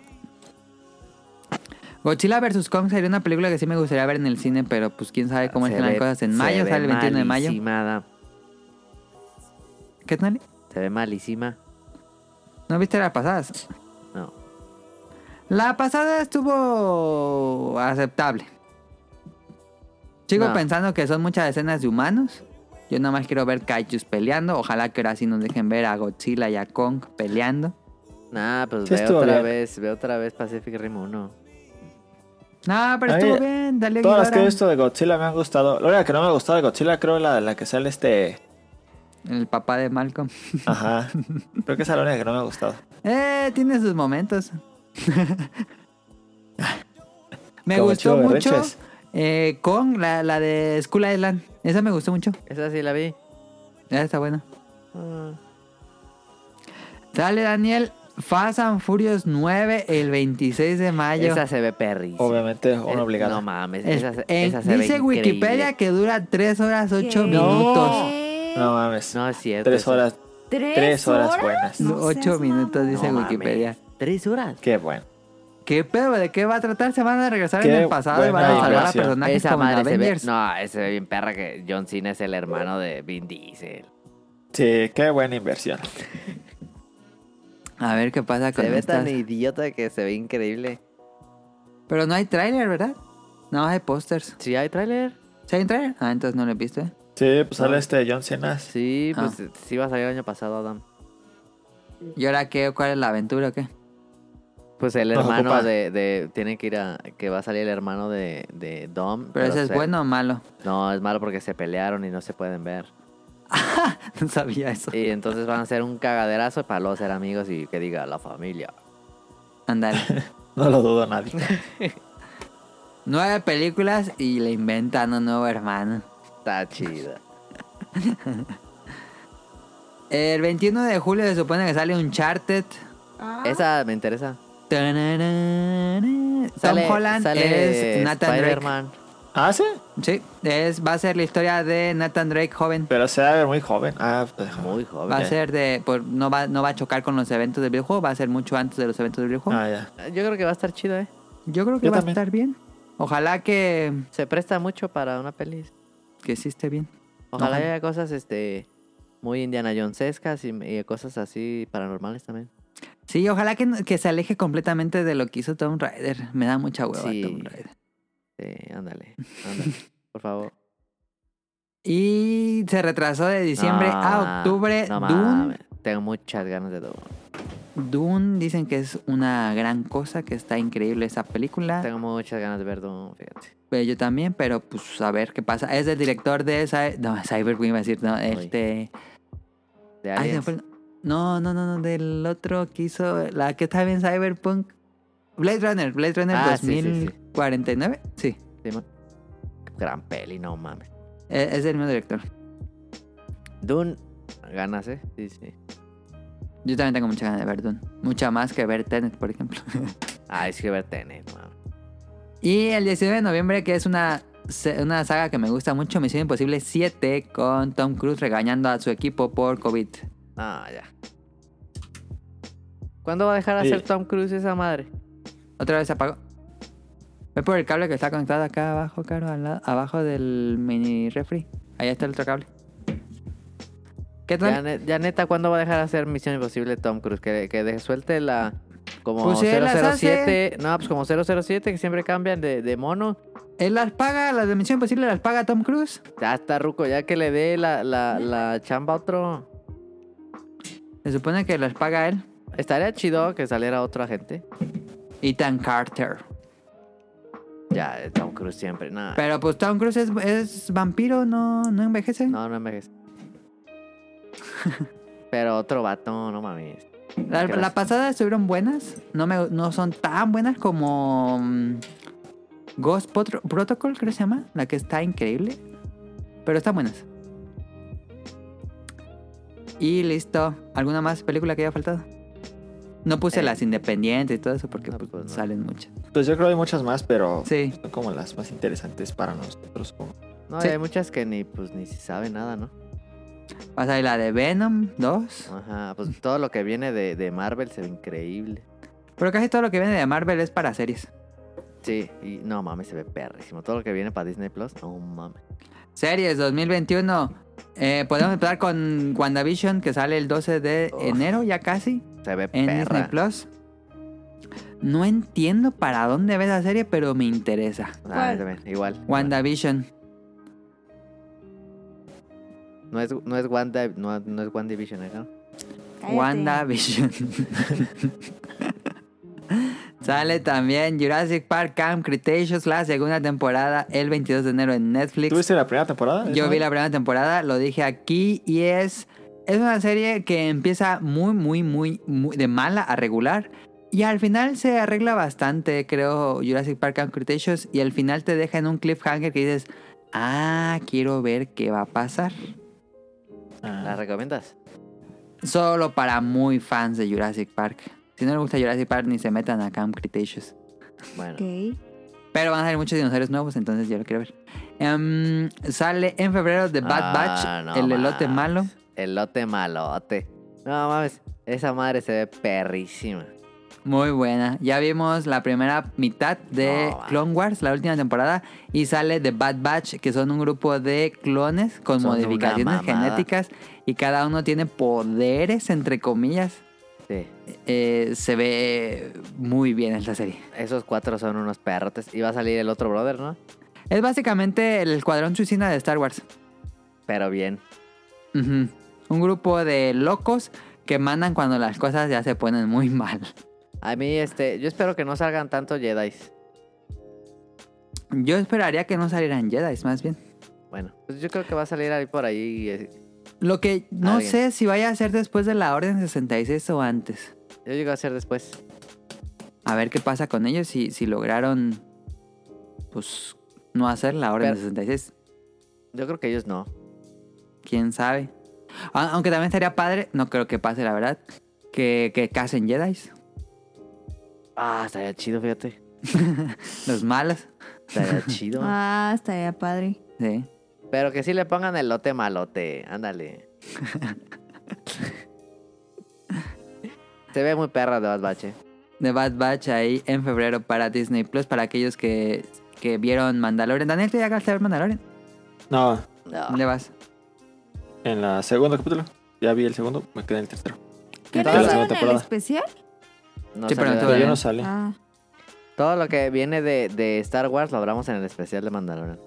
S2: Godzilla vs. Kong sería una película que sí me gustaría ver en el cine, pero pues quién sabe cómo
S3: Se
S2: están las
S3: ve-
S2: cosas en
S3: se
S2: mayo.
S3: ve
S2: Sale el 21 de mayo.
S3: malísima, Adam.
S2: ¿Qué tal?
S3: Se ve malísima.
S2: ¿No viste las pasadas?
S3: No.
S2: La pasada estuvo aceptable. Sigo
S3: No.
S2: pensando que son muchas escenas de humanos. Yo nada más quiero ver kaijus peleando. Ojalá que ahora sí nos dejen ver a Godzilla y a Kong peleando.
S3: Nah, pues
S1: Sí
S3: ve
S1: estuvo
S3: otra
S1: bien.
S3: vez, ve otra vez Pacific Rim 1.
S2: No, pero
S1: A
S2: estuvo
S1: mí,
S2: bien. Dale
S1: Todas las que he
S2: Guevara.
S1: visto de Godzilla me han gustado. La única que no me ha gustado de Godzilla creo la la que sale este...
S2: El papá de Malcolm.
S1: Ajá. Creo que esa es la única que no me ha gustado.
S2: Eh, tiene sus momentos. me
S1: Como
S2: gustó
S1: Chivo
S2: mucho
S1: Berrinches.
S2: eh, con la, la de Skull Island. Esa me gustó mucho.
S3: Esa sí la vi.
S2: Esa está buena.
S3: Ah.
S2: Dale, Daniel. Fast and Furious 9 el 26 de mayo.
S3: Esa se ve perrísima.
S1: Obviamente es
S3: Eh,
S1: una obligada.
S3: No mames,
S2: Es-
S3: esa, se-
S2: en-
S3: esa se ve
S2: dice
S3: increíble.
S2: Wikipedia que dura 3 horas 8
S4: ¿Qué?
S2: minutos.
S1: No mames.
S3: No es cierto.
S1: Tres
S3: eso.
S1: horas.
S4: ¿Tres,
S1: Tres horas buenas.
S4: No seas
S2: 8 minutos
S4: mamón.
S2: dice
S3: No
S2: Wikipedia.
S3: mames. ¿Tres horas?
S1: Qué bueno.
S2: ¿Qué pedo? ¿De qué va a tratar? ¿Se van a regresar en
S1: Qué
S2: el pasado y van a
S1: buena
S2: salvar a
S1: inversión.
S2: personajes
S3: Esa
S2: como en
S3: madre se ve...
S2: Avengers?
S3: No, ese se ve bien perra que John Cena es el hermano de Vin Diesel.
S1: Sí, qué buena inversión.
S2: A ver qué pasa con
S3: Se ve
S2: estas.
S3: tan idiota que se ve increíble.
S2: Pero no hay tráiler, ¿verdad? No hay pósters.
S3: Sí, hay tráiler.
S2: ¿Sí hay un tráiler? Ah, entonces no lo he visto. ¿eh?
S1: Sí, pues sale este de John Cena.
S3: Sí,
S2: Ah.
S3: pues sí va a salir el año pasado, Adam.
S2: ¿Y ahora qué? ¿Cuál es la aventura o qué?
S3: Pues el
S1: Nos
S3: hermano
S1: ocupa.
S3: de, de- Tiene que ir a... Que va a salir el hermano de, de Dom.
S2: ¿Pero ese es
S3: se-
S2: bueno o malo?
S3: No, es malo porque se pelearon y no se pueden ver.
S2: No sabía eso.
S3: Y entonces van a ser un cagaderazo para luego ser amigos y que diga la familia.
S2: Andale.
S1: No lo dudo a nadie.
S2: Nueve películas y le inventan un nuevo hermano.
S3: Está chida.
S2: El 21 de julio se supone que sale Uncharted.
S3: Esa me interesa.
S2: Tararara.
S3: Sale-
S2: Tom Holland
S3: sale
S2: es Nathan Drake.
S3: Spider-Man.
S1: ¿Ah, sí?
S2: Sí, es, va a ser la historia de Nathan Drake joven.
S1: Pero se va a ver muy joven. Ah, pues,
S3: Muy joven.
S2: Va a
S1: Ok.
S2: ser de. por- no, va, no va a chocar con los eventos del videojuego, va a ser mucho antes de los eventos del videojuego.
S1: Ah, ya.
S3: Yo creo que va a estar chido, ¿eh?
S2: Yo creo que
S1: Yo
S2: va
S1: también.
S2: a estar bien. Ojalá que,
S3: Se presta mucho para una peli.
S2: que sí esté bien.
S3: Ojalá
S2: Ojalá.
S3: haya cosas este muy Indiana Jonesescas y, y cosas así paranormales también.
S2: Sí, ojalá que, no- que se aleje completamente de lo que hizo Tom Raider. Me da mucha hueva
S3: Sí.
S2: Tomb Raider.
S3: Sí, ándale, ándale. Por favor.
S2: Y se retrasó de diciembre a
S3: No,
S2: octubre.
S3: Ah, no
S2: Dune,
S3: mames, Tengo muchas ganas de Dune.
S2: Dune dicen que es una gran cosa, que está increíble esa película.
S3: Tengo muchas ganas de ver Dune, fíjate.
S2: Pues Yo también, pero pues a ver qué pasa. Es del director de Cy- no, Cyberpunk iba a decir, no, este.
S3: De
S2: ay, se me
S3: Aliens.
S2: fue el- No, no, no, no, del otro que hizo la que está en Cyberpunk. Blade Runner, Blade Runner
S3: Ah, sí, sí, sí.
S2: 2049. Sí,
S3: Simón. Gran peli, no mames.
S2: e- es del mismo director.
S3: Dune, ganas, ¿eh? Sí, sí.
S2: Yo también tengo mucha ganas de ver Dune. Mucha más que ver Tenet, por ejemplo.
S3: Ah, es que ver Tenet, no mames.
S2: y el 19 de noviembre, que es una, se- una saga que me gusta mucho, Misión Imposible 7, con Tom Cruise regañando a su equipo por COVID.
S3: Ah, ya. ¿Cuándo va a dejar de
S1: Sí.
S3: hacer Tom Cruise esa madre?
S2: Otra vez se apagó. Ve por el cable que está conectado acá abajo, Caro, al lado- abajo del mini refri. Ahí está el otro cable. ¿Qué
S3: Ya,
S2: tal?
S3: ne- ya neta, ¿cuándo va a dejar de hacer Misión Imposible Tom Cruise? Que, que de- suelte la... Como
S2: Pues él las
S3: 007... No, pues como 007, que siempre cambian de, de mono.
S2: Él las paga, las de Misión Imposible las paga Tom Cruise.
S3: Ya está, Ruco, ya que le dé la, la, la chamba a otro...
S2: Se supone que las paga él.
S3: Estaría chido que saliera otro agente.
S2: Ethan Carter.
S3: Ya, eh, Tom Cruise siempre, nada.
S2: Pero pues Tom Cruise es, es vampiro, no, no envejece.
S3: No, no envejece. Pero otro vato, no mames.
S2: la,
S3: gracias.
S2: la pasada estuvieron buenas. No, me, no son tan buenas como mm, Ghost Potro- Protocol, creo que se llama. La que está increíble. Pero están buenas. Y listo. ¿Alguna más película que haya faltado? No puse
S3: Eh.
S2: las independientes y todo eso porque
S3: No,
S2: pues,
S3: pues, no.
S2: salen muchas.
S1: Pues yo creo que hay muchas más, pero
S2: Sí.
S1: son como las más interesantes para nosotros. como-
S3: No,
S2: Sí.
S3: hay muchas que ni, pues, ni se sabe nada, ¿no?
S2: Va a salir la de Venom 2.
S3: Ajá, pues todo lo que viene de, de Marvel se ve increíble.
S2: Pero casi todo lo que viene de Marvel es para series.
S3: Sí, y no mames, se ve perrísimo. Todo lo que viene para Disney Plus, no mames.
S2: Series 2021. Eh, podemos empezar con WandaVision que sale el 12 de
S3: Uf.
S2: enero ya casi.
S3: Se ve
S2: en Disney
S3: perra.
S2: Plus. No entiendo para dónde ve la serie, pero me interesa.
S3: Ah, yo también, igual.
S2: WandaVision.
S3: No es, no es Wanda, no, no es One Division, ¿no?
S4: Cállate.
S2: WandaVision. Sale también Jurassic Park Camp Cretaceous, la segunda temporada, el 22 de enero en
S1: ¿Tú
S2: Netflix.
S1: viste la primera temporada?
S2: Yo vi la primera temporada, lo dije aquí, y es, es una serie que empieza muy, muy, muy, muy de mala a regular. Y al final se arregla bastante, creo, Jurassic Park and Cretaceous. Y al final te deja en un cliffhanger que dices, ah, quiero ver qué va a pasar.
S3: ¿La
S1: Ah,
S3: recomiendas?
S2: Solo para muy fans de Jurassic Park. Si no les gusta Jurassic Park, ni se metan a Camp Cretaceous.
S3: Bueno,
S4: Ok.
S2: Pero van a salir muchos dinosaurios nuevos, entonces yo lo quiero ver. Em, sale en febrero The Bad Batch,
S3: Ah, no
S2: el elote
S3: mames.
S2: malo.
S3: elote malote. No mames, esa madre se ve perrísima.
S2: Muy buena. Ya vimos la primera mitad de
S3: No, va.
S2: Clone Wars, la última temporada, y sale The Bad Batch, que son un grupo de clones con
S3: Son una
S2: modificaciones
S3: mamada.
S2: genéticas y cada uno tiene poderes, entre comillas.
S3: Sí.
S2: Eh, se ve muy bien esta serie.
S3: Esos cuatro son unos perrotes. Y va a salir el otro brother, ¿no?
S2: Es básicamente el escuadrón suicida de Star Wars.
S3: Pero bien.
S2: Ujú. Un grupo de locos que mandan cuando las cosas ya se ponen muy mal.
S3: A mí, este, yo espero que no salgan tanto Jedis.
S2: Yo esperaría que no salieran Jedi, más bien.
S3: Bueno, pues yo creo que va a salir ahí por ahí. eh,
S2: Lo que no
S3: Alguien.
S2: sé si vaya a ser después de la Orden 66 o antes.
S3: Yo llego a ser después.
S2: A ver qué pasa con ellos si, si lograron pues no hacer la Orden
S3: Pero-
S2: 66.
S3: Yo creo que ellos no.
S2: ¿Quién sabe? A- Aunque también estaría padre, no creo que pase la verdad, que, que casen Jedi,
S3: Ah, estaría chido, fíjate.
S2: los malos.
S3: Estaría chido.
S4: Ah, estaría padre.
S2: Sí.
S3: Pero que sí le pongan el lote malote. Ándale. Se ve muy perra de Bad Batch. eh.
S2: The Bad Batch ahí en febrero para Disney Plus, para aquellos que, que vieron Mandalorian. Daniel, ¿tú llegaste a ver Mandalorian?
S1: No,
S2: ¿Dónde vas?
S1: en la segundo capítulo. Ya vi el segundo, me quedé en el tercero.
S4: ¿Qué no
S1: Toda la
S2: Entonces-
S1: segunda
S4: hicieron en el
S1: temporada.
S4: especial?
S3: No
S2: Sí, pero no te
S3: salió de-
S2: veo.
S1: Pero yo no sale.
S4: Ah,
S3: Todo lo que viene de, de Star Wars lo hablamos en el especial de Mandalorian.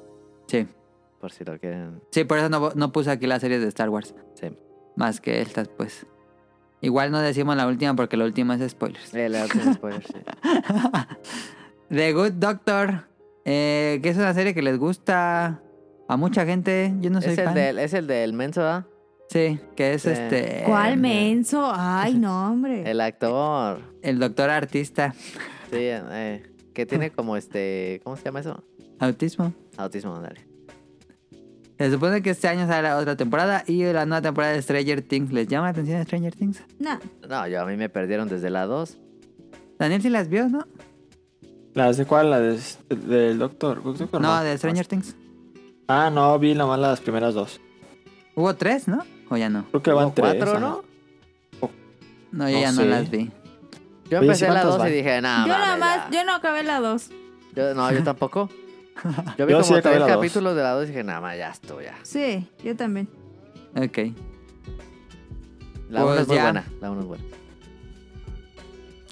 S2: Sí.
S3: Por si lo quieren.
S2: Sí, por eso no, no puse aquí las series de Star Wars.
S3: Sí.
S2: Más que estas, pues. Igual no decimos la última porque la última es spoilers.
S3: Eh, le hacen spoilers, sí.
S2: The Good Doctor, eh, que es una serie que les gusta a mucha gente. Yo no soy
S3: es, el
S2: fan.
S3: del, es el del menso, ¿ah?
S2: Sí, que es
S3: Sí.
S2: este.
S4: ¿Cuál
S3: bien.
S4: menso? Ay, no, hombre.
S3: El actor.
S2: El doctor artista.
S3: Sí, eh, que tiene como este. ¿Cómo se llama eso?
S2: Autismo.
S3: Autismo, ándale.
S2: Se supone que este año sale la otra temporada y la nueva temporada de Stranger Things. ¿Les llama la atención Stranger Things?
S4: No.
S3: No, yo a mí me perdieron desde la 2.
S2: Daniel sí las vio, ¿no?
S1: ¿Las de cuál? ¿La de- del Doctor? Good Doctor?
S2: No, de Stranger Things.
S1: Ah, no, vi nomás las primeras dos.
S2: Hubo tres, ¿no? O ya no.
S1: Creo que van tres.
S3: ¿Cuatro,
S1: ajá.
S3: no?
S2: No, yo
S1: No
S2: ya no
S1: sé.
S2: las vi.
S3: Yo
S1: Oye,
S3: empecé
S1: ¿sí
S3: la
S1: cuántas
S3: 2 y
S1: van?
S3: dije, nada.
S4: yo nada más, yo no acabé la dos.
S3: no, yo tampoco. Yo vi
S1: Yo
S3: como
S1: sí acabé
S3: tres
S1: la dos.
S3: capítulos de la 2 y dije, nada más, ya estoy, ya.
S4: Sí, yo también.
S2: Ok.
S3: La 1
S2: Pues
S3: es muy
S2: ya.
S3: buena. La 1 es buena.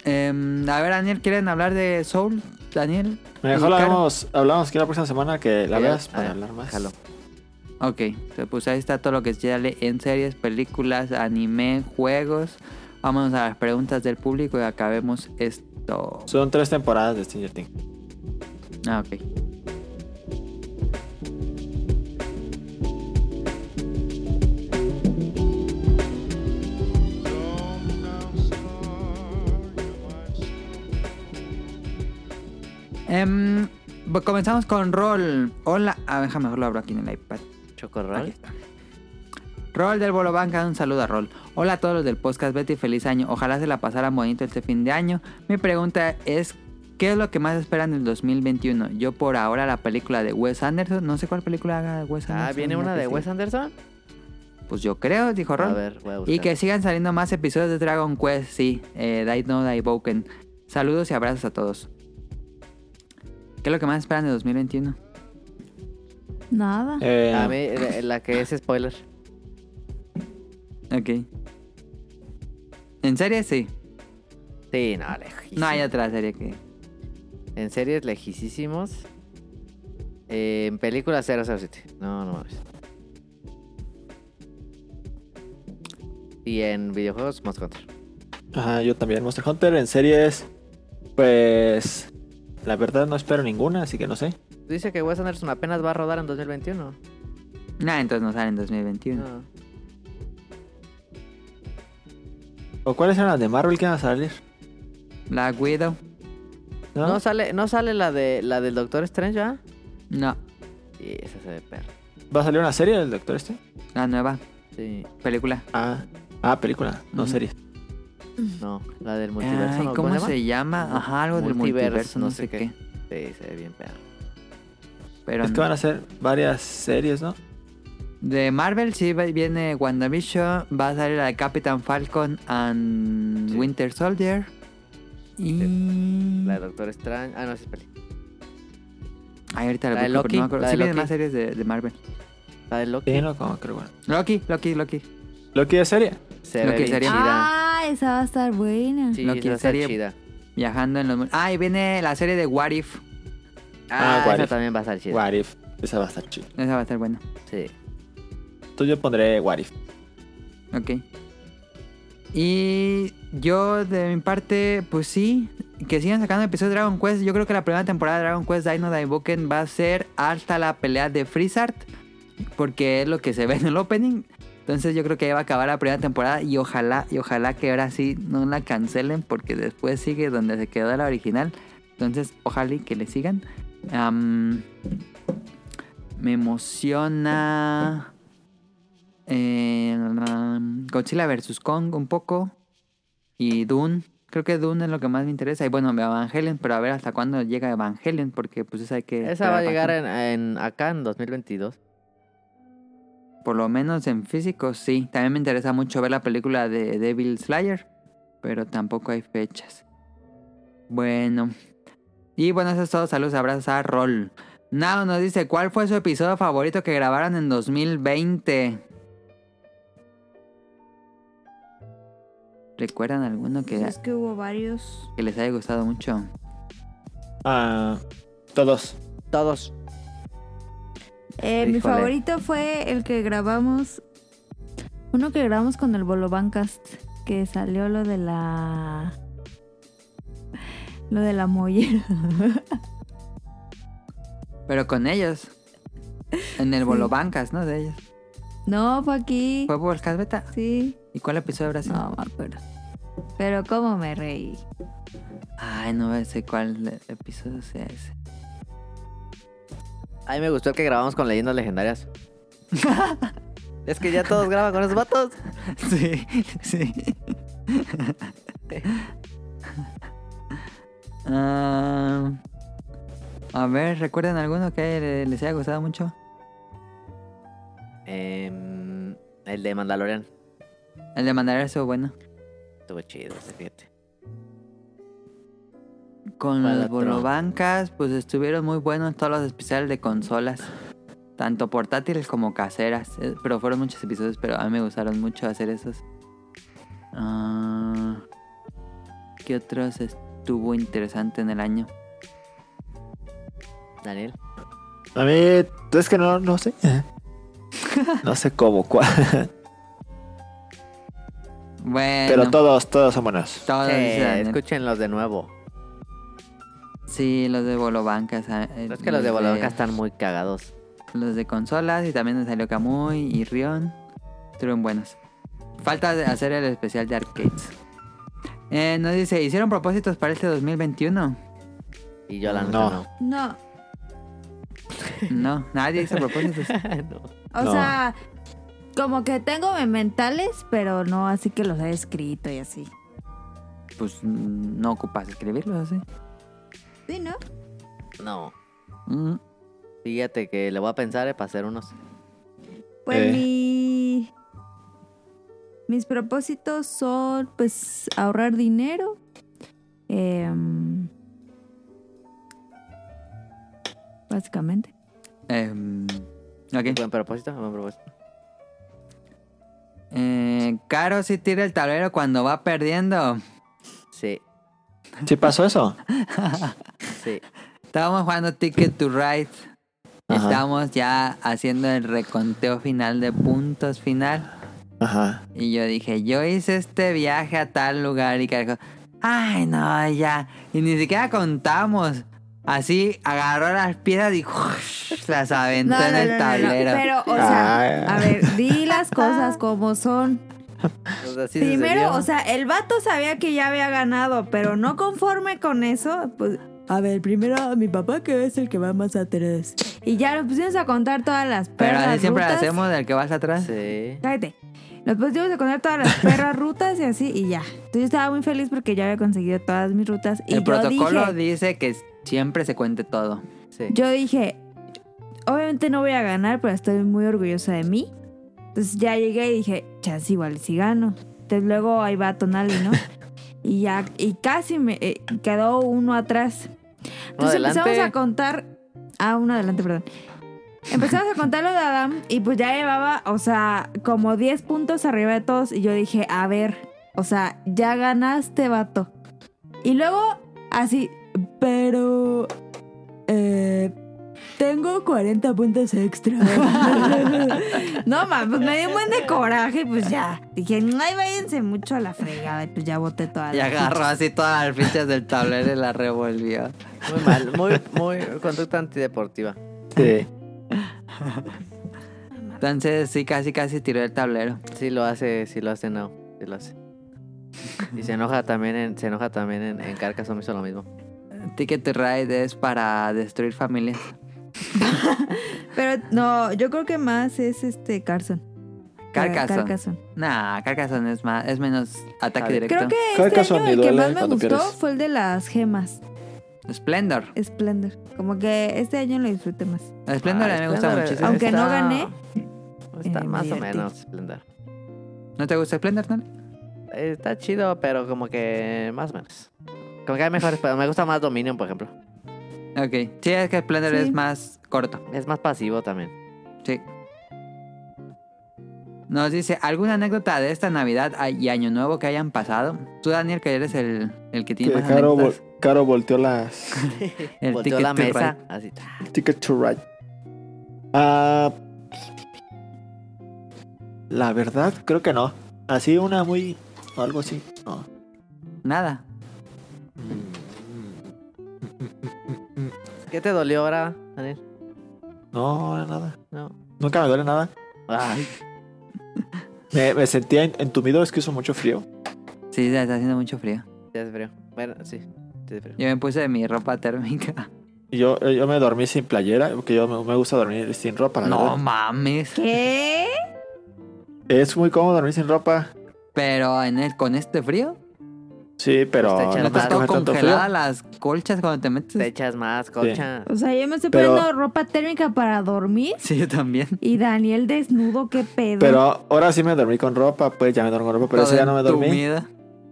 S2: Em, a ver, Daniel, ¿quieren hablar de Soul? Daniel.
S1: Mejor
S2: Caro.
S1: hablamos, hablamos que la próxima semana que la
S3: Ya,
S1: veas
S3: a
S1: para
S3: ver,
S1: hablar más.
S3: Ah, jalo.
S2: Ok, entonces, pues ahí está todo lo que sale en series, películas, anime, juegos. Vámonos a las preguntas del público y acabemos esto.
S1: Son tres temporadas de Stranger Things.
S2: Ah, ok. Em, pues comenzamos con Roll. Hola. Ah, déjame, mejor lo abro aquí en el iPad. Aquí
S3: Chocorrol.
S2: está. Rol del Bolo Banca, un saludo a Rol. Hola a todos los del podcast Betty, feliz año. Ojalá se la pasaran bonito este fin de año. Mi pregunta es, ¿qué es lo que más esperan en el 2021? Yo por ahora la película de Wes Anderson, no sé cuál película haga Wes Anderson.
S3: Ah, viene
S2: la
S3: una
S2: que
S3: de
S2: sigue.
S3: Wes Anderson.
S2: Pues yo creo, dijo
S3: A
S2: Rol.
S3: ver, voy a buscar.
S2: Y que sigan saliendo más episodios de Dragon Quest, sí. Eh, Die No Die Boken. Saludos y abrazos a todos. ¿Qué es lo que más esperan de 2021?
S4: Nada.
S1: Eh,
S3: A mí, eh, la que es spoiler.
S2: Ok. ¿En serie? Sí.
S3: Sí, no, lejísimo.
S2: No hay otra serie que...
S3: En series lejísimos. Eh, en películas 007. No, no mames. Y en videojuegos, Most Hunter.
S1: ajá, yo también. Monster Hunter en series. Pues. La verdad no espero ninguna, así que no sé.
S3: Dice que Wes Anderson apenas va a rodar en 2021.
S2: Nah, entonces no sale en 2021.
S3: No.
S1: ¿O cuáles eran las de Marvel que van a salir?
S2: Black Widow,
S1: ¿No?
S3: ¿No, sale, ¿No sale la de la del Doctor Strange ya?
S2: no.
S3: Sí, esa se ve perro.
S1: ¿Va a salir una serie del Doctor este?
S2: La nueva
S3: Sí,
S2: película.
S1: Ah, ah película, no
S2: Ujú.
S1: serie.
S3: no, la del multiverso.
S2: Ay,
S3: ¿no?
S2: ¿Cómo se llama? Ajá, algo del multiverso,
S3: Multiverso,
S2: no sé qué.
S3: Sí, se ve bien perro.
S2: Pero
S1: Es que
S2: no.
S1: van a ser varias series, ¿no?
S2: De Marvel sí va- viene WandaVision, va a salir la de Captain Falcon and
S3: Sí.
S2: Winter Soldier. Y...
S3: La del Doctor Strange. Ah, no, esa es película.
S2: Ay, ahorita
S3: la
S2: la
S3: de
S2: busco, pero
S3: Loki,
S2: no me acuerdo.
S3: la de
S2: Sí vienen
S3: Loki.
S2: más series de, de Marvel.
S3: La del Loki.
S1: Sí, no, como creo, bueno.
S2: Loki, Loki, Loki.
S1: ¿Lo que es serie?
S3: Se
S2: Lo
S3: ve
S2: que
S3: bien
S2: sería-
S3: chida.
S4: Ah, Ah, esa va a estar buena.
S3: Sí,
S2: Lo
S3: esa
S2: que
S3: está
S2: sería-
S3: chida.
S2: Viajando en los... mu- Ah, y viene la serie de What If.
S1: Ah,
S3: Ah,
S1: what
S3: esa
S1: if.
S3: también va a estar chida.
S1: What if. Esa va a estar chida.
S2: Esa va a estar buena.
S3: Sí.
S1: Entonces yo pondré What if.
S2: Ok. Y yo de mi parte, pues sí, que sigan sacando episodios de Dragon Quest. Yo creo que la primera temporada de Dragon Quest Dino Daiboken va a ser hasta la pelea de Freezard, porque es lo que se ve en el opening. Entonces yo creo que ahí va a acabar la primera temporada y ojalá, y ojalá que ahora sí no la cancelen porque después sigue donde se quedó la original. Entonces ojalá y que le sigan. Am, me emociona... Eh, um, Godzilla vs. Kong un poco. Y Dune. Creo que Dune es lo que más me interesa. Y bueno, Evangelion, pero a ver hasta cuándo llega Evangelion, porque pues esa hay que...
S3: Esa
S2: esperar
S3: va a llegar
S2: bastante.
S3: en, en- acá en 2022.
S2: Por lo menos en físico, sí. También me interesa mucho ver la película de Devil Slayer, pero tampoco hay fechas. Bueno. Y bueno, eso es todo. Saludos, abrazos a Roll. Nao nos dice, ¿cuál fue su episodio favorito que grabaron en 2020? ¿Recuerdan alguno
S4: Pues
S2: que,
S4: Es que hubo varios.
S2: que les haya gustado mucho?
S1: Ah, todos.
S3: Todos.
S4: Eh, mi
S3: Híjole.
S4: favorito fue el que grabamos. Uno que grabamos con el Bolobancast. Que salió lo de la. Lo de la mollera.
S2: Pero con ellos. En el Bolo Bancas, ¿no? De ellos.
S4: No, fue aquí.
S2: ¿Fue por Beta?
S4: Sí.
S2: ¿Y cuál episodio habrá sido?
S4: No me acuerdo. Pero cómo me reí.
S2: Ay, no sé cuál e- episodio sea ese.
S3: A mí me gustó el que grabamos con leyendas legendarias. es que ya todos graban con esos vatos.
S2: Sí, sí. Ah, a ver, ¿recuerdan alguno que le- les haya gustado mucho?
S3: Em, el de Mandalorian.
S2: El de mandar eso, bueno.
S3: Estuvo chido, ese, fíjate.
S2: Con
S3: ¿Cuál
S2: los
S3: otro?
S2: bolobancas, pues estuvieron muy buenos todos los especiales de consolas. Tanto portátiles como caseras. Eh, Pero fueron muchos episodios, pero a mí me gustaron mucho hacer esos. Ah, ¿Qué otros estuvo interesante en el año?
S3: Daniel.
S1: A mí, es que no, no sé. No sé cómo, cuál.
S2: Bueno,
S1: Pero todos, todos son buenos.
S2: todos,
S3: Sí,
S2: dice Daniel.
S3: escúchenlos de nuevo.
S2: Sí, los de bolobancas. ah, eh,
S3: Es que los de Boloca están muy cagados.
S2: Los de consolas y también nos salió Kamui y Rion. Estuvieron buenos. Falta de hacer el especial de arcades. Eh, nos dice, ¿hicieron propósitos para este 2021?
S3: Y yo la
S1: No.
S3: neta no.
S4: No.
S2: No, nadie hizo propósitos.
S3: No.
S4: O
S1: No.
S4: sea, como que tengo mentales, pero no así que los he escrito y así.
S2: Pues mm, no ocupas escribirlos así.
S4: Sí, ¿no?
S3: No.
S2: Mm,
S3: Fíjate que le voy a pensar eh, para hacer unos.
S4: Pues
S1: Eh.
S4: mi- mis propósitos son pues ahorrar dinero. em, básicamente.
S2: em, ok.
S3: Buen propósito, buen propósito.
S2: Eh, Caro si tira el tablero cuando va perdiendo.
S3: Sí,
S1: ¿Sí pasó eso?
S3: sí.
S2: Estábamos jugando Ticket to Ride.
S1: Ajá.
S2: Estábamos ya haciendo el reconteo final de puntos final.
S1: Ajá.
S2: Y yo dije, yo hice este viaje a tal lugar. Y Caro dijo, ay, no, ya. Y ni siquiera contamos. Así agarró las piedras y las aventó en el tablero.
S4: Pero, o sea,
S1: Ah.
S4: a ver, di las cosas como son.
S3: Pues así
S4: Primero,
S3: sucedió.
S4: o sea, el vato sabía que ya había ganado, pero no conforme con eso, pues... A ver, primero a mi papá que es el que va más atrás. Y ya nos pusimos a contar todas las perras
S2: Pero así siempre lo
S4: rutas.
S2: hacemos del que vas
S3: Ah.
S2: atrás.
S3: Sí.
S4: Cállate. Nos pusimos a contar todas las perras rutas y así, y ya. Entonces yo estaba muy feliz porque ya había conseguido todas mis rutas. Y
S2: el
S4: yo
S2: protocolo
S4: dije,
S2: dice que siempre se cuente todo.
S3: Sí.
S4: yo dije, obviamente no voy a ganar, pero estoy muy orgullosa de mí. Entonces ya llegué y dije, chance igual y si gano. Entonces luego ahí va Tonali, ¿no? y ya, y casi me eh, quedó uno atrás.
S3: Uno
S4: Entonces
S3: adelante.
S4: empezamos a contar. Ah, uno adelante, perdón. Empezamos a contar lo de Adam y pues ya llevaba, o sea, como 10 puntos arriba de todos. Y yo dije, a ver, O sea, ya ganaste, vato. Y luego, así, pero... eh, tengo 40 puntos extra. no, ma, pues me dio un buen de coraje, pues ya. Dije, ay, váyanse mucho a la fregada. Y pues ya boté toda
S2: Y
S4: la
S2: agarró así todas las fichas del tablero y las revolvió.
S3: Muy mal, muy, muy conducta antideportiva.
S1: Sí.
S2: Entonces sí, casi, casi tiró el tablero.
S3: Sí lo hace, sí lo hace, no. Sí lo hace. Y se enoja también en, se enoja también en, en Carcassonne hizo lo mismo.
S2: Ticket to Ride es para destruir familias.
S4: Pero no, yo creo que más es este Carson.
S2: Carcassonne.
S4: Carcassonne.
S2: Nah, Carcassonne es más, es menos ataque directo.
S4: Creo que
S1: Creo que
S4: este
S1: son
S4: año el
S1: y
S4: que
S1: duele
S4: más me
S1: cuando
S4: gustó
S1: pierdes.
S4: fue el de las gemas.
S2: Splendor.
S4: Splendor. Como que este año lo disfruté más.
S2: Splendor a mí me gusta
S3: Ah, Splendor,
S2: muchísimo.
S4: Ah, Aunque no
S3: está-
S4: gané.
S3: Está
S4: Eh, me
S3: más o
S4: divertí.
S3: menos Splendor.
S2: ¿No te gusta Splendor, no?
S3: Eh, Está chido, pero como que más o menos. Como que hay mejores, pero me gusta más Dominion, por ejemplo.
S2: Ok. Sí, es que Splendor
S4: Sí.
S2: es más corto.
S3: Es más pasivo también.
S2: Sí. Nos dice, ¿alguna anécdota de esta Navidad y Año Nuevo que hayan pasado? Tú, Daniel, que eres el, el que tiene
S1: Que
S2: más
S1: Caro,
S2: anécdotas.
S1: vol- Caro volteó las
S2: El
S3: Volteó
S2: ticket
S3: la
S2: to
S3: mesa, así. ta.
S1: Ticket to Ride. Ah, la verdad, creo que no. Así una muy... o algo así. No.
S2: Nada.
S1: Mm.
S3: ¿Qué te dolió ahora, Daniel?
S1: No, nada.
S3: No.
S1: Nunca me duele nada.
S3: Ay,
S1: Me, me sentía en- entumido, es que hizo mucho frío.
S2: Sí, ya está haciendo mucho frío.
S3: ya es frío. Bueno, sí, ya es frío.
S2: Yo me puse mi ropa térmica.
S1: Y yo, eh, yo me dormí sin playera, porque yo me, me gusta dormir sin ropa. la
S2: No
S1: verdad.
S2: mames.
S4: ¿Qué?
S1: Es muy cómodo dormir sin ropa.
S2: Pero en el, con este frío,
S1: Sí, pero
S3: Pues te echas
S1: no
S2: ¿no te
S1: estás
S3: más.
S2: has quedado
S1: comiendo tanto frío.
S2: congeladas las colchas cuando te metes?
S3: Te echas más, colcha.
S4: O sea, yo me estoy
S1: Pero-
S4: poniendo ropa térmica para dormir.
S2: Sí, yo también.
S4: Y Daniel desnudo, qué pedo.
S1: Pero ahora sí me dormí con ropa, pues ya me dormí con ropa, pero
S2: Todo
S1: ese día no me dormí.
S2: entumido.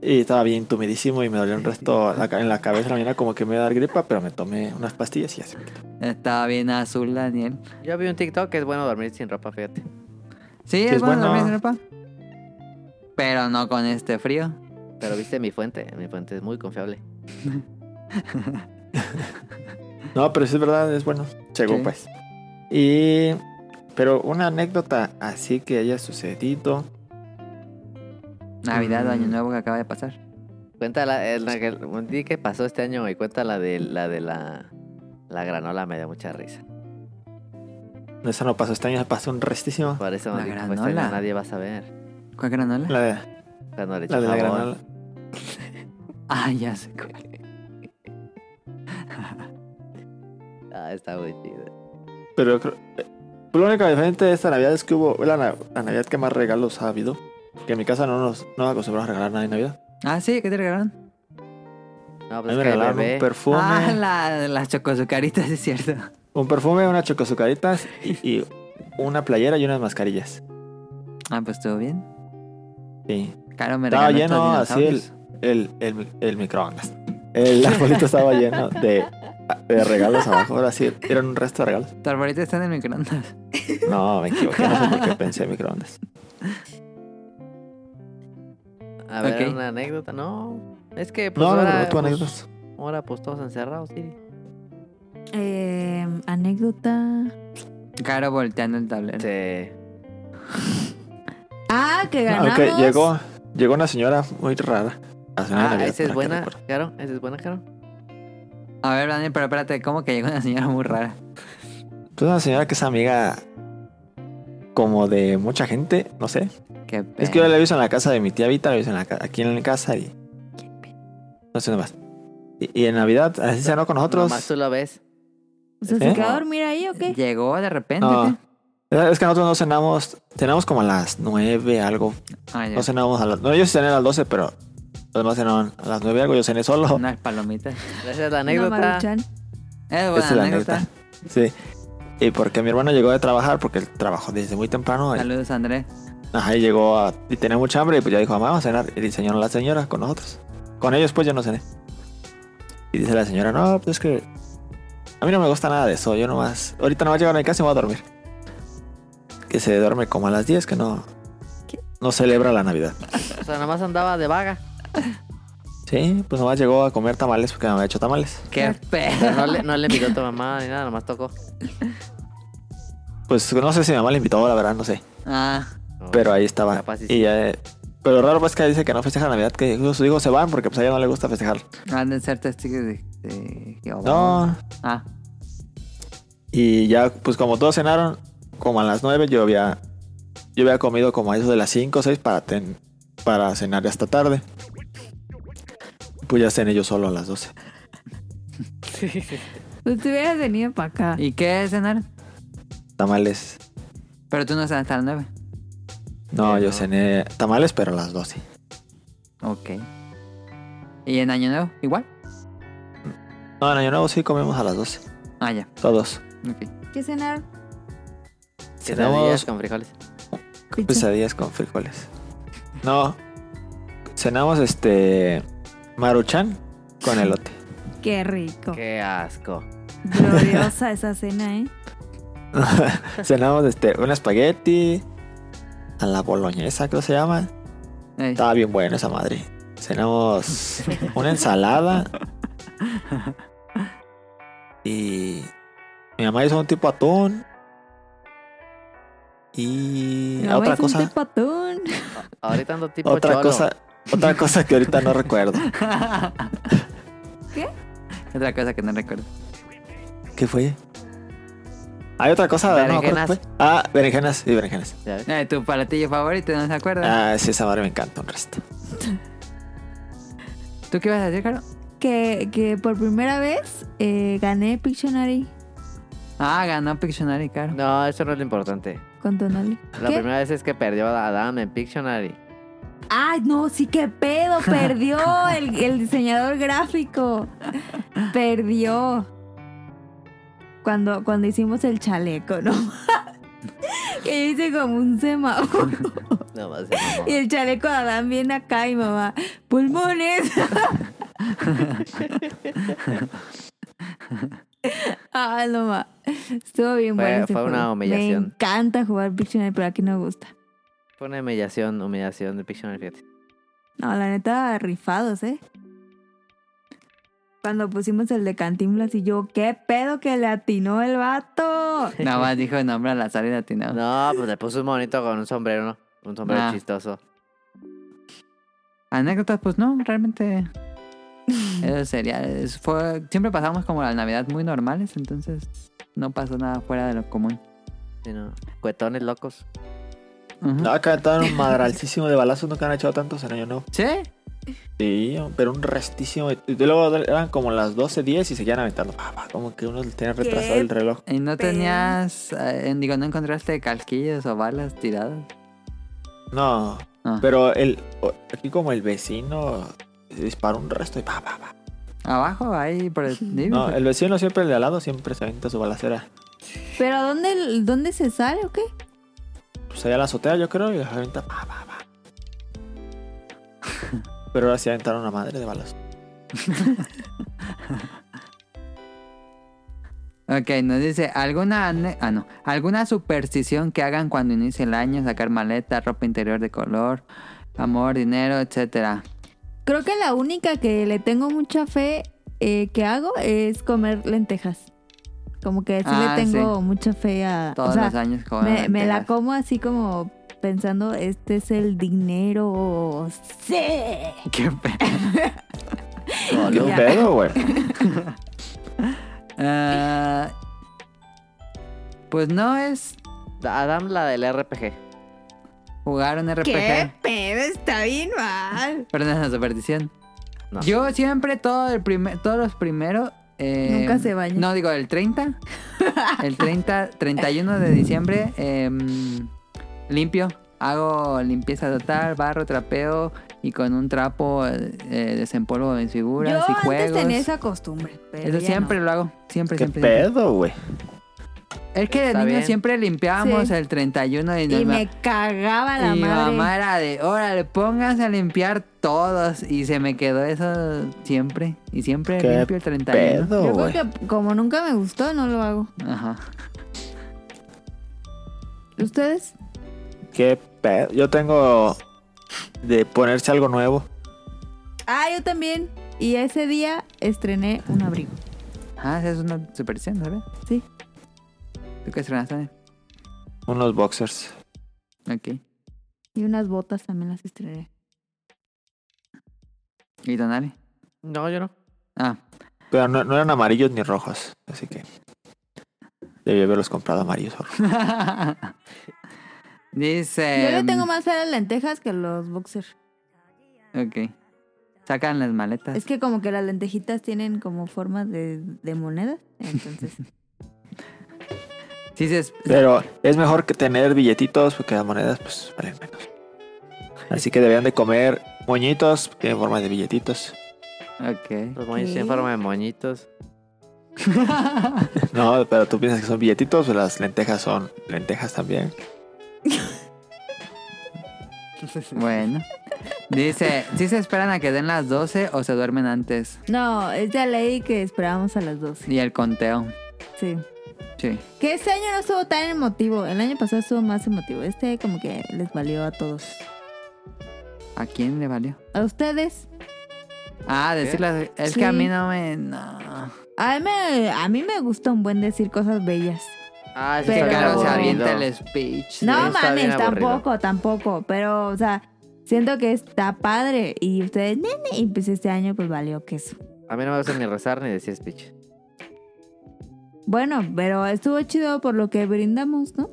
S1: Y estaba bien tumidísimo y me dolió un resto la ca- en la cabeza, en la mañana como que me iba a dar gripa, pero me tomé unas pastillas y así.
S2: Estaba bien azul, Daniel.
S3: Yo vi un TikTok que es bueno dormir sin ropa, fíjate.
S2: Sí, es,
S1: es
S2: bueno,
S1: bueno.
S2: dormir sin ropa. Pero no con este frío.
S3: Pero viste mi fuente, mi fuente es muy confiable.
S1: No, pero sí es verdad, es bueno. Llegó
S2: Sí.
S1: pues. Y... Pero una anécdota así que haya sucedido.
S2: Navidad o Año
S1: Mm.
S2: Nuevo que acaba de pasar.
S3: Cuéntala, el, el, día eh, que pasó este año y cuenta la de la de la, la granola me dio mucha risa.
S1: No, Esa no pasó este año, pasó un restísimo.
S3: Por eso
S2: La
S3: dije, pues, este año
S2: granola.
S3: nadie va a saber.
S2: ¿Cuál granola?
S1: La de
S3: Cuando le
S1: la,
S3: eché
S1: de la
S3: jabón.
S1: granola.
S2: Ah, ya sé cuál.
S3: Ah, está muy chido.
S1: Pero yo creo... eh, Lo único diferente de esta Navidad es que hubo... fue La, na- la Navidad que más regalos ha habido. Que en mi casa no nos no acostumbramos a regalar nada en Navidad.
S2: Ah, sí, ¿qué te regalaron?
S3: No,
S1: A mí
S3: pues
S1: me
S3: que el
S1: regalaron
S3: bebé.
S1: un perfume.
S2: Ah, la- las chocosucaritas, es cierto.
S1: Un perfume, unas chocosucaritas y, y una playera y unas mascarillas.
S2: Ah, pues estuvo bien.
S1: Sí.
S2: Claro, me
S1: Estaba
S2: regaló estos
S1: lleno así el,
S2: dinosaurios.
S1: el, el, el microondas. El arbolito estaba lleno de, de regalos abajo. Ahora sí, eran un resto de regalos.
S2: Tu arbolito está en el microondas.
S1: No, me equivoqué. No sé por qué pensé en microondas.
S3: A ver,
S2: Ok.
S3: una anécdota, no. Es que pues,
S1: No, no,
S3: ahora,
S1: no, tu
S3: pues,
S1: anécdotas.
S3: ahora pues todos encerrados, sí.
S4: Eh, anécdota.
S2: Caro volteando el tablero.
S3: Sí.
S4: Ah, que ganamos.
S1: Aunque llegó, llegó una señora muy rara. a cenar en
S3: Ah,
S1: Navidad,
S3: esa es
S1: para que
S3: buena,
S1: recuerde.
S3: Caro, esa es buena, Caro.
S2: A ver, Daniel, pero espérate, ¿cómo que llegó una señora muy rara?
S1: Entonces, una señora que es amiga como de mucha gente, no sé.
S2: Qué
S1: Es que yo
S2: pena.
S1: la he visto en la casa de mi tía Vita, la he visto en la ca- aquí en la casa y. No sé dónde más. Y, y en Navidad, así cenó con nosotros.
S3: Nomás tú lo ves.
S4: O sea, ¿se
S1: ¿Eh?
S4: quedó a dormir ahí o qué?
S2: ¿Llegó de repente?
S1: No.
S2: o qué?
S1: Es que nosotros no cenamos, cenamos como a las 9, algo.
S2: Ah, ya.
S1: No cenábamos a las. No, yo sí cené a las 12, pero los demás cenaban a las 9, algo. Yo cené solo.
S2: Unas palomitas.
S3: Esa es la
S4: Una
S3: anécdota.
S4: Maruchan.
S2: Es buena
S1: Esa es la
S2: anécdota.
S1: anécdota. Sí. Y porque mi hermano llegó de trabajar, porque él trabajó desde muy temprano. Y,
S2: Saludos, Andrés.
S1: ajá, y llegó a- y tenía mucha hambre. Y pues ya dijo, mamá, vamos a cenar. Y dice, señora, la señora, con nosotros. Con ellos, pues yo no cené. Y dice la señora, no, pues es que. A mí no me gusta nada de eso. Yo nomás. Ahorita nomás llego a mi casa y me voy a dormir. Que se duerme como a las 10, que no.
S4: ¿Qué?
S1: no celebra la Navidad.
S3: O sea, nomás andaba de vaga.
S1: Sí, pues nomás llegó a comer tamales porque me había hecho tamales.
S2: Qué
S3: Pero
S2: pedo.
S3: no le, no le invitó a tu mamá ni nada, nomás tocó.
S1: Pues no sé si mi mamá le invitó, la verdad, no sé.
S2: Ah,
S3: No,
S1: Pero ahí estaba.
S3: Capaz y sí.
S1: Y ya, eh, pero raro pues que dice que no festeja Navidad, que sus hijos se van porque pues a ella no le gusta festejar.
S2: han de ser testigos de... de Jehová.
S1: No.
S2: Ah,
S1: Y ya, pues como todos cenaron, como a las 9 yo había, yo había comido como a eso de las 5 o 6 para, ten- para cenar hasta tarde. Pues ya cené yo solo a las 12.
S4: Tú Pues te hubieras venido para acá.
S2: ¿y qué cenar?
S1: Tamales.
S2: Pero tú no cenas hasta las 9.
S1: No,
S3: Eh,
S1: yo
S3: no.
S1: cené tamales, pero a las 12.
S2: Ok. ¿Y en Año Nuevo? ¿Igual?
S1: No, en Año Nuevo sí comimos a las 12.
S2: Ah, ya.
S1: Todos.
S2: Ok.
S4: ¿Qué cenar?
S3: Quesadillas con frijoles.
S1: Pues,
S4: Pizza.
S1: Pesadillas con frijoles. No. Cenamos este. Maruchan con elote.
S4: Qué rico.
S3: Qué asco.
S4: Gloriosa esa cena, ¿eh?
S1: Cenamos este. Un espagueti. A la boloñesa, creo se llama.
S2: Ey,
S1: Estaba bien buena esa madre. Cenamos una ensalada. Y. Mi mamá hizo un tipo atún. Y.
S4: Mamá
S1: otra
S4: hizo un
S1: cosa.
S4: tepatón.
S3: Ahorita ando tipo
S1: Otra
S3: cholo.
S1: cosa. Otra cosa que ahorita no recuerdo.
S2: Otra cosa que no recuerdo.
S1: ¿Qué fue? Hay otra cosa, no me acuerdo qué fue.
S3: Berenjenas.
S1: Ah, berenjenas, sí, berenjenas.
S3: Ya ves.
S2: Eh, tu platillo favorito, ¿no se acuerda?
S1: Ah, sí, esa madre me encanta un resto.
S2: ¿Tú qué ibas a decir, Caro?
S4: Que, que por primera vez eh, gané Pictionary
S2: Ah, ganó Pictionary, Caro.
S3: No, eso no es lo importante.
S4: con Tonali.
S3: La
S4: ¿Qué?
S3: primera vez es que perdió a Adam en Pictionary.
S4: Ay, no, sí que pedo, perdió el, el diseñador gráfico. Perdió. Cuando, cuando hicimos el chaleco, ¿no? que yo hice como un semáforo.
S3: No, va a ser mamón.
S4: Y el chaleco de Adán viene acá y mamá, pulmones. Ah, no ma. Estuvo bien
S3: Fue-
S4: bueno. ese
S3: fue una
S4: juego.
S3: humillación.
S4: Me encanta jugar Pictionary, pero aquí no me gusta.
S3: Fue una humillación, humillación de Pictionary, fíjate.
S4: No, la neta, rifados, ¿eh? Cuando pusimos el de Cantinflas y yo, ¿qué pedo que le atinó el vato?
S2: Nada más dijo el nombre a la salida atinado.
S3: No, pues le puso un monito con un sombrero, ¿no? Un sombrero
S2: Ah.
S3: chistoso.
S2: Anécdotas, pues no, realmente. Eso sería. es- fue, siempre pasamos como la Navidad muy normales, entonces no pasó nada fuera de lo común.
S3: Sí, ¿no? Cuetones locos.
S2: Ujú.
S1: No, acá estaban un madralcísimo de balazos, nunca han echado tantos en año nuevo.
S2: ¿Sí?
S1: Sí, pero un restísimo. Y luego eran como las 12.10 y seguían aventando. Pa, pa, Como que uno tenía retrasado
S4: ¿Qué?
S1: el reloj.
S2: ¿Y no
S4: Pero-
S2: tenías. eh, en- digo, no encontraste calquillos o balas tiradas?
S1: No,
S2: Ah.
S1: pero el, o- aquí como el vecino disparó un resto y pa, pa, pa.
S2: ¿Abajo? Ahí por el.
S1: No, el vecino siempre, el de al lado, siempre se aventa su balacera.
S4: ¿Pero dónde, dónde se sale o qué?
S1: Pues allá a la azotea, yo creo, y las aventa pa, pa, pa. Pero ahora sí aventaron una madre de balas.
S2: Ok, nos dice, ¿alguna, ane- ah, no, ¿alguna superstición que hagan cuando inicie el año? Sacar maleta, ropa interior de color, amor, dinero, etcétera.
S4: Creo que la única que le tengo mucha fe eh, que hago es comer lentejas. Como que sí
S2: Ah,
S4: le tengo mucha fe a... o
S2: Todos
S4: sea,
S2: los años con
S4: me, me la
S2: lentejas.
S4: como así como pensando, este es el dinero. ¡Sí!
S2: Qué pe-
S1: ¿Qué
S4: Ya.
S1: pedo, güey?
S2: Ah, pues no es
S3: Adam, la del RPG.
S2: jugar un RPG.
S4: pedo? Está bien mal.
S2: Pero no es una superstición.
S3: No.
S2: Yo siempre, todo el primer, todos los primeros. eh,
S4: Nunca se baña.
S2: No, digo, el 30. El 30, 31 de diciembre. eh, limpio. Hago limpieza total, barro, trapeo y con un trapo eh, eh, desempolvo mis figuras
S4: Yo
S2: y
S4: antes
S2: juegos.
S4: tenía esa costumbre. Pero
S2: Eso
S4: ya
S2: siempre
S4: no.
S2: lo hago. Siempre,
S1: ¿Qué
S2: siempre, siempre.
S1: pedo, güey?
S2: Es que de
S3: Está
S2: niños
S3: bien.
S2: siempre limpiábamos
S4: Sí.
S2: el 31 y, nos
S4: Y
S2: ma-
S4: me cagaba la
S2: y mi
S4: madre.
S2: mamá era de, órale, pónganse a limpiar todos. Y se me quedó eso siempre. Y siempre
S1: ¿Qué
S2: limpio el 31.
S1: Pedo,
S4: Yo
S1: güey.
S4: creo que como nunca me gustó, no lo hago.
S2: Ajá.
S4: ¿Ustedes?
S1: Qué pedo. Yo tengo de ponerse algo nuevo.
S4: Ah, yo también. Y ese día estrené un abrigo.
S2: Ah, es una superstición, ¿verdad?
S4: Sí.
S2: ¿Tú qué estrenaste? Daniel?
S1: Unos boxers.
S2: Ok.
S4: Y unas botas también las estrené.
S2: ¿Y Donali?
S3: No, yo no.
S2: Ah,
S1: Pero no, no eran amarillos ni rojos. Así que. Debí haberlos comprado amarillos. o rojos.
S3: Em.
S2: Dice.
S4: yo le tengo más fe a las lentejas que a los boxers.
S2: mm, Ok. Sacan las
S3: Ah.
S2: maletas.
S4: Es que como que las lentejitas tienen como formas de, de monedas. Entonces,
S2: Sí, sí, es-
S1: Pero es mejor que tener billetitos porque las monedas pues valen menos. Así que deberían de comer moñitos que en forma de billetitos.
S2: Ok.
S3: Los moñitos
S4: Ok.
S3: en forma de moñitos.
S1: No, pero tú piensas que son billetitos, pues las lentejas son lentejas también.
S2: Bueno. Dice, ¿sí se esperan a que den las 12 o se duermen antes?
S4: no, es de ley que esperábamos a las 12.
S2: Y el conteo.
S4: Sí.
S2: Sí.
S4: Que este año no estuvo tan emotivo. El año pasado estuvo más emotivo. Este como que les valió a todos.
S2: ¿A quién le valió?
S4: ¿A ustedes?
S2: Ah, decirlas. Es
S4: Sí.
S2: que a mí no me. No.
S4: A mí, me, a mí me gusta un buen decir cosas bellas.
S3: Ah, sí,
S4: Pero-
S2: Que
S3: está bien
S2: Caro se
S3: aburrido.
S2: avienta el speech.
S4: No
S3: está bien
S4: mames,
S3: aburrido.
S4: tampoco, tampoco. Pero, o sea, siento que está padre. Y ustedes, nene, y pues este año pues valió queso.
S3: A mí no me gusta ni rezar ni decir speech.
S4: Bueno, pero estuvo chido por lo que brindamos, ¿no?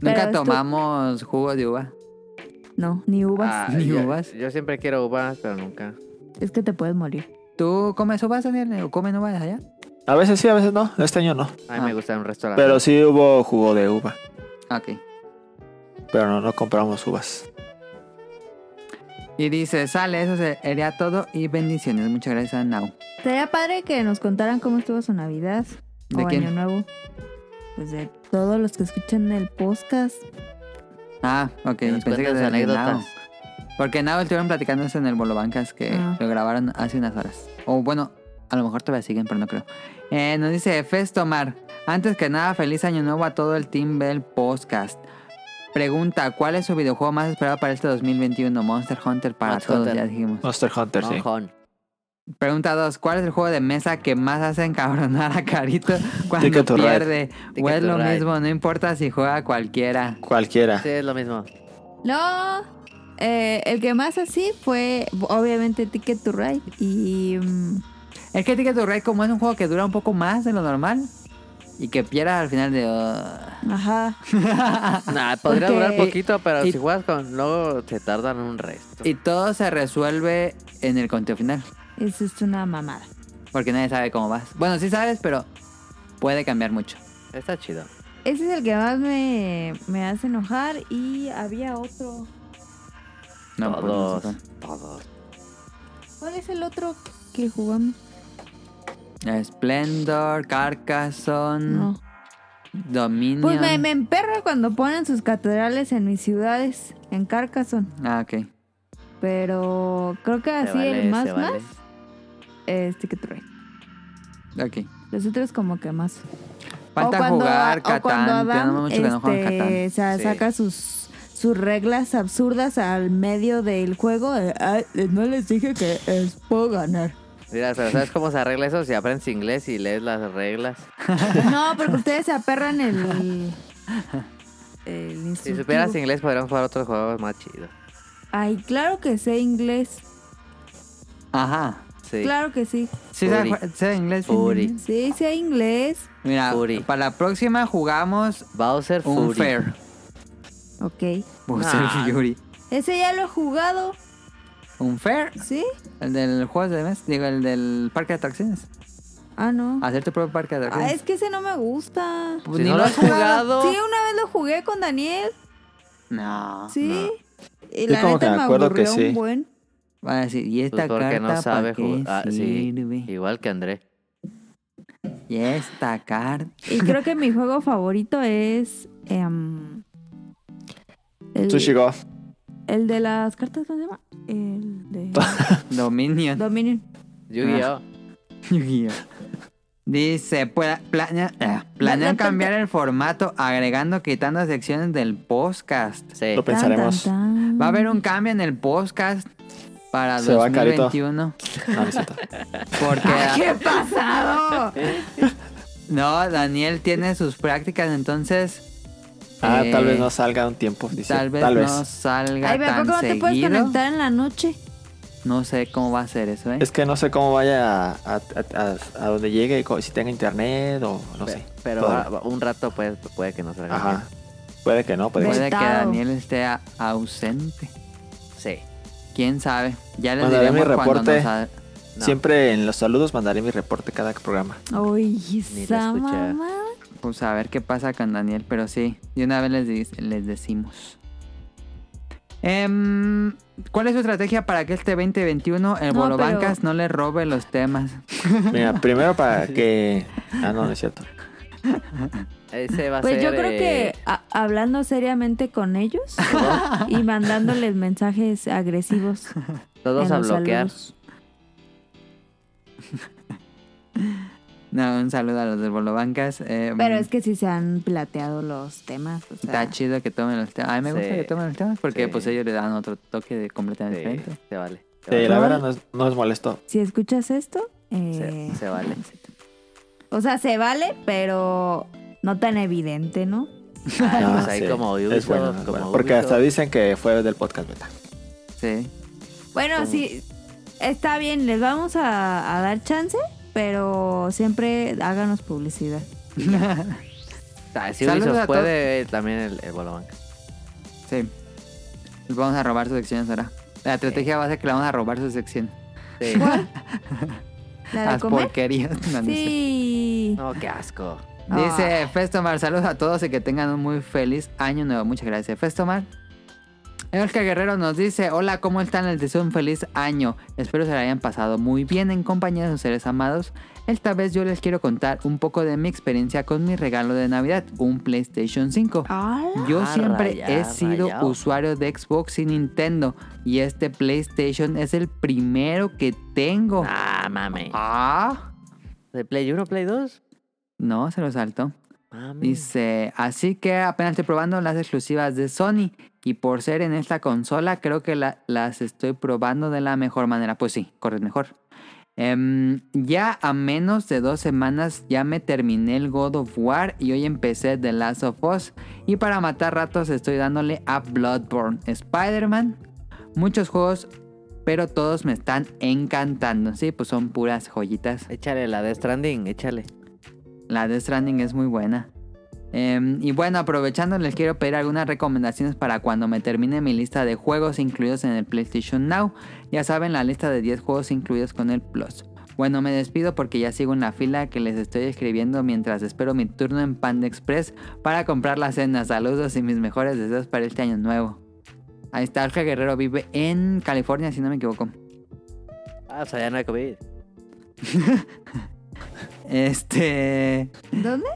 S2: Nunca
S4: pero esto-
S2: tomamos jugo de uva.
S4: No, ni uvas.
S3: Ah,
S2: ni
S3: yo-
S2: uvas.
S3: Yo siempre quiero uvas, pero nunca.
S4: Es que te puedes morir.
S2: ¿Tú comes uvas, Daniel? ¿O comen uvas allá?
S1: A veces sí, a veces no. Este año no.
S3: A mí
S2: Ah.
S3: me gusta un restaurante.
S1: Pero sí hubo jugo de uva.
S2: Ok.
S1: Pero no, no compramos uvas.
S2: Y dice, sale, eso sería todo y bendiciones. Muchas gracias a Nau.
S4: Sería padre que nos contaran cómo estuvo su Navidad
S2: ¿De
S4: o
S2: quién?
S4: Año Nuevo. Pues de todos los que escuchan el podcast.
S2: Ah, ok.
S3: Que nos
S2: Pensé que
S3: cuenten sus
S2: era de Nao.
S3: anécdotas.
S2: Porque Nao estuvieron platicando eso en el Bolo Bancas que
S4: Ah.
S2: lo grabaron hace unas horas. O bueno, a lo mejor todavía siguen, pero no creo. Eh, nos dice Festomar. Antes que nada, feliz año nuevo a todo el team del podcast. Pregunta, ¿cuál es su videojuego más esperado para este 2021? Monster Hunter para
S3: Monster
S2: todos,
S3: Hunter.
S2: ya dijimos.
S1: Monster Hunter, sí.
S3: Mojón.
S2: Pregunta 2, ¿cuál es el juego de mesa que más hace encabronar a Carito cuando
S1: Ticket to Ride.
S2: pierde? O
S3: Ticket
S2: es
S3: to
S2: lo
S3: Ride.
S2: mismo, no importa si juega cualquiera.
S1: Cualquiera.
S3: Sí, es lo mismo.
S4: No, eh, el que más así fue obviamente Ticket to Ride y mm,
S2: Es que Ticket to Ride, como es un juego que dura un poco más de lo normal y que pierdas al final de. uh, "Ugh".
S4: ajá.
S3: Nah, podría
S4: Porque-
S3: durar poquito, pero
S2: y-
S3: si juegas con. Luego te tardan un resto.
S2: y todo se resuelve en el conteo final,
S4: Eso es una mamada.
S2: porque nadie sabe cómo vas. Bueno, sí sabes, pero puede cambiar mucho.
S3: Está chido.
S4: Ese es el que más me, me hace enojar y había otro.
S2: No, pues, no
S3: todos.
S2: sé
S3: todos.
S4: ¿Cuál es el otro que jugamos?
S2: cuál. Splendor, Carcassonne,
S4: No.
S2: Dominion.
S4: Pues me, me emperra cuando ponen sus catedrales en mis ciudades, en Carcassonne.
S2: Ah, ok.
S4: Pero creo que así
S3: vale,
S4: el más
S3: se vale.
S4: más es Ticket to Ride.
S2: Ok.
S4: Los otros como que más.
S2: Falta jugar
S4: o cuando
S2: Catán. Tenemos mucho que no juegan
S4: este,
S2: Catán.
S4: o sea,
S3: Sí.
S4: saca sus sus reglas absurdas al medio del juego. eh, ay, no les dije que es puedo ganar.
S3: Mira, pero ¿sabes cómo se arregla eso? Si aprendes inglés y lees las reglas.
S4: No, porque ustedes se aperran el. el
S3: Si
S4: instructivo.
S3: supieras inglés, podríamos jugar otros juegos más chidos.
S4: Ay, claro que sé inglés.
S2: Ajá.
S3: Sí.
S4: Claro que sí.
S2: Sí,
S3: Fury.
S2: sabe- sabe inglés.
S3: Fury.
S4: Sí, sé inglés.
S2: Mira,
S3: Fury.
S2: para la próxima jugamos
S3: Bowser Fury.
S2: un fair.
S4: Ok.
S2: Bowser
S3: Ah.
S2: Fury.
S4: Ese ya lo he jugado,
S2: ¿Un fair?
S4: ¿sí?
S2: El del juego de mes, digo, el del parque de atracciones.
S4: Ah, no.
S2: Hacer tu propio parque de
S4: Ah,
S2: atracciones.
S4: es que ese no me gusta.
S2: Pues
S3: Si
S2: ni
S3: no lo
S2: lo
S3: has jugado.
S4: Sí, una vez lo jugué con Daniel,
S2: Ah, No.
S4: sí. Y
S1: Sí,
S4: la
S1: como que
S4: neta
S1: me
S4: me
S1: acuerdo
S4: aburrió
S1: que sí.
S4: un buen.
S2: Va a decir, ¿y esta
S3: Pues porque
S2: carta
S3: no sabe
S2: para qué
S3: jugar. Ah, sí.
S2: sirve?
S3: Igual que André.
S2: Ah, Y esta carta.
S4: Y creo que mi juego favorito es. em, el,
S1: Tsushigó.
S4: el de las cartas, ¿cómo se llama? El de
S2: Dominion.
S4: Dominion.
S3: Yu-Gi-Oh!
S2: Yu-Gi-Oh. Dice, "Pla- planea- ah, planean cambiar el formato agregando, quitando secciones del podcast.
S3: Sí.
S1: Lo pensaremos.
S4: Tan, tan, tan.
S2: Va a haber un cambio en el podcast para
S1: Se va, Carito.
S2: 2021.
S1: No, no es cierto.
S2: Porque
S4: Ah,
S3: Ah,
S4: ¡Qué pasado!
S2: no, Daniel tiene sus prácticas, entonces
S1: Ah, tal
S2: Eh,
S1: vez no salga un tiempo. dice.
S2: tal vez no salga
S4: Ay, ¿a
S2: tan
S4: poco no te puedes
S2: seguido.
S4: conectar en la noche?
S2: No sé cómo va a ser eso, ¿eh?
S1: Es que no sé cómo vaya a, a, a- a donde llegue, co- si tenga internet o no sé.
S3: Pero
S1: Todavía.
S3: ah, un rato puede, puede que no salga.
S1: Ajá. Puede que no, puede que
S2: Puede que
S4: Vetado.
S2: Daniel esté Este, a- ausente.
S3: bien. Sí.
S2: ¿Quién sabe? Ya les
S1: Mandaré mi
S2: diremos cuando
S1: reporte.
S2: nos... ha-
S1: no.
S3: No.
S1: Siempre en los saludos mandaré mi reporte cada programa.
S4: Uy,
S3: Ni la
S4: esa
S3: escuché.
S4: mamá.
S2: Pues a ver qué pasa con Daniel, pero sí, de una vez les, dis- les decimos. Em, ¿Cuál es su estrategia para que este 2021 el
S4: No,
S2: Bolobancas no le robe los temas?
S1: Mira, primero para que. Ah, no, no es cierto.
S3: Ese va a
S4: Pues
S3: ser.
S4: yo creo
S3: eh,
S4: que a- hablando seriamente con ellos y mandándoles mensajes agresivos.
S3: Todos
S4: en
S3: a
S4: los
S3: bloquear.
S4: saludos.
S2: No, un saludo a los del Bolobancas. em,
S4: Pero es que si se han plateado los temas. O sea,
S2: Está chido que tomen los temas. A mí me gusta
S3: Sí.
S2: que tomen los temas porque
S3: Sí.
S2: pues ellos le dan otro toque de completamente
S3: Sí,
S2: diferente.
S3: se vale.
S1: Sí,
S3: Se vale.
S1: la verdad no es, no es molesto.
S4: si escuchas esto, eh,
S3: Se- se vale.
S4: O sea, se vale, pero no tan evidente, ¿no?
S3: Ah,
S1: No,
S3: pues ahí
S1: sí,
S3: como Ubisoft,
S1: es bueno, es
S3: como
S1: bueno. Porque
S3: Ubisoft.
S1: hasta dicen que fue del podcast beta.
S2: Sí.
S4: Bueno,
S3: ¿Cómo?
S4: sí, está bien, les vamos a, a dar chance, pero siempre háganos publicidad.
S3: O sea, Ah, si
S2: Saludos
S3: Ubisoft
S2: a
S3: puede, eh, también el, el Bolobanca.
S2: Sí. Les vamos a robar sus secciones ahora. La estrategia va a ser que le vamos a robar sus secciones.
S3: Sí.
S4: ¿La de
S3: Ah,
S2: Las
S4: comer?
S2: porquerías. No, no sé.
S4: Sí. Ah.
S3: No, qué asco.
S2: Dice Festomar, saludos a todos y que tengan un muy feliz año nuevo. Muchas gracias, Festomar. Elke Guerrero nos dice, hola, ¿cómo están? Les deseo un feliz año. Espero se la hayan pasado muy bien en compañía de sus seres amados. Esta vez yo les quiero contar un poco de mi experiencia con mi regalo de Navidad, un PlayStation 5.
S4: ¡Hala!
S2: Yo
S3: Ah,
S2: siempre he
S3: rayado,
S2: sido
S3: rayado.
S2: usuario de Xbox y Nintendo y este PlayStation es el primero que tengo.
S3: Ah, mame.
S2: Ah,
S3: ¿De Play 1, Play 2?
S2: no, se lo saltó.
S3: Mami.
S2: Dice, así que apenas estoy probando las exclusivas de Sony. Y por ser en esta consola, creo que la- las estoy probando de la mejor manera. Pues sí, corre mejor. Em, ya a menos de dos semanas ya me terminé el God of War y hoy empecé The Last of Us. Y para matar ratos estoy dándole a Bloodborne, Spider-Man. Muchos juegos, pero todos me están encantando. Sí, pues son puras joyitas.
S3: Échale la de Stranding, échale.
S2: La de Stranding es muy buena. Em, y bueno, aprovechando, les quiero pedir algunas recomendaciones para cuando me termine mi lista de juegos incluidos en el PlayStation Now. Ya saben, la lista de 10 juegos incluidos con el Plus. Bueno, me despido porque ya sigo en la fila que les estoy escribiendo mientras espero mi turno en Panda Express para comprar la cena. Saludos y mis mejores deseos para este año nuevo. Ahí está, Alge Guerrero vive en California, si no me equivoco.
S3: Ah, o sea, ya no hay COVID.
S2: Este.
S4: ¿Dónde?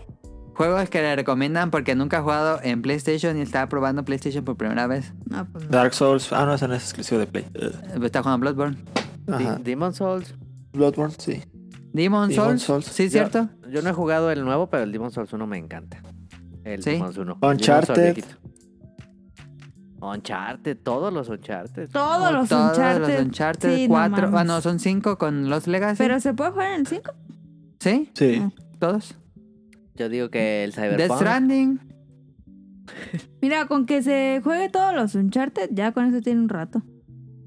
S2: Juegos que le recomiendan porque nunca ha jugado en PlayStation y está probando PlayStation por primera vez.
S4: No, pues no.
S1: Dark Souls. Ah, no, eso no es exclusivo de Play. Ugh.
S2: Eh, Está jugando Bloodborne.
S1: Ajá.
S3: Di- Demon Souls.
S1: Bloodborne, sí.
S2: Demon
S1: Demon's
S2: Souls.
S1: Souls.
S2: Sí,
S3: Yo-
S2: cierto.
S3: Yo no he jugado el nuevo, pero el Demon Souls 1 me encanta. El
S2: Sí.
S3: Demon Souls 1.
S1: Uncharted.
S3: Demon Souls viejito. Uncharted, todos los Uncharted.
S4: Todos los Uncharted.
S2: los Uncharted,
S4: Sí, no
S2: cuatro.
S4: mames.
S2: ah, no, son cinco con los Legacy.
S4: Pero se puede jugar en el 5.
S2: ¿Sí?
S1: Sí.
S2: ¿Todos?
S3: Yo digo que el
S2: Death
S3: Cyberpunk.
S2: Stranding.
S4: Mira, con que se juegue todos los Uncharted, ya con eso tiene un rato.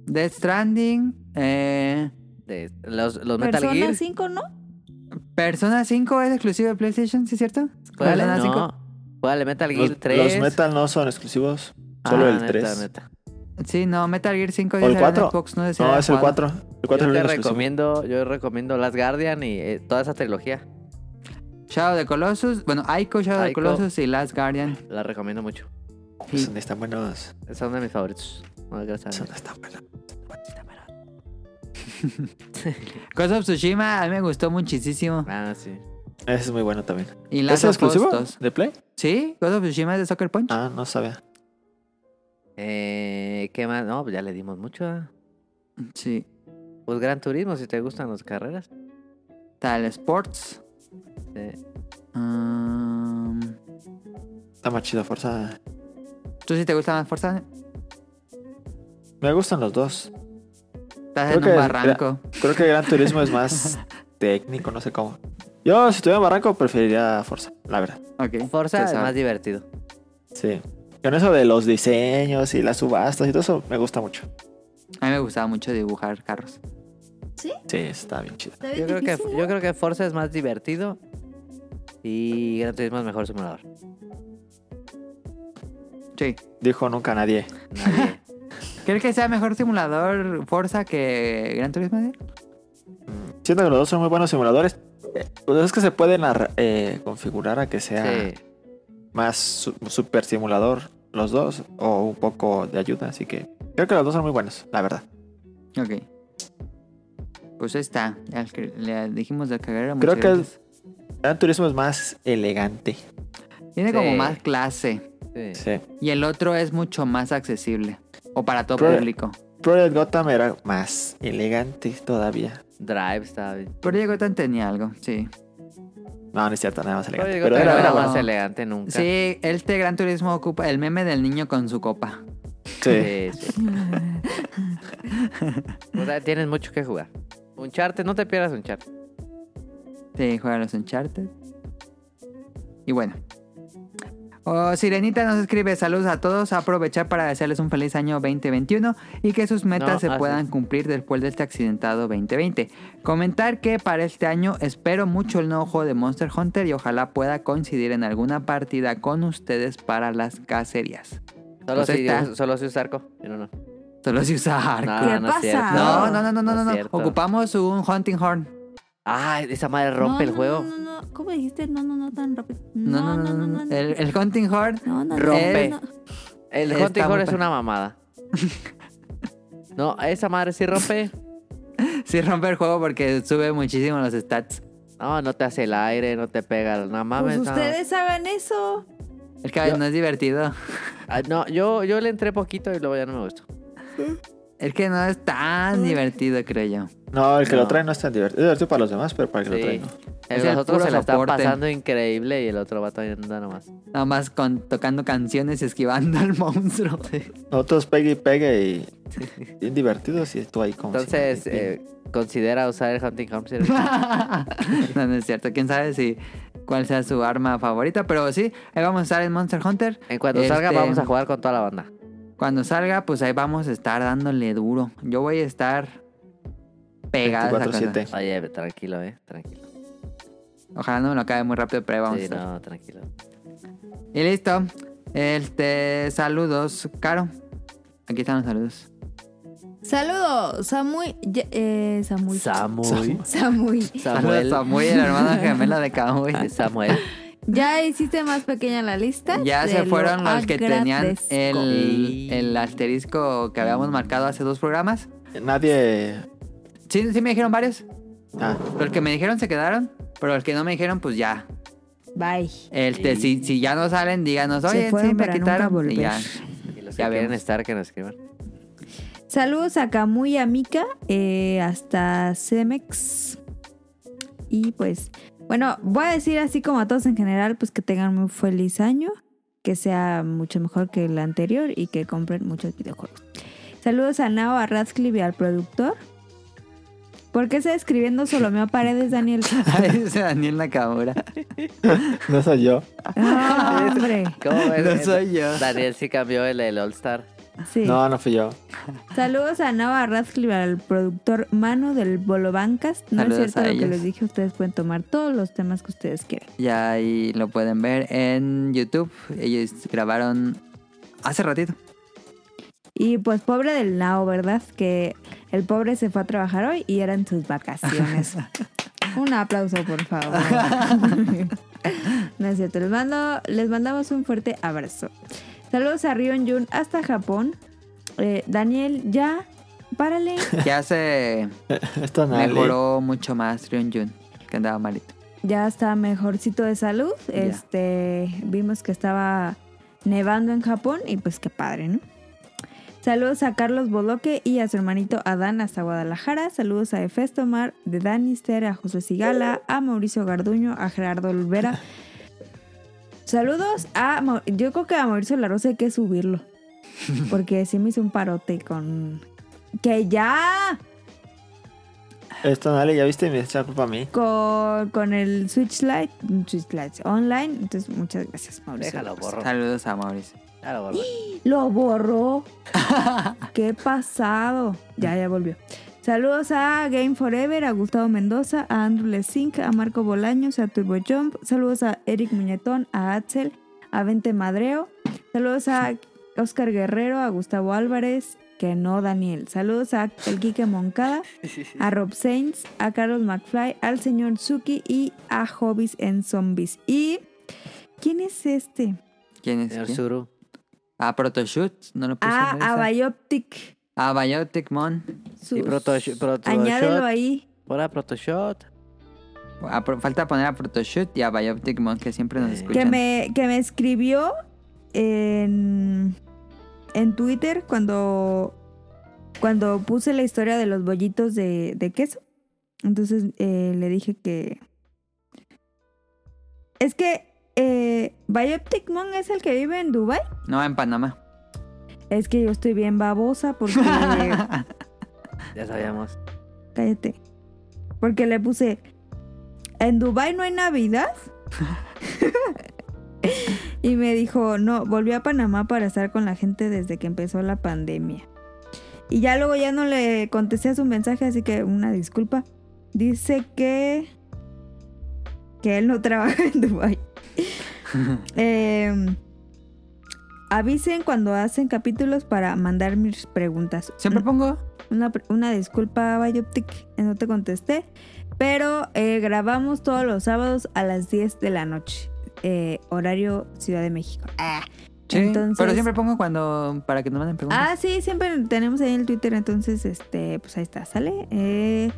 S2: Death Stranding. eh,
S3: de- los los Metal
S4: Persona
S3: Gear.
S4: 5, ¿no?
S2: Persona 5 es exclusivo de PlayStation, ¿sí, cierto?
S3: Juégale,
S2: Persona
S3: no.
S2: 5.
S3: Juégale Metal Gear
S1: Los,
S3: 3.
S1: los Metal no son exclusivos. Solo
S3: Ah,
S1: el
S3: neta,
S1: 3.
S3: neta.
S2: Sí, no, Metal Gear 5
S1: ¿O
S2: ya
S1: el
S2: salió en
S1: cuatro?
S2: Xbox, no, sé si
S1: No,
S2: era
S1: es el
S2: cuatro.
S1: 4. El 4
S3: yo
S1: es
S3: te
S1: el único exclusivo.
S3: recomiendo, yo recomiendo Last Guardian y eh, toda esa trilogía.
S2: Shadow of the Colossus. Bueno, Aiko, Shadow of the
S3: Ico.
S2: Colossus y Last Guardian.
S3: La recomiendo mucho.
S1: Pues, ¿dónde están buenos.
S3: Es uno de mis favoritos. No, gracias.
S1: ¿Dónde están buenos?
S2: Ghost of Tsushima a mí me gustó muchísimo.
S3: Ah, sí.
S1: Ese es muy bueno también.
S2: Y
S1: ¿Es
S2: Last of Us
S1: exclusivo
S2: 2.
S1: de Play?
S2: Sí, Ghost of Tsushima es de Soccer Punch.
S1: Ah, no sabía.
S3: Eh, ¿Qué más? No, pues ya le dimos mucho. ¿ah?
S2: Sí.
S3: Pues Gran Turismo, si te gustan las carreras.
S2: Tal Sports.
S3: Sí.
S2: Um,
S1: Está más chido Forza.
S2: ¿Tú sí te gusta más Forza?
S1: Me gustan los dos.
S2: Estás
S1: Creo
S2: en un
S1: que-
S2: barranco.
S1: Creo que Gran Turismo es más técnico, no sé cómo. Yo, si estuviera en Barranco, preferiría Forza, la verdad.
S2: Ok.
S3: Forza es
S2: Forza.
S3: más divertido.
S1: Sí. Con eso de los diseños y las subastas y todo eso, me gusta mucho.
S2: A mí me gustaba mucho dibujar carros.
S1: Sí, está bien chido.
S4: Está bien
S3: Yo creo, que,
S4: difícil,
S3: yo creo que Forza es más divertido y Gran Turismo es mejor simulador.
S2: Sí.
S1: Dijo nunca nadie.
S3: Nadie.
S2: ¿Crees que sea mejor simulador Forza que Gran Turismo?
S1: Siento que los dos son muy buenos simuladores. Eh, Pues es que se pueden arra- eh, configurar a que sea
S3: sí.
S1: más su- super simulador los dos o un poco de ayuda. Así que creo que los dos son muy buenos, la verdad.
S2: Ok. Pues ahí está. Ya que- Le dijimos de cagar.
S1: Creo
S2: muchas
S1: que-
S2: gracias.
S1: Gran Turismo es más elegante.
S2: Tiene como
S3: Sí.
S2: más clase.
S3: sí.
S1: Sí.
S2: Y el otro es mucho más accesible. O para todo
S1: Pero-
S2: público.
S1: Project Gotham era más elegante todavía.
S3: Drive está bien.
S2: Pero llegó tan tenía algo, sí.
S1: No, no es cierto, nada más elegante.
S3: Pero,
S1: Pero
S2: Gotham
S1: era,
S3: era
S2: bueno.
S3: más elegante nunca.
S2: Sí, este Gran Turismo ocupa el meme del niño con su copa.
S1: sí.
S3: Sí, sí. O sea, tienes mucho que jugar. Un charte, no te pierdas un charte.
S2: Sí, juega los Uncharted. Y bueno. Oh, Sirenita nos escribe saludos a todos, aprovechar para desearles un feliz año 2021 y que sus metas
S3: No,
S2: se
S3: así
S2: puedan
S3: es.
S2: cumplir después de este accidentado 2020. Comentar que para este año espero mucho el nuevo juego de Monster Hunter y ojalá pueda coincidir en alguna partida con ustedes para las cacerías.
S3: Solo,
S2: Pues ahí
S3: si,
S2: está.
S3: solo si usas arco. Yo no, no.
S2: Solo si usa arco.
S4: ¿Qué
S3: es cierto.
S4: pasa?
S2: No, no, no, no, no, no,
S3: es
S2: no.
S3: cierto.
S2: Ocupamos un hunting horn.
S3: Ay, esa madre
S4: No,
S3: rompe el
S4: no,
S3: juego.
S4: No, no, no. ¿Cómo dijiste? No, no, no, tan rápido.
S2: No, no, no, no, no.
S4: no.
S2: El, el hunting horn
S4: No, no, no,
S2: rompe.
S4: no.
S3: El
S2: Está
S3: Hunting
S2: muy
S3: Horn es
S2: pa-
S3: una mamada. No, esa madre sí rompe.
S2: Sí rompe el juego porque sube muchísimo los stats.
S3: No, no te hace el aire, no te pega. No mames.
S4: Pues
S3: no.
S4: ustedes hagan eso.
S2: El que
S3: Yo-
S2: no es divertido.
S3: Ah, no, yo, yo le entré poquito y luego ya no me gustó.
S2: El que no es tan divertido, creo yo.
S1: No, el que
S3: No.
S1: lo trae no es tan divertido. Es divertido para los demás, pero para el que
S3: Sí.
S1: lo trae no.
S2: Es
S3: El
S2: el
S3: otro
S2: puro
S3: se la está
S2: soporte. Oh,
S3: pasando increíble y el otro va todavía anda nomás.
S2: Nada más con, tocando canciones y esquivando al monstruo.
S1: Otros pegue y pegue y bien divertidos y tú ahí como si-
S3: Entonces,
S1: bien.
S3: eh, considera usar el Hunting Horn. si eres-
S2: no, no es cierto. Quién sabe si cuál sea su arma favorita. Pero sí, ahí vamos a estar en Monster Hunter.
S3: En cuanto salga,
S2: Este-
S3: vamos a jugar con toda la banda.
S2: Cuando salga, pues ahí vamos a estar dándole duro. Yo voy a estar pegado a esa cosa.
S1: 24/7.
S3: Oye, tranquilo, eh, tranquilo.
S2: Ojalá no me lo acabe muy rápido, pero ahí vamos a
S3: sí,
S2: estar.
S3: no, tranquilo.
S2: Y listo. Este, saludos, Caro. Aquí están los saludos.
S4: Saludos, Samuy. ye- Eh, Samuy.
S3: Samuel.
S4: Samuy.
S2: Saludos,
S3: Samuel.
S2: Samuy, el hermano gemelo de Kamui.
S3: Samuel.
S4: Ya hiciste más pequeña la lista.
S2: Ya se
S4: Te lo
S2: fueron los que tenían eh,
S4: agradezco.
S2: el, el asterisco que habíamos marcado hace dos programas.
S1: Nadie.
S2: Sí, sí me dijeron varios.
S1: Ah,
S2: Los que me dijeron se quedaron, pero los que no me dijeron, pues ya.
S4: Bye.
S2: Este, si, si ya no salen, díganos,
S4: Se
S2: oye, sí
S4: fueron
S2: me
S4: para nunca
S2: quitaron.
S4: volver.
S2: Y ya.
S3: Y los que
S2: Ya
S3: quieren
S2: vemos.
S3: estar, que nos escriban.
S4: Saludos a Camuy y a Mika, eh, hasta Cemex. Y pues, bueno, voy a decir así como a todos en general, pues que tengan un feliz año, que sea mucho mejor que el anterior y que compren muchos videojuegos. Saludos a Nao, a Radcliffe y al productor. ¿Por qué está escribiendo Solomeo Paredes, Daniel?
S2: Dice Daniel Nakamura.
S1: no soy yo.
S4: Ah, hombre.
S3: ¿Cómo ves?
S2: No soy yo.
S3: Daniel sí cambió el, el All Star.
S4: Sí.
S1: No, no fui yo.
S4: Saludos a Nava Radcliffe, al productor Mano del Bolo Bancast. No
S2: Saludos
S4: es cierto
S2: a
S4: lo que
S2: ellos.
S4: les dije, ustedes pueden tomar todos los temas que ustedes quieran.
S2: Ya ahí lo pueden ver en YouTube. Ellos grabaron hace ratito.
S4: Y pues pobre del Nao, ¿verdad? Que el pobre se fue a trabajar hoy y eran sus vacaciones. un aplauso, por favor. no es cierto, les, mando, les mandamos un fuerte abrazo. Saludos a Rion Jun hasta Japón. Eh, Daniel, ya, párale.
S2: Ya se
S1: Esto es Nali.
S2: mejoró mucho más Ryun Jun, que andaba malito.
S4: ya está mejorcito de salud.
S2: Ya.
S4: Este, vimos que estaba nevando en Japón y pues qué padre, ¿no? Saludos a Carlos Boloque y a su hermanito Adán hasta Guadalajara. Saludos a Efesto Mar, de Danister, a José Sigala, a Mauricio Garduño, a Gerardo Olvera. Saludos a... Mau- Yo creo que a Mauricio Larosa hay que subirlo. Porque sí me hizo un parote con... Que ya...
S1: Esto, dale, ya viste, me echa culpa a mí.
S4: Con, con el Switch Lite, Switch Lite online. Entonces, muchas gracias, Mauricio.
S3: Déjalo,
S4: Larosa.
S3: borro.
S2: Saludos a Mauricio.
S3: Déjalo, borro.
S4: Lo borró. Qué pasado. Ya, ya volvió. Saludos a Game Forever, a Gustavo Mendoza, a Andrew Lezink, a Marco Bolaños, a Turbo Jump. Saludos a Eric Muñetón, a Axel, a Vente Madreo. Saludos a Oscar Guerrero, a Gustavo Álvarez, que no Daniel. Saludos a El Quique Moncada, a Rob Sainz, a Carlos McFly, al señor Suki y a Hobbies en Zombies. ¿Y quién es este?
S2: ¿Quién es?
S3: Señor
S2: quién?
S3: Zuru.
S2: A Protoshoot, no lo puse.
S4: Ah,
S2: Pues en esa.
S4: a Bioptic.
S2: A Biotic Mon.
S3: Y
S4: Sus-
S3: Protosh- Protoshot.
S4: Añádelo ahí.
S3: Hola, Protoshot.
S2: A Pro- falta poner a Protoshoot y a Bioptic Mon, que siempre nos
S3: Eh.
S2: escuchan.
S4: Que me, que me escribió en, en Twitter cuando, cuando puse la historia de los bollitos de, de queso. Entonces eh, le dije que. Es que eh, Bioptic Mon es el que vive en Dubai.
S2: No, en Panamá.
S4: Es que yo estoy bien babosa porque.
S3: Ya sabíamos.
S4: Cállate. Porque le puse, ¿en Dubai no hay Navidad? y me dijo, no, volví a Panamá para estar con la gente desde que empezó la pandemia. Y ya luego ya no le contesté a su mensaje, así que una disculpa. Dice que... Que él no trabaja en Dubai. Em, avisen cuando hacen capítulos para mandar mis preguntas.
S2: Siempre pongo.
S4: Una, pr- una disculpa, Bioptic, eh, no te contesté. Pero eh, grabamos todos los sábados a las 10 de la noche. eh, horario Ciudad de México. Ah,
S2: Sí,
S4: Entonces-
S2: pero siempre pongo cuando. para que nos manden preguntas.
S4: Ah, sí, siempre tenemos ahí en el Twitter. Entonces, este, pues ahí está, sale. Eh,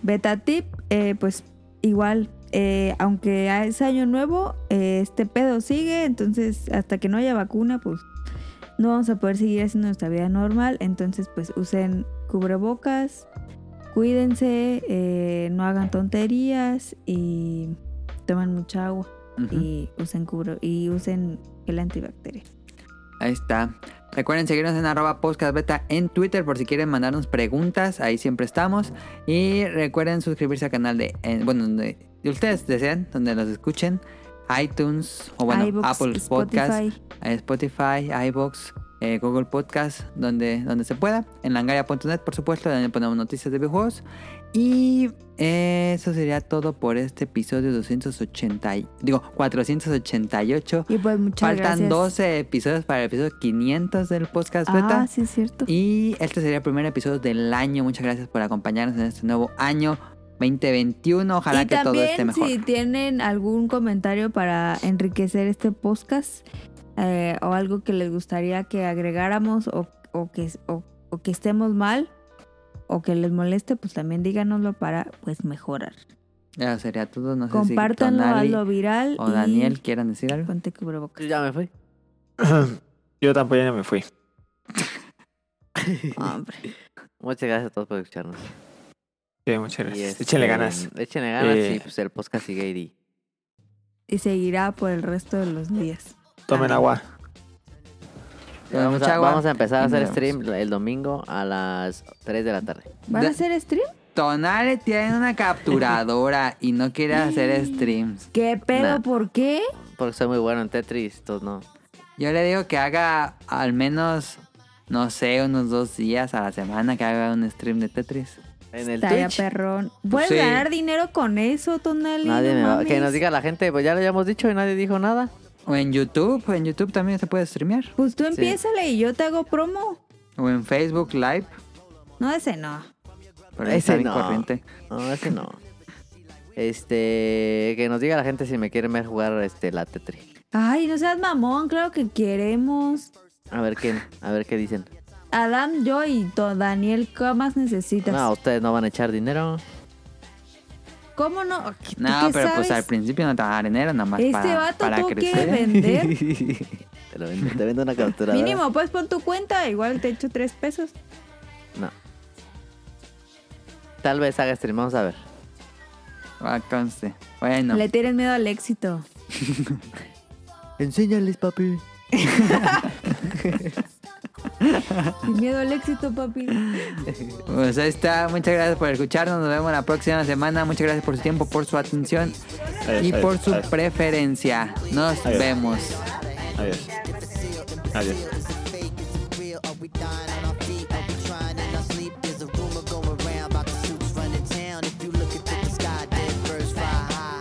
S4: beta tip, eh, pues igual. eh, aunque es año nuevo, eh, este pedo sigue. Entonces, hasta que no haya vacuna, pues no vamos a poder seguir haciendo nuestra vida normal. Entonces, pues usen cubrebocas, cuídense, eh, no hagan tonterías y toman mucha agua.
S2: Ujú.
S4: Ah, Y usen cubre y usen el antibacterial.
S2: Ahí está. Recuerden seguirnos en arroba podcastbeta en Twitter por si quieren mandarnos preguntas. Ahí siempre estamos. Y recuerden suscribirse al canal de... en- bueno, donde ustedes desean, donde los escuchen. iTunes o bueno,
S4: iVoox,
S2: Apple Podcast,
S4: Spotify.
S2: eh, Spotify, iBox, eh, Google Podcast, donde, donde se pueda. En langaria.net, por supuesto, donde ponemos noticias de videojuegos. Y eh, eso sería todo por este episodio 280, y- digo 488.
S4: Y pues muchas
S2: Faltan
S4: gracias.
S2: 12 episodios para el episodio 500 del podcast
S4: Ah,
S2: beta.
S4: sí, es cierto.
S2: Y este sería el primer episodio del año. Muchas gracias por acompañarnos en este nuevo año 2021. Ojalá
S4: Y
S2: que todo esté
S4: también
S2: mejor.
S4: si tienen algún comentario para enriquecer este podcast eh, o algo que les gustaría que agregáramos o, o que, o- o que estemos mal o que les moleste, pues también díganoslo para pues mejorar.
S2: Ya sería todo. No sé
S4: Compártanlo,
S2: si
S4: hazlo
S2: Tonali
S4: viral.
S2: o
S4: y
S2: Daniel quieran decir algo.
S4: Ponte cubrebocas.
S3: Yo Pues ya me fui.
S1: Yo tampoco ya me fui.
S4: Hombre.
S3: Muchas gracias a todos por escucharnos.
S1: Sí, muchas gracias.
S3: Y, este,
S1: Échenle ganas.
S3: Échenle ganas
S1: Eh.
S3: y pues el podcast sigue ahí.
S4: Y seguirá por el resto de los días.
S1: Tomen agua.
S2: Bueno,
S3: Ya Vamos
S2: mucha
S3: a,
S2: agua.
S3: vamos a empezar a
S2: Y
S3: hacer
S2: nos
S3: stream el domingo a las 3 de la tarde.
S4: ¿Van
S2: Da-
S4: a hacer stream?
S2: Tonali tiene una capturadora y no quiere hacer streams.
S4: ¿Qué pedo?
S3: Nah.
S4: ¿Por qué?
S3: Porque soy muy bueno en Tetris, entonces no.
S2: Yo le digo que haga al menos, no sé, unos dos días a la semana que haga un stream de Tetris.
S3: En el
S4: Talla
S3: Twitch.
S4: perrón.
S2: Pues
S4: Puedes
S2: sí.
S4: ganar dinero con eso, Tonali.
S3: Nadie
S4: no
S3: me va-
S4: mames.
S3: Que nos diga la gente, pues ya lo habíamos dicho y nadie dijo nada.
S2: O en YouTube, en YouTube también se puede streamear.
S4: Pues tú empiézale y yo te hago promo.
S2: O en Facebook Live.
S4: No, ese no.
S2: Pero ahí
S3: Ese
S2: está bien
S3: no.
S2: corriente.
S3: No, ese no. Este, que nos diga la gente si me quieren ver jugar este la Tetris.
S4: Ay, no seas mamón, claro que queremos.
S3: A ver quién, a ver qué dicen.
S4: Adam, yo y to- Daniel, ¿qué más necesitas?
S3: No, ustedes no van a echar dinero.
S4: ¿Cómo no? ¿Qué- tú
S2: No,
S4: qué
S2: pero pues al
S4: sabes?
S2: principio no te va a dar dinero nomás
S4: Este
S2: para,
S4: vato
S2: para
S4: tuvo que
S2: crecer.
S4: vender.
S3: Te, lo vendo, te vendo una capturadora.
S4: Mínimo, pues pon tu cuenta, igual te echo tres pesos.
S3: No. Tal vez haga stream, vamos a ver.
S2: Va, Ah, conste. Bueno,
S4: Le tienen miedo al éxito.
S3: Enséñales, papi.
S4: Sin miedo al éxito, papi.
S2: pues ahí está. Muchas gracias por escucharnos. Nos vemos la próxima semana. Muchas gracias por su tiempo, por su atención
S1: Adiós,
S2: y
S1: adiós,
S2: por su
S1: adiós.
S2: preferencia. Nos
S1: Adiós.
S2: vemos.
S1: Adiós. Adiós.
S9: Is it fake? Is it real? Are we dying on our feet? Are we trying in our sleep? There's a rumor going round about the suits running town. If you look into the sky, dead birds fly high.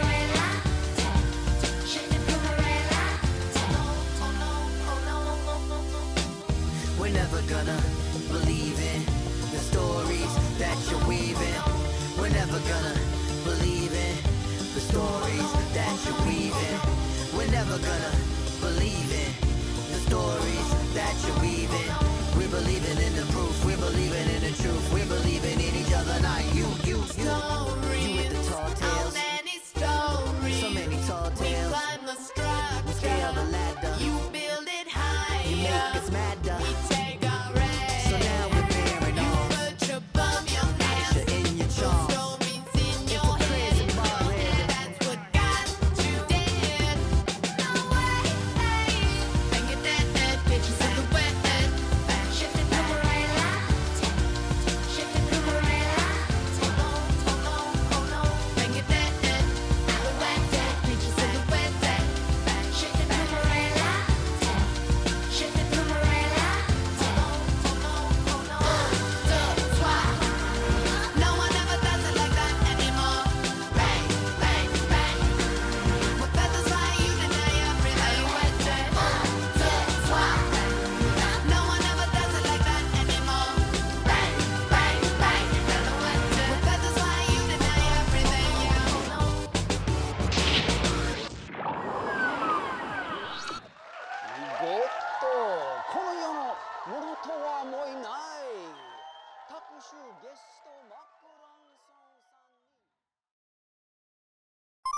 S6: Oh,
S9: We're never gonna believe in the stories that you're weaving. We're never gonna believe in the stories that you're weaving. We're never gonna believe in the stories that you're weaving. We're believing in the proof. We're believing in the truth. We're believing in each other, not you, you, you. You with the tall tales. So many tall tales. We scale the ladder. You make us madder. So now we're bearing arms. You're in your charms. Hypocrites and barbarians.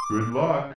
S10: Good luck.